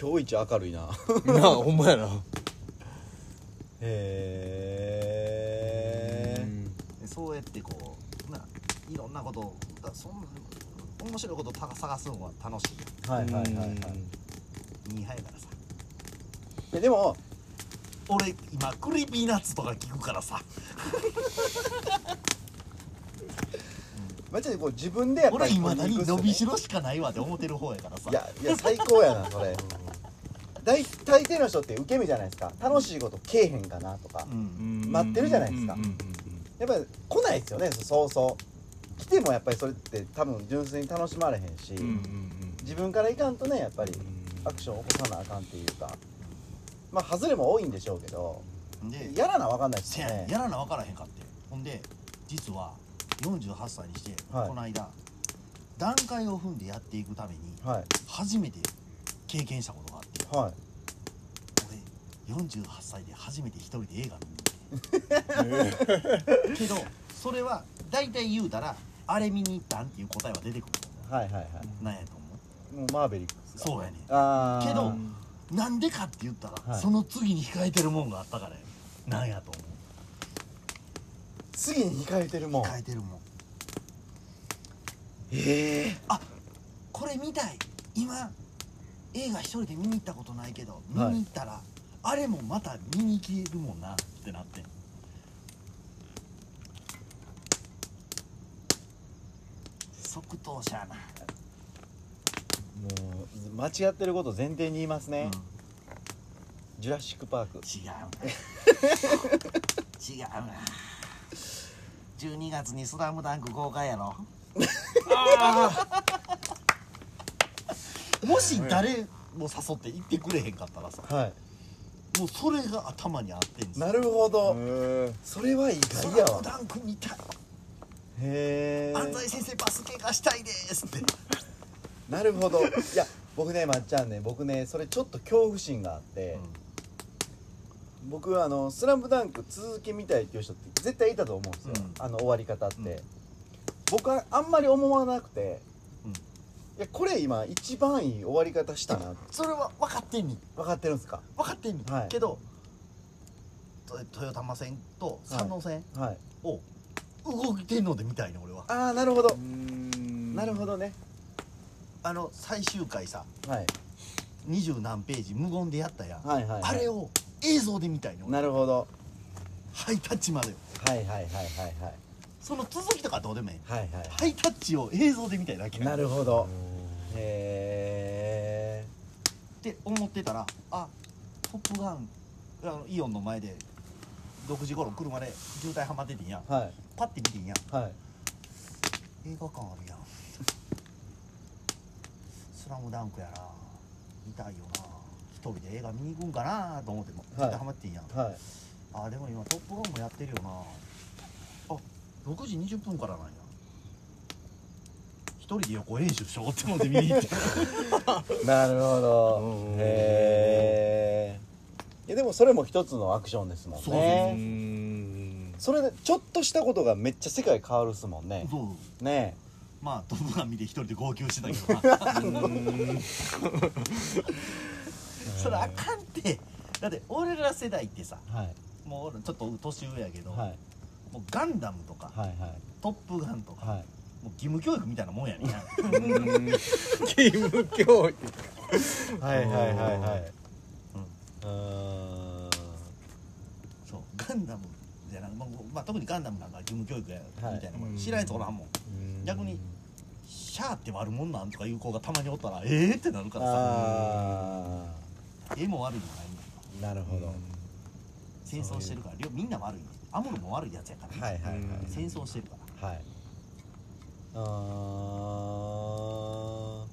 S2: 今日一明るい *laughs* な
S1: なあほんまやな
S2: へえ
S4: でそうやってこうないろんなことをだそん面白いことをた探すのは楽しいや
S2: はいはいはいはい
S4: んミーハーやからさ
S2: えでも
S4: 俺今クリーピーナッツとか聞くからさ
S2: *laughs* マジでこう自分でやっぱ
S4: 俺
S2: りこう
S4: 今何
S2: 肉っすね
S4: 伸びしろしかないわって思ってる方やからさ
S2: いやいや最高やなそれ大大抵の人って受け身じゃないですか楽しいことけえへんかなとか
S4: う、ん
S2: 待ってるじゃないですか
S8: うんうんうん
S2: やっぱり来ないですよねそそうそう来てもやっぱりそれって多分純粋に楽しまれへんし、
S8: うん
S2: 自分からいかんとねやっぱりアクションを起こさなあかんっていうかまあ外れも多いんでしょうけど
S4: で
S2: やらなわかんないです
S4: せ
S2: よ
S4: やねん
S2: ね
S4: やらな分からへんかってほんで実は48歳にして、
S2: はい
S4: この間段階を踏んでやっていくために
S2: はい
S4: 初めて経験したことがあって
S2: はい
S4: 俺48歳で初めて一人で映画見に行ってけどそれは大体言うたらあれ見に行ったんっていう答えは出てくる
S2: はいはいは
S4: なんやと思う
S2: いもうマーベリックスか
S4: そうやね
S2: ああ
S4: けどなんでかって言ったら、
S2: はい
S4: その次に控えてるもんがあったからやなんやと思う
S2: 次に控えてるもん
S4: 変えてるもんこれ見たい今映画一人で見に行ったことないけど見に行ったら、あれもまた見に行けるもんなってなって即答者やな、
S2: もう間違ってること前提に言います
S4: う
S2: ね
S4: ん、
S2: ジュラシック・パーク
S4: 違うな違うな12月に「スラムダンク公開やろ *laughs* もし誰も誘って行ってくれへんかったらさ
S2: は
S4: もうそれが頭にあってんで
S2: い
S4: すよ
S2: なるほど、
S9: うん
S2: それは意
S4: ス
S2: 外や
S4: ラム
S2: わ
S4: ダンク見たい
S2: へ
S4: 安
S2: え
S4: 西先生バスケがしたいですって
S2: なるほどいや僕ねまっちゃんね僕ねそれちょっと恐怖心があって、僕あの「スラムダンク続きみたいっていう人って絶対いたと思うんですよ、
S4: うん
S2: あの終わり方って、
S4: うん
S2: 僕はあんまり思わなくて、
S4: うん
S2: いやこれ今一番いい終わり方したな
S4: それは分かってんねん
S2: 分かってるんですか
S4: 分かってんねん、
S2: はい
S4: けどと豊玉線と山王線
S2: はい
S4: を動いてんので見たいね俺は
S2: ああなるほど
S10: ん
S2: なるほどね
S4: あの最終回さ
S2: はい
S4: 二十何ページ無言でやったやん、
S2: はいはいはい
S4: あれを映像で見たいの俺
S2: なるほど
S4: ハイタッチまで
S2: はいはいはいはいはい
S4: その続きとかどうでもいい、
S2: はいはい
S4: ハイタッチを映像で見たいだけ
S2: なるほどへえ
S4: って思ってたらあトップガンあのイオンの前で6時頃車で渋滞はまっててんや
S2: はい
S4: パッて見てんや
S2: はい
S4: 映画館あるやん「スラムダンクやな見たいよな一人で映画見に行くんかなと思っても
S2: はい
S4: 絶対ハマってんやん、
S2: はい
S4: あでも今トップガンもやってるよなあ6時20分からなんや一人で横演習しようって思って見
S2: *laughs*
S4: に行って
S2: なるほ
S9: う
S2: ど
S9: んうんうん
S2: へえでもそれも一つのアクションですもん
S4: そうそうそう
S2: ねそれでちょっとしたことがめっちゃ世界変わるっすもんね
S4: そう
S2: ね
S4: まあトップガン見て一人で号泣してたけどな
S2: *laughs*
S4: それあかんってだって俺ら世代ってさ
S2: えはい
S4: もう俺ちょっと年上やけど、
S2: はい
S4: もうガンダムとか、
S2: はいはい
S4: トップガンとか、
S2: はい
S4: もう義務教育みたいなもんやねん
S1: 義務教育
S2: はいはいはいはい
S4: うん
S2: うーん
S4: そうガンダムじゃなく、まあまあ、特にガンダムなんか義務教育や
S2: はい
S4: みたいなもん、知らんやつおらんもん逆にシャーって悪者なんとかいう子がたまにおったらええー、ってなるからさ
S2: あ
S4: ええも悪いもないねん
S2: あなるほど
S4: 戦争してるから両みんな悪いねんアムロも悪いやつやからね、
S2: はいはいはい
S4: 戦争してるから
S2: はい。あ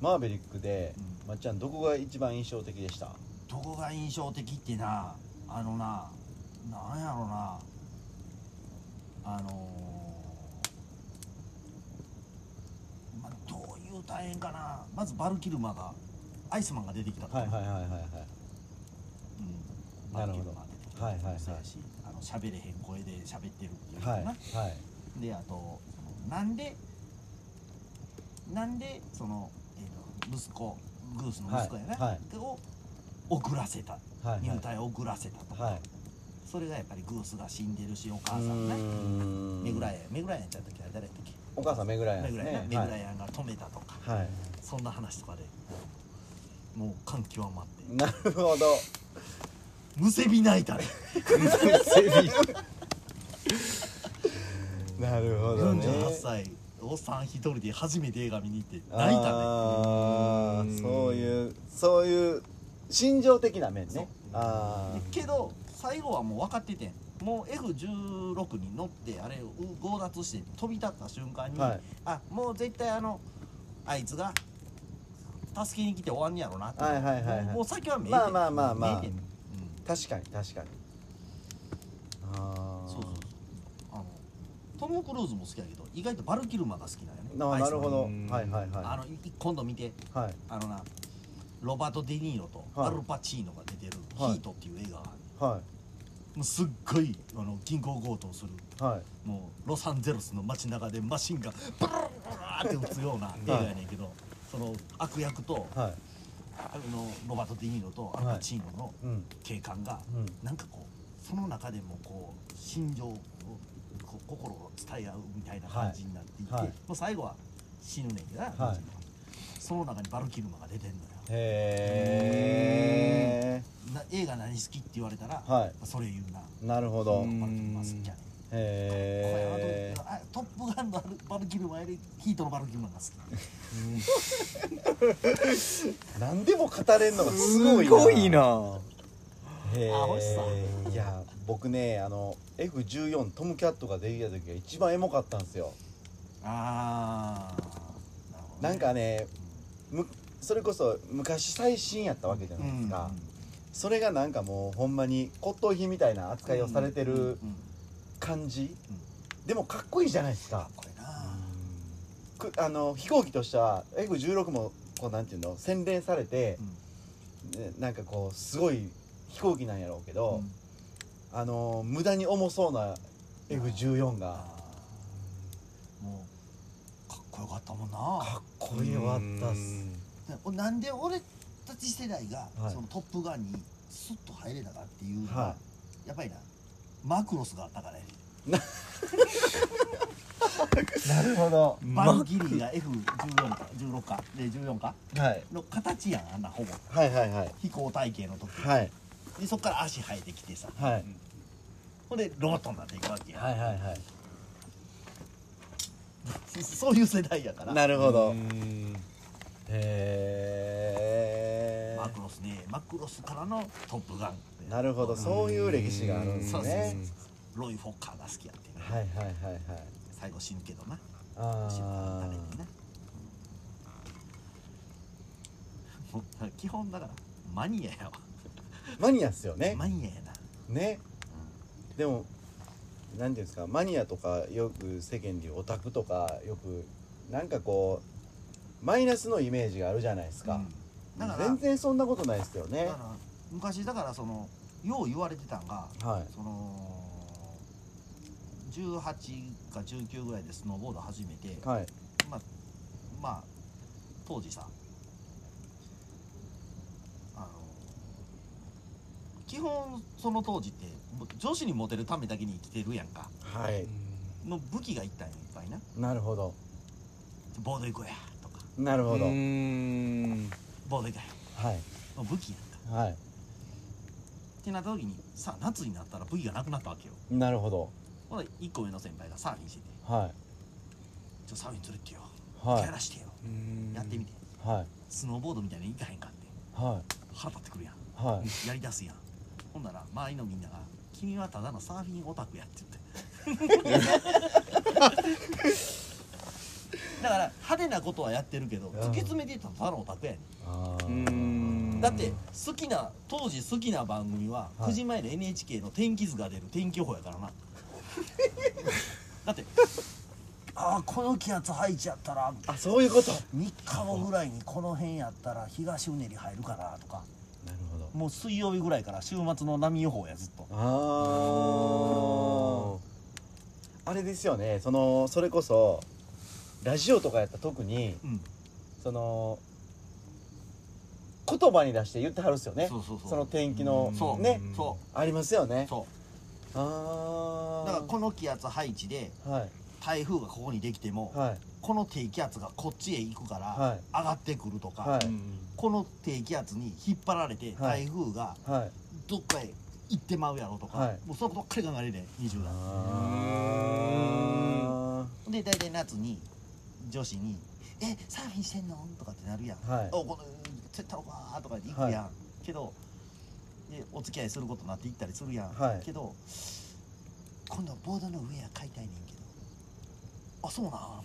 S2: ーマーベリックで、
S4: う
S2: まっちゃんどこが一番印象的でした？
S4: どこが印象的ってなあのななんやろなあのーまあ、どういう大変かなまずバルキルマがアイスマンが出てきたと
S2: はいはいはいはいはい。
S4: うん、
S2: なるほど
S4: バルキル
S2: はいはい
S4: マ
S2: は
S4: が出て
S2: い
S4: きたそうやしあの喋れへん声で喋ってるっていうか
S2: はい
S4: な、
S2: はい
S4: であとそのなんでなんでその、えーと息子グースの息子やな、
S2: はい
S4: を遅らせた
S2: はい
S4: 入
S2: はい
S4: 隊を遅らせたと、
S2: はい。
S4: それがやっぱりグースが死んでるしお
S2: う
S4: 母さ
S2: ー
S4: んがね
S2: ん
S4: めぐらやめぐらやんちゃった時は誰やったっけ
S2: お母さんめぐらやん
S4: めぐらやな、めぐ
S2: は
S4: ら
S2: い
S4: やんが止めたとか
S2: はい。
S4: そんな話とかでもう感極まって
S2: なるほど。
S4: むせび泣いたね
S2: なるほどね。
S4: 48歳おっさん一人で初めて映画見に行って泣いたね
S2: あーそういうそういう心情的な面ね。あ
S4: でけど最後はもう分かっててんもう F16 に乗ってあれを強奪して飛び立った瞬間に、
S2: あ。はい
S4: あもう絶対あのあいつが助けに来て終わんねやろなって、
S2: はいはいはいはい
S4: もう先は見えてん
S2: まあまあまあまあ
S4: 見えてんうん
S2: 確かに確かに。ああ。
S4: そうそうそうあのトム・クルーズも好きやけど意外とバルキルマが好きなんやね
S2: な
S4: アイ
S2: な
S4: ス
S2: る
S4: マン
S2: ほど
S10: うん
S2: はいはい
S4: あ
S2: は
S4: のい今度見て
S2: いはい
S4: あのなロバート・デ・ニーロと
S2: はい
S4: アル・パチーノが出てる「ヒ
S2: はい
S4: ート」っていう映画がある
S2: は
S4: もうすっごいあの銀行強盗をする
S2: いはい
S4: もうロサンゼルスの街中でマシンがブルーブルーって打つような映画やねんけど、その悪役と
S2: はい
S4: あのロバート・デ・ニーロとアル・パチーノの
S2: うん
S4: 警官が、
S2: うん
S4: なんかこうその中でもこう心情をこ心を伝え合うみたいな感じになっていて、
S2: はい
S4: もう最後は死ぬねんけどな、
S2: はい
S4: その中にバルキルマが出てんのよ
S2: へ
S4: な映画何好きって言われたら、
S2: はい
S4: それ言うな
S2: えなるほど
S4: バルキルマ好きやねん
S2: へえ
S4: これあのあトップガンのあるバルキルマよりヒートのバルキルマが好き
S2: 何でも語れんのがす
S1: す
S2: ごいな
S1: ごいな
S2: へえ
S4: あ欲しさ
S2: いや僕ねあの F14 トムキャットができた時が一番エモかったんですよ
S4: ああな
S2: な
S4: るほどね
S2: んかねむそれこそ昔最新やったわけじゃ
S4: う
S2: ないで
S4: ん
S2: すか、それがなんかもうほんまに骨董品みたいな扱いをされて
S4: うんう
S2: る
S4: ん
S2: 感じ、でもかっこいいじゃないですか
S4: これな
S2: くあの飛行機としては F16 もこうなんていうの洗練されて、ねなんかこうすごい飛行機なんやろうけど、あの無駄に重そうな F14 が
S4: あーもうかっこよかったもんな
S2: かっこよかったっす
S4: でなんで俺たち世代が、
S2: はい
S4: そのトップガンにスッと入れたかっていうのは、
S2: は
S4: やっぱりなマクロスがあったからやね
S2: いなるほど
S4: バルキリーが F14 か16かで14か
S2: はい
S4: の形やんあんなほぼ
S2: はいはいはい
S4: 飛行体系の時
S2: はい
S4: でそっから足生えてきてさ
S2: はい
S4: ほんでロボットになっていくわけやん、
S2: はいはいはい
S4: そそういう世代やから
S2: なるほど
S1: うん
S2: へえ
S4: マクロスねマクロスからのトップガン
S2: なるほどそういう歴史があるんです
S4: そうそうそう
S2: ね
S4: ロイ・フォッカーが好きやって
S2: はいはいはいはい
S4: 最後死ぬけどな死ぬ
S2: あ
S4: から
S2: ー
S4: 誰になもうだから基本だからマニアやわ
S2: マニアっすよね
S4: マニアやな
S2: ねでも何ていうんですかマニアとかよく世間でいうオタクとかよくなんかこうマイナスのイメージがあるじゃないですか、
S4: だから
S2: 全然そんなことないですよね
S4: だから昔だからそのよう言われてたんが
S2: はい
S4: その18か19ぐらいでスノーボード始めて
S2: はい
S4: まあまあ当時さあの基本その当時って女子にモテるためだけに生きてるやんか
S2: はい
S4: の武器がいったんやいっぱいな
S2: なるほど
S4: ボード行こうやとか
S2: なるほど、
S1: うん
S4: ボード行こ
S2: はいう
S4: や武器やんか
S2: はい
S4: ってなった時にさあ夏になったら武器がなくなったわけよ
S2: なるほど
S4: ほら1個上の先輩がサーフィンしてて
S2: は
S4: 「ちょサーフィン連れてよ、
S2: いはい
S4: やらしてよ、やってみて
S2: はい
S4: スノーボードみたいに行かへんか」って
S2: は
S4: 腹立ってくるやん
S2: いはい
S4: やりだすやんほんなら周りのみんなが「君はただのサーフィンオタクや」って言ってだから派手なことはやってるけど突き詰めていったらただのオタクやね
S2: あー
S1: うん
S4: んだって好きな当時好きな番組は
S2: はい
S4: 9時前の NHK の天気図が出る天気予報やからなだってああこの気圧入っちゃったら
S2: あそういうこと
S4: 3日後ぐらいにこの辺やったら東うねり入るかなとか
S2: なるほど
S4: もう水曜日ぐらいから週末の波予報やずっと
S2: あああれですよねそのそれこそラジオとかやったら特に
S4: うん
S2: その言葉に出して言ってはるっすよね
S4: そうそうそう
S2: の天気の
S4: そう
S2: ね
S4: そ
S2: ありますよね
S4: うそ
S2: あ
S4: うだから
S2: あ
S4: この気圧配置で
S2: はい
S4: 台風がここにできても、
S2: はい
S4: この低気圧がこっちへ行くから、
S2: はい
S4: 上がってくるとか、
S2: はい
S4: この低気圧に引っ張られて
S2: はい
S4: 台風が
S2: はい
S4: どっかへ行ってまうやろとか、
S2: はい
S4: もうそのことばっかり考えれるね20代
S2: あ
S4: で大体夏に女子に「えサーフィンしてんの?」とかってなるやん「
S2: はい
S4: おこの絶対わー」とかって行くやん、けどでお付き合いすることになって行ったりするやん、
S2: はい
S4: けど今度はボードの上や買いたいねんけど「あそうなん」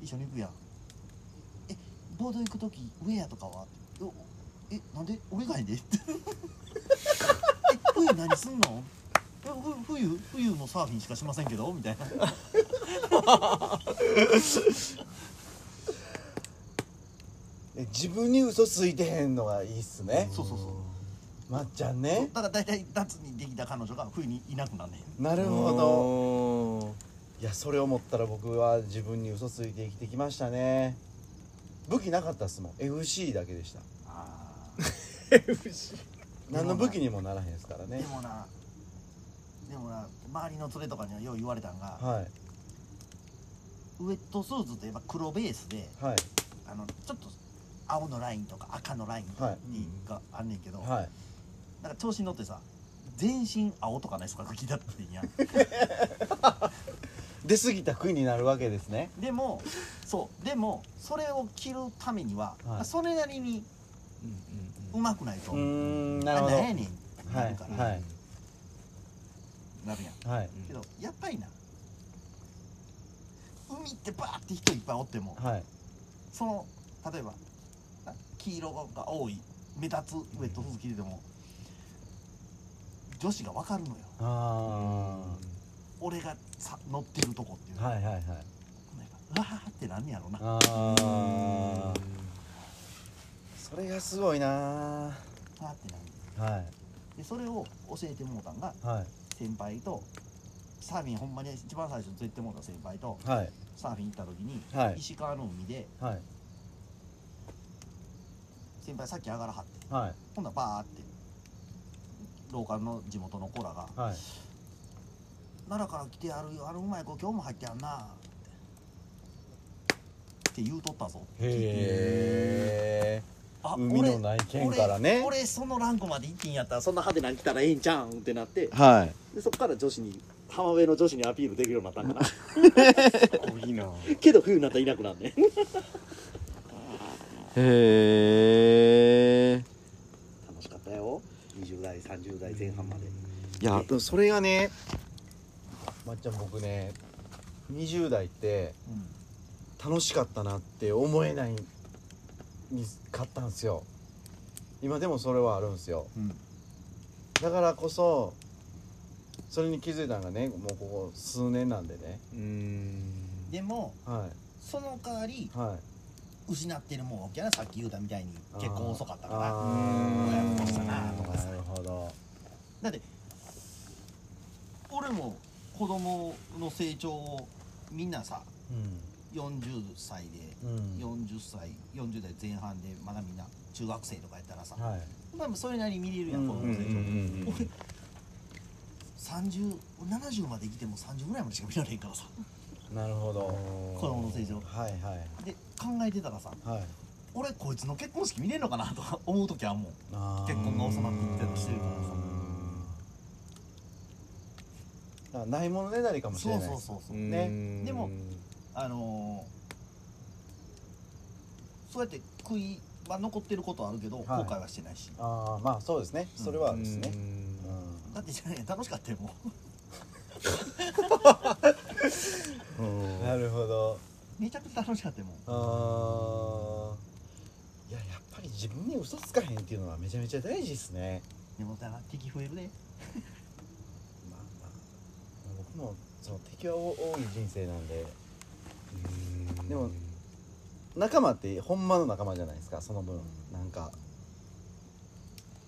S4: 一緒に行くやん「えボード行く時ウェアとかは?お」えなんで俺以外で?」 *laughs* って「え冬何すんの?」えふ冬冬のサーフィンしかしませんけどみたいな
S2: ーえ自分に嘘ついてへんのがいいっすね
S4: そうそうそう
S2: まっちゃんね
S4: だから大体夏にできた彼女が冬にいなくなんねん
S2: なるほど
S1: ほ
S2: いやそれ思ったら僕は自分に嘘ついて生きてきましたね武器なかったっすもん FC だけでした
S1: ど FC
S2: 何の武器にもならへんですから
S4: で
S2: ね
S4: もなでもな周りの連れとかにはよう言われたんが
S2: はい
S4: ウエットスーツってやっぱ黒ベースで
S2: はい
S4: あのちょっと青のラインとか赤のライン
S2: はい
S4: があんねんけど、
S2: はい
S4: なんか調子に乗ってさ全身青とかないとか聞いたっ
S2: *laughs*
S4: てんや
S2: 出過ぎた句になるわけですね
S4: でもそうでもそれを着るためには、
S2: はい
S4: それなりにうまくないと、
S2: うーんな
S4: あ
S2: るほど
S4: なん
S2: は
S4: や
S2: い
S4: ねんってなるから、
S2: はい
S4: なるやん
S2: はい
S4: けどやっぱりな海ってバーって人いっぱいおっても
S2: はい
S4: その例えばな黄色が多い目立つウエットスーツ着てても女子が分かるのよ
S2: あ
S4: 俺がさ乗ってるとこっていう
S2: ー
S4: のは
S2: はいはいはい
S4: わーってなんねやろな
S2: ああそれがすごいなは
S4: わーってなんね
S2: い
S4: でそれを教えてもうたんが
S2: は
S4: 先輩とサーフィンほんまに一番最初に連れてもうた先輩と
S2: いはい
S4: サーフィン行った時に、
S2: はい
S4: 石川の海で
S2: はい
S4: 先輩さっき上がらはって
S2: はい
S4: ほんならバーって廊下の地元の子らが
S2: はい
S4: 奈良から来てやるよあのうまい子今日も入ってやんなって言うとったぞ
S2: へえ
S4: あ
S2: 海のない県からね
S4: 俺俺俺そのランクまで一気にやったらそんな派手なの着たらええんちゃうんってなって
S2: はい
S4: でそこから女子に浜辺の女子にアピールできるようになったん *laughs* かな
S11: いいな
S4: けど冬になったらいなくなんね
S1: へえ
S4: 楽しかったよ20代30代前半まで
S1: いやでもそれがね
S2: まっちゃん僕ね20代って楽しかったなって思えないに買ったんですよ今でもそれはあるんですよ
S4: うん
S2: だからこそそれに気づいたのがねもうここ数年なんでね
S4: でも
S2: は
S4: その代わり
S2: いはい
S4: 失ってるもん大きいなさっき言うたみたいに
S2: あー
S4: 結婚遅かったから
S2: あ
S4: 親
S2: ー
S4: としたなとかさ
S2: なるほど
S4: だって俺も子供の成長をみんなさ
S2: う
S4: 40歳で
S2: んうん
S4: 40歳40代前半でまだみんな中学生とかやったらさ、
S2: はい
S4: まあそれなりに見れるやん
S2: うん
S4: 子供の成長、
S2: うんうん
S4: 俺3070まで生きても30ぐらいまでしか見られへんからさ
S2: なるほど
S4: 子供の成長
S2: はいはい
S4: で考えてたらさ
S2: はい
S4: 俺こいつの結婚式見れんのかなとか *laughs* 思う時はもう
S2: あー
S4: 結婚が収まってきたりしてるから
S2: あ
S4: さ
S2: ないものねだりかもし
S4: そ
S2: れ
S4: う
S2: ない
S4: そ
S2: で
S4: う
S2: す
S4: そうそう
S2: ね
S4: でもあのーそうやって悔いは残ってることはあるけど、
S2: はい
S4: 後悔はしてないし
S2: ああまあそうですねそれはですね
S4: だってじゃあね楽しかったよもう *laughs*
S2: うんなるほど
S4: めちゃくちゃ楽しかったよもう
S2: あーいややっぱり自分に嘘つかへんっていうのはめちゃめちゃ大事ですね
S4: でもだな敵増えるね
S2: まあまあ僕もその敵は多い人生なんででも仲間ってほんまの仲間じゃないですかその分なんか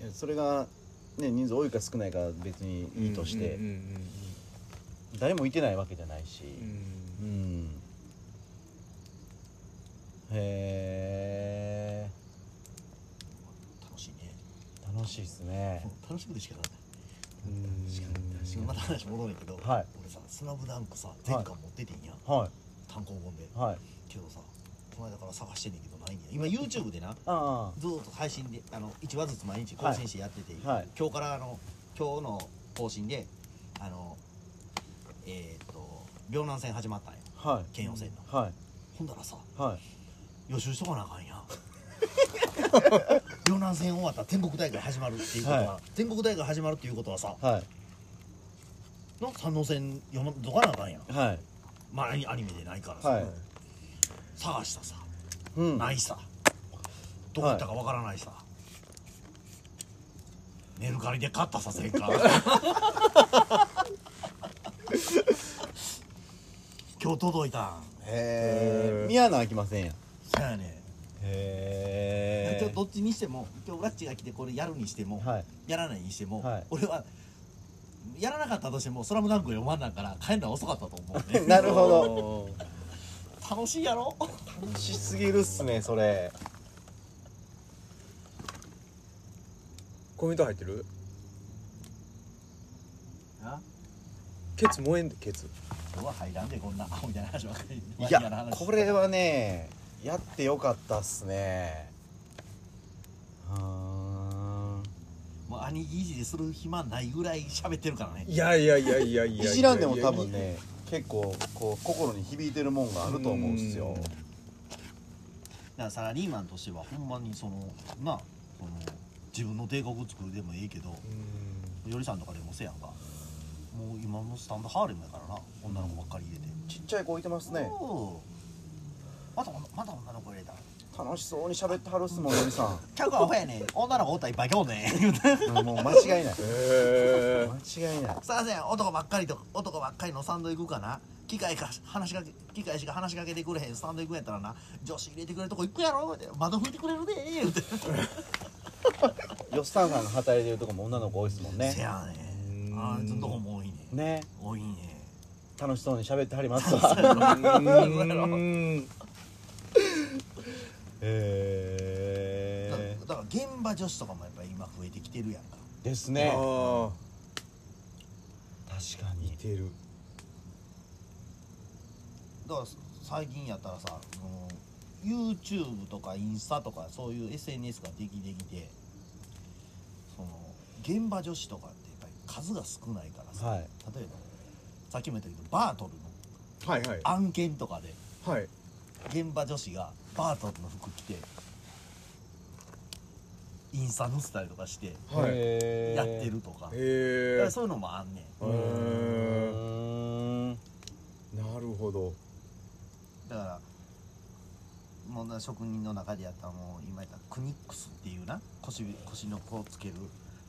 S2: いやそれがね人数多いか少ないか別にいいとして誰もいてないわけじゃないしうんへえ
S4: 楽しいね
S2: 楽しいですね
S4: もう楽しくてしかならないまた話戻るんやけど、
S2: はい
S4: 俺さ「スラムダンクさ全巻持っててんや、
S2: は
S4: 単行本で
S2: いはい
S4: けどさこの間から探してんねんけどないんや今 YouTube でな
S2: あ
S4: ずーっと配信であの1話ずつ毎日更新してやってて、
S2: はいはい
S4: 今日からあの今日の更新であのえーっと両南戦始まったんや
S2: あはい
S4: 県予選の、
S2: はい
S4: ほんだらさ
S2: はい
S4: 予習しとかなあかんやん両南戦終わったら天国大会始まるっていうことは、
S2: は
S4: 天国大会始まるっていうことはさ
S2: は
S4: なんか三能戦読まどかなあかんやん
S2: いはい
S4: まあアニアニメでないからさ、
S2: はい
S4: 探したさ
S2: うん
S4: ないさどこ行ったかわからないさ、メルカリで買ったさせんか今日届いたん
S2: へえ宮野飽きませんやん
S4: そやねん
S2: へ
S4: 今日どっちにしても今日ラッチが来てこれやるにしても、
S2: はい
S4: やらないにしても、
S2: はい
S4: 俺はやらなかったとしても「スラムダンク読まんなんから帰るのは遅かったと思う *laughs* ね
S2: なるほど
S4: 楽しいやろ *laughs*
S2: 楽しすぎるっすねそれ
S11: コメント入ってる
S4: あ
S1: ケツ燃えんでケツ
S4: 今日は入らんでこんなアホみたいな話ばっかり
S2: い
S4: マニアな
S2: や
S4: 話
S2: これはねやってよかったっすねうーん
S4: もう兄貴いじりする暇ないぐらい喋ってるからね
S1: いやいやいやいやいや
S2: いじらんでも多分ね結構こう心に響いてるもんがあると思うんすよ
S4: だからサラリーマンとしてはほんまにそのなその自分の帝国作るでもいいけどよりさんとかでもせやんかもう今のスタンドハーレムやからな女の子ばっかり入れて
S2: ちっちゃい子いてますね
S4: おうまた女また女の子入れた
S2: 楽しそうに喋ってはるっすもんよりさ
S4: 客はアホやねん女の子おったらいっぱい今日ねん *laughs* 言うて
S2: んもう間違いない
S1: へ
S2: 間違いない
S4: さあせん男ばっかりと男ばっかりのサンド行くかな機械か話しかけ機械しか話しかけてくれへんサンド行くんやったらな女子入れてくれるとこ行くやろって窓拭いてくれるで言うて
S2: よっさんさんが働いてるとこも女の子多いっすもん
S4: せ *laughs*
S2: ね
S4: やねんあいつのとこも多いねん
S2: ね
S4: 多いね
S2: 楽しそうに喋ってはりますわ
S4: *laughs*
S1: え
S2: *laughs*
S4: だ
S2: へ
S4: だから現場女子とかもやっぱり今増えてきてるやんか
S2: ーです
S1: あ
S2: ね
S1: あ
S2: 確かに
S1: 似てる
S4: だから最近やったらさもう YouTube とかインスタとかそういう SNS ができてきてその現場女子とかってやっぱり数が少ないからさ、
S2: はい
S4: 例えばさっきも言ったけどバートルの
S1: はいはい
S4: 案件とかで
S1: はい
S4: 現場女子がバートルの服着てインスタ載せたりとかして
S1: はいへ
S2: へー
S4: やってるとか,、
S1: え
S4: そういうのもあんねん
S1: へ
S2: う
S1: え
S2: ーん
S1: なるほど
S4: だからもうな職人の中でやったらもう今言ったクニックスっていうな腰腰のこうつける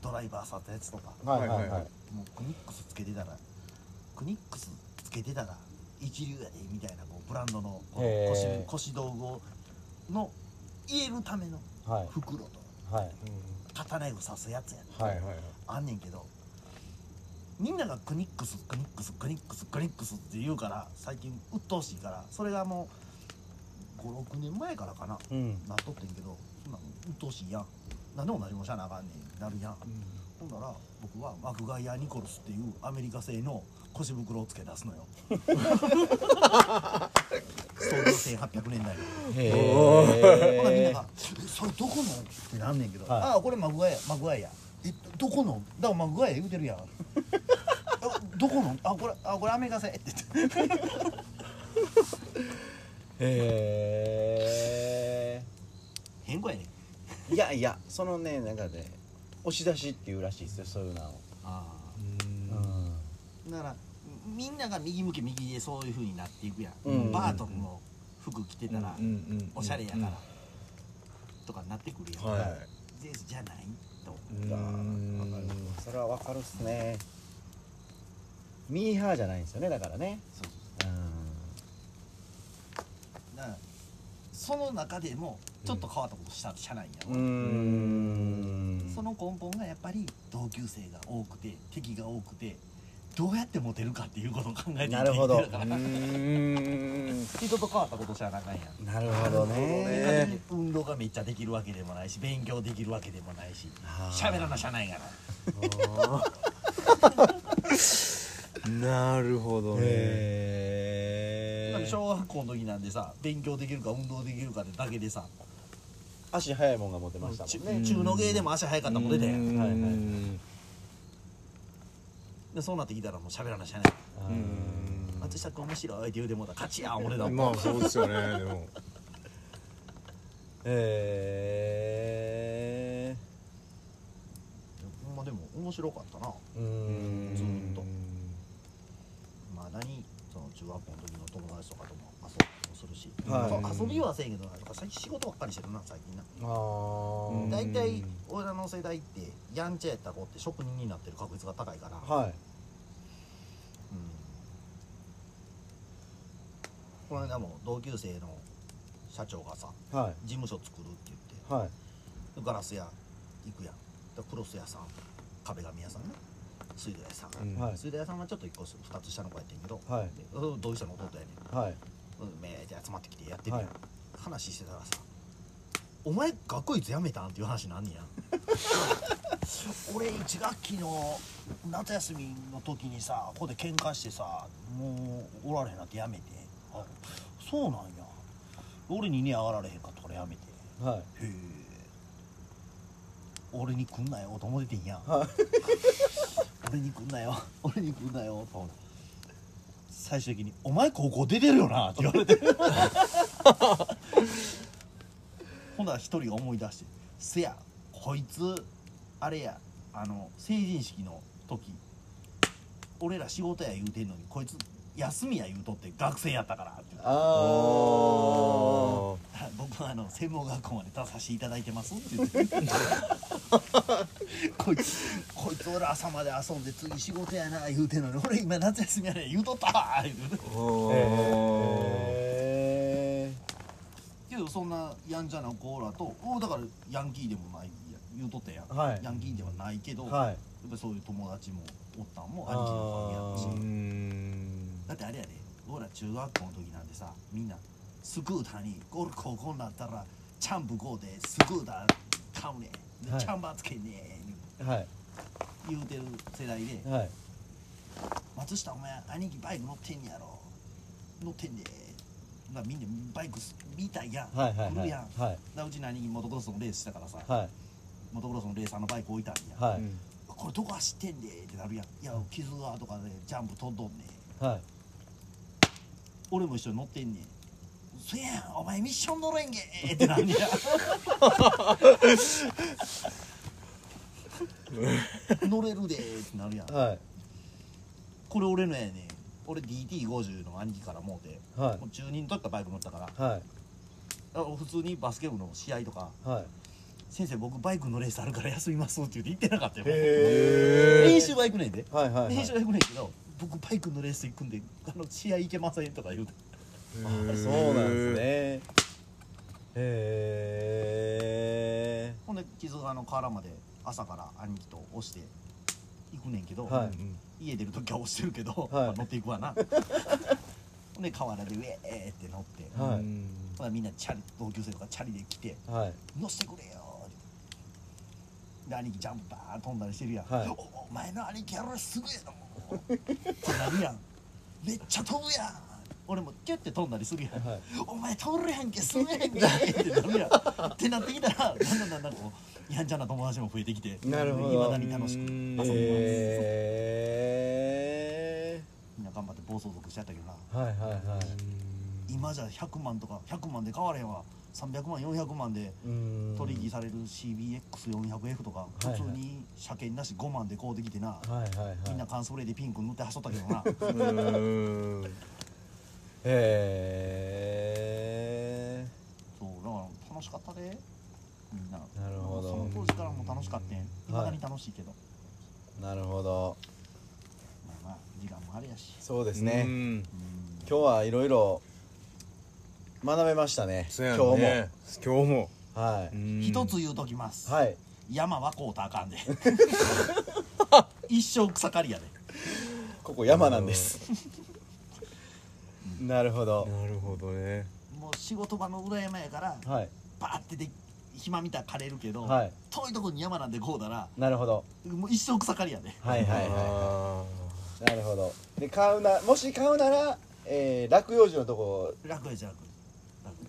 S4: ドライバーさったやつとか
S2: はいはいはい
S4: もうクニックスつけてたらクニックスつけてたら一流やでみたいなこうブランドのこう
S2: へ
S4: 腰
S2: ー
S4: 腰道具をの入れるための
S2: はい
S4: 袋と
S2: はい
S4: 刀を刺すやつやね
S1: は
S2: はいい
S1: はい
S4: あんねんけどみんながクニックスクニックスクニックスクニックスって言うから最近鬱陶しいからそれがもう56年前からかな
S2: うん
S4: なっとってんけどそんなん鬱陶しいやん何でも何もしゃなあかんねんなるやん、ほんなら僕はマクガイア・ニコルスっていうアメリカ製の腰袋を付け出すのよ創業1800年代のほんならみんな
S2: へ
S4: が「それどこの?」ってなんねんけど「
S2: はい
S4: ああこれマグワイやマグワイや」え「どこの?」だからマグワイや言うてるやんあ「どこの?」あ「これあこれアメリカ製」って言って
S2: えへ
S4: 変更やねん
S2: えいやいやそのねなんかね押し出しっていうらしいですよそういうのを
S4: あ
S2: うん
S4: あだからみんなが右向け右でそういうふうになっていくやん、
S2: うん
S4: バートンの服着てたら、
S1: ん
S4: おしゃれやから、とかなってくるやん、
S1: は
S4: ゼウスじゃないと
S1: いうん
S2: それはわかるっすねミーハーじゃないんですよねだからね
S4: そうそう
S2: う
S4: そうだからその中でもちょっと変わったことした社内やん、
S2: ん
S4: その根本がやっぱり同級生が多くて敵が多くてどうやってモテるかっていうことを考えてい
S2: なるほど
S4: 生きてるから人と変わったことじゃなあかんやん
S2: なるほどね
S4: 完全に運動がめっちゃできるわけでもないし勉強できるわけでもないし喋らなしゃあないから
S1: なるほどね
S2: へ
S4: だって
S2: え
S4: 小学校の時なんでさ勉強できるか運動できるかでだけでさ
S2: 足早いもんが持てました
S4: 中
S2: もんね
S4: 中の芸でも足早かったもん出て
S1: うん
S2: はいはい
S4: でそうなってきたらもう喋らなしゃあない
S2: うん
S4: 松下君面白いって言うてもうたら勝ちやん俺だもん
S1: まあそうですよねでも
S2: へえ
S4: ほんまでも面白かったな
S2: うーん
S4: ずーっとまだにその中学校の時の友達とかとも遊びもするし、
S2: はい
S4: 遊びはせんけどな最近仕事ばっかりしてるな最近な
S2: あー
S1: うん
S4: 大体俺らの世代ってやんちゃやった子って職人になってる確率が高いから、
S2: はい
S4: うんこの間も同級生の社長がさ
S2: は
S4: 事務所作るって言っ
S2: い
S4: て
S2: はい
S4: ガラス屋行くやんでクロス屋さん壁紙屋さんね水道屋さん、
S1: うん
S2: はい
S4: 水道屋さんはちょっと1個2つ下の子やってんけど、
S2: はい
S4: でうん同意者の弟やねん
S2: はい
S4: うんめっちゃ集まってきてやってるやん、
S2: は
S4: 話してたらさ「お前学校いつ辞めたん?」っていう話なんねや *laughs* 俺1学期の夏休みの時にさここで喧嘩してさもうおられへんなってやめてあそうなんや俺にね上がられへんかったからやめて
S2: は
S4: へえ俺に来んなよと思っててんや、
S2: は
S4: *laughs* 俺に来んなよ *laughs* 俺に来んなよと思って最終的に「お前高校出てるよな」って言われて *laughs* ほんなら一人思い出して「せやこいつあれやあの成人式の時俺ら仕事や言うてんのにこいつ休みや言うとって学生やったから」って言って
S2: あ
S4: はい *laughs* 僕はあの専門学校まで出させていただい
S2: *laughs*
S4: てますって言ってこいつこいつ俺朝まで遊んで次仕事やな言うてんのに俺今夏休みやねん言うとったー言うて
S2: へ
S4: けどそんなやんちゃな子らとおだからヤンキーでもないや言うとったやん、
S2: はい
S4: ヤンキーではないけど、
S2: え
S4: やっ
S2: はい
S4: ぱそういう友達もおったんも
S2: あ
S4: 兄
S2: ー
S4: 貴の関係やし
S1: ん
S4: だってあれやで俺ら中学校の時なんてさみんなスクーターに俺高校になったらチャンプこうでスクーター買うねん、で
S2: はい
S4: チャンバーつけんねん
S2: はい
S4: 言うてる世代で
S2: はい
S4: 「松下お前兄貴バイク乗ってんやろ乗ってんで」なみんなバイク見たいやん、
S2: はいはい
S4: 来
S2: は
S4: る
S2: い
S4: やん、
S2: はい
S4: なうちの兄貴モトクロスのレースしたからさ、
S2: はい
S4: モトクロスのレーサーのバイク置いたんや、
S2: はい
S4: これどこ走ってんでってなるやんいや傷がとかでジャンプ飛んどんねん
S2: はい
S4: 俺も一緒に乗ってんねんそやんお前ミッション乗れんげーってなんねや乗れるでーってなるやん
S2: はい
S4: これ俺のやねん俺 DT50 の兄貴からもうて、
S2: はい
S4: もう中人とったバイク乗ったから
S2: はい
S4: あ普通にバスケ部の試合とか
S2: はい
S4: 「先生僕バイクのレースあるから休みます」って言って行ってなかったよ
S2: へ
S4: 練習は行くねんで、
S2: はいはいはい
S4: 練習は行くねんけど僕バイクのレース行くんであの試合行けませんとか言うて
S2: そうなんですねへえ
S4: ほんで傷があの河原まで朝から兄貴と押して行くねんけど、
S2: はい
S4: 家出る時は押してるけど、まあ乗っていくわな *laughs* ほんで河原でウェーって乗って、ほ
S2: は
S4: んならみんなチャリ同級生とかチャリで来て
S2: いはい
S4: 乗せてくれよってで兄貴ジャンプバーン飛んだりしてるやん、
S2: はい
S4: おお前の兄貴やろすぐやなもうってなるやんめっちゃ飛ぶやん俺もキュッて飛んだりするやん、
S2: はい
S4: お前通るやんけすぐやんけ
S2: *laughs*
S4: ってなるやんってなってきたらだんだんだんだんこうやんちゃな友達も増えてきて
S2: なるほど
S4: いまだに楽しく遊んでます、
S2: へ
S4: みんな頑張って暴走族しちゃったけどな
S2: えはいはいはい
S4: 今じゃ100万とか100万で買われへんわ300万400万で
S2: うん
S4: 取引される CBX400F とか
S2: いはい
S4: 普通に車検なし5万で買うてきてな、
S2: はいはいはい
S4: みんな缶スプレーでピンク塗って走ったけどな
S2: へえ
S4: そうだから楽しかったでみんな
S2: なるほど
S4: その当時からも楽しかったんいまだに楽しいけど、
S2: なるほど
S4: まあまあ時間もあれやし
S2: そうです
S1: ね
S2: ね今日はいろいろ学べましたね
S1: そうや
S2: 今日
S1: ね
S2: も
S12: 今日も
S2: は
S4: 一つ言うときます、
S2: いはい
S4: 山はこうたら
S2: *laughs*
S4: あかんで一生草刈りやで
S2: ここ山なんですなるほど
S1: なるほどね
S4: もう仕事場の裏山やから
S2: はい
S4: バーってで暇見たら枯れるけど、
S2: はい
S4: 遠いとこに山なんでこうだら
S2: なるほど
S4: もう一生草刈りやで
S2: はいはいは
S1: あ
S2: いなるほどで買うなもし買うなら、えー、落葉樹のとこ
S4: 楽やじゃ楽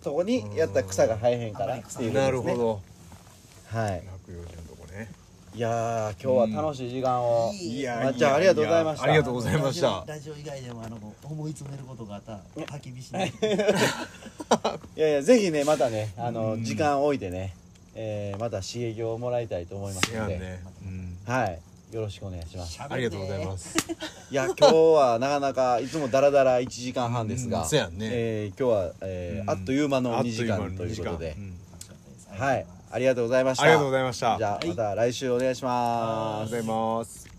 S2: とこにやったら草が生えへんからっ
S4: うん
S2: ていうことです、ね、
S1: なるほど
S2: はい
S1: 落葉樹のとこね
S2: いやー今日は楽しい時間を、
S4: いい
S1: いや
S2: まっちゃんありがとうございました
S1: ありがとうございまし
S4: ラ
S1: た
S4: ジオラジオ以外でもあの思い詰めることがあったら焚き火し
S2: *laughs*
S4: ない
S2: いやいやぜひねまたねあの、時間を置いてね、えー、また刺激をもらいたいと思います
S1: せ
S2: の
S1: や
S2: で、
S1: ねうん
S2: はいよろしくお願いします
S1: ありがとうござい
S4: す
S1: ます
S2: いや今日はなかなかいつもダラダラ1時間半です
S1: う
S2: が
S1: ん、せやんね
S2: えー今日は、えー
S1: うん
S2: あっという間の
S1: あっと
S2: 2時
S1: いう間の
S2: 間ということ
S1: 二
S2: で
S1: 時間うん
S4: 楽しかったです
S2: はいありがとうございました
S1: ありがとうございました
S2: じゃあまた来週お願いします、
S1: ありがとうございます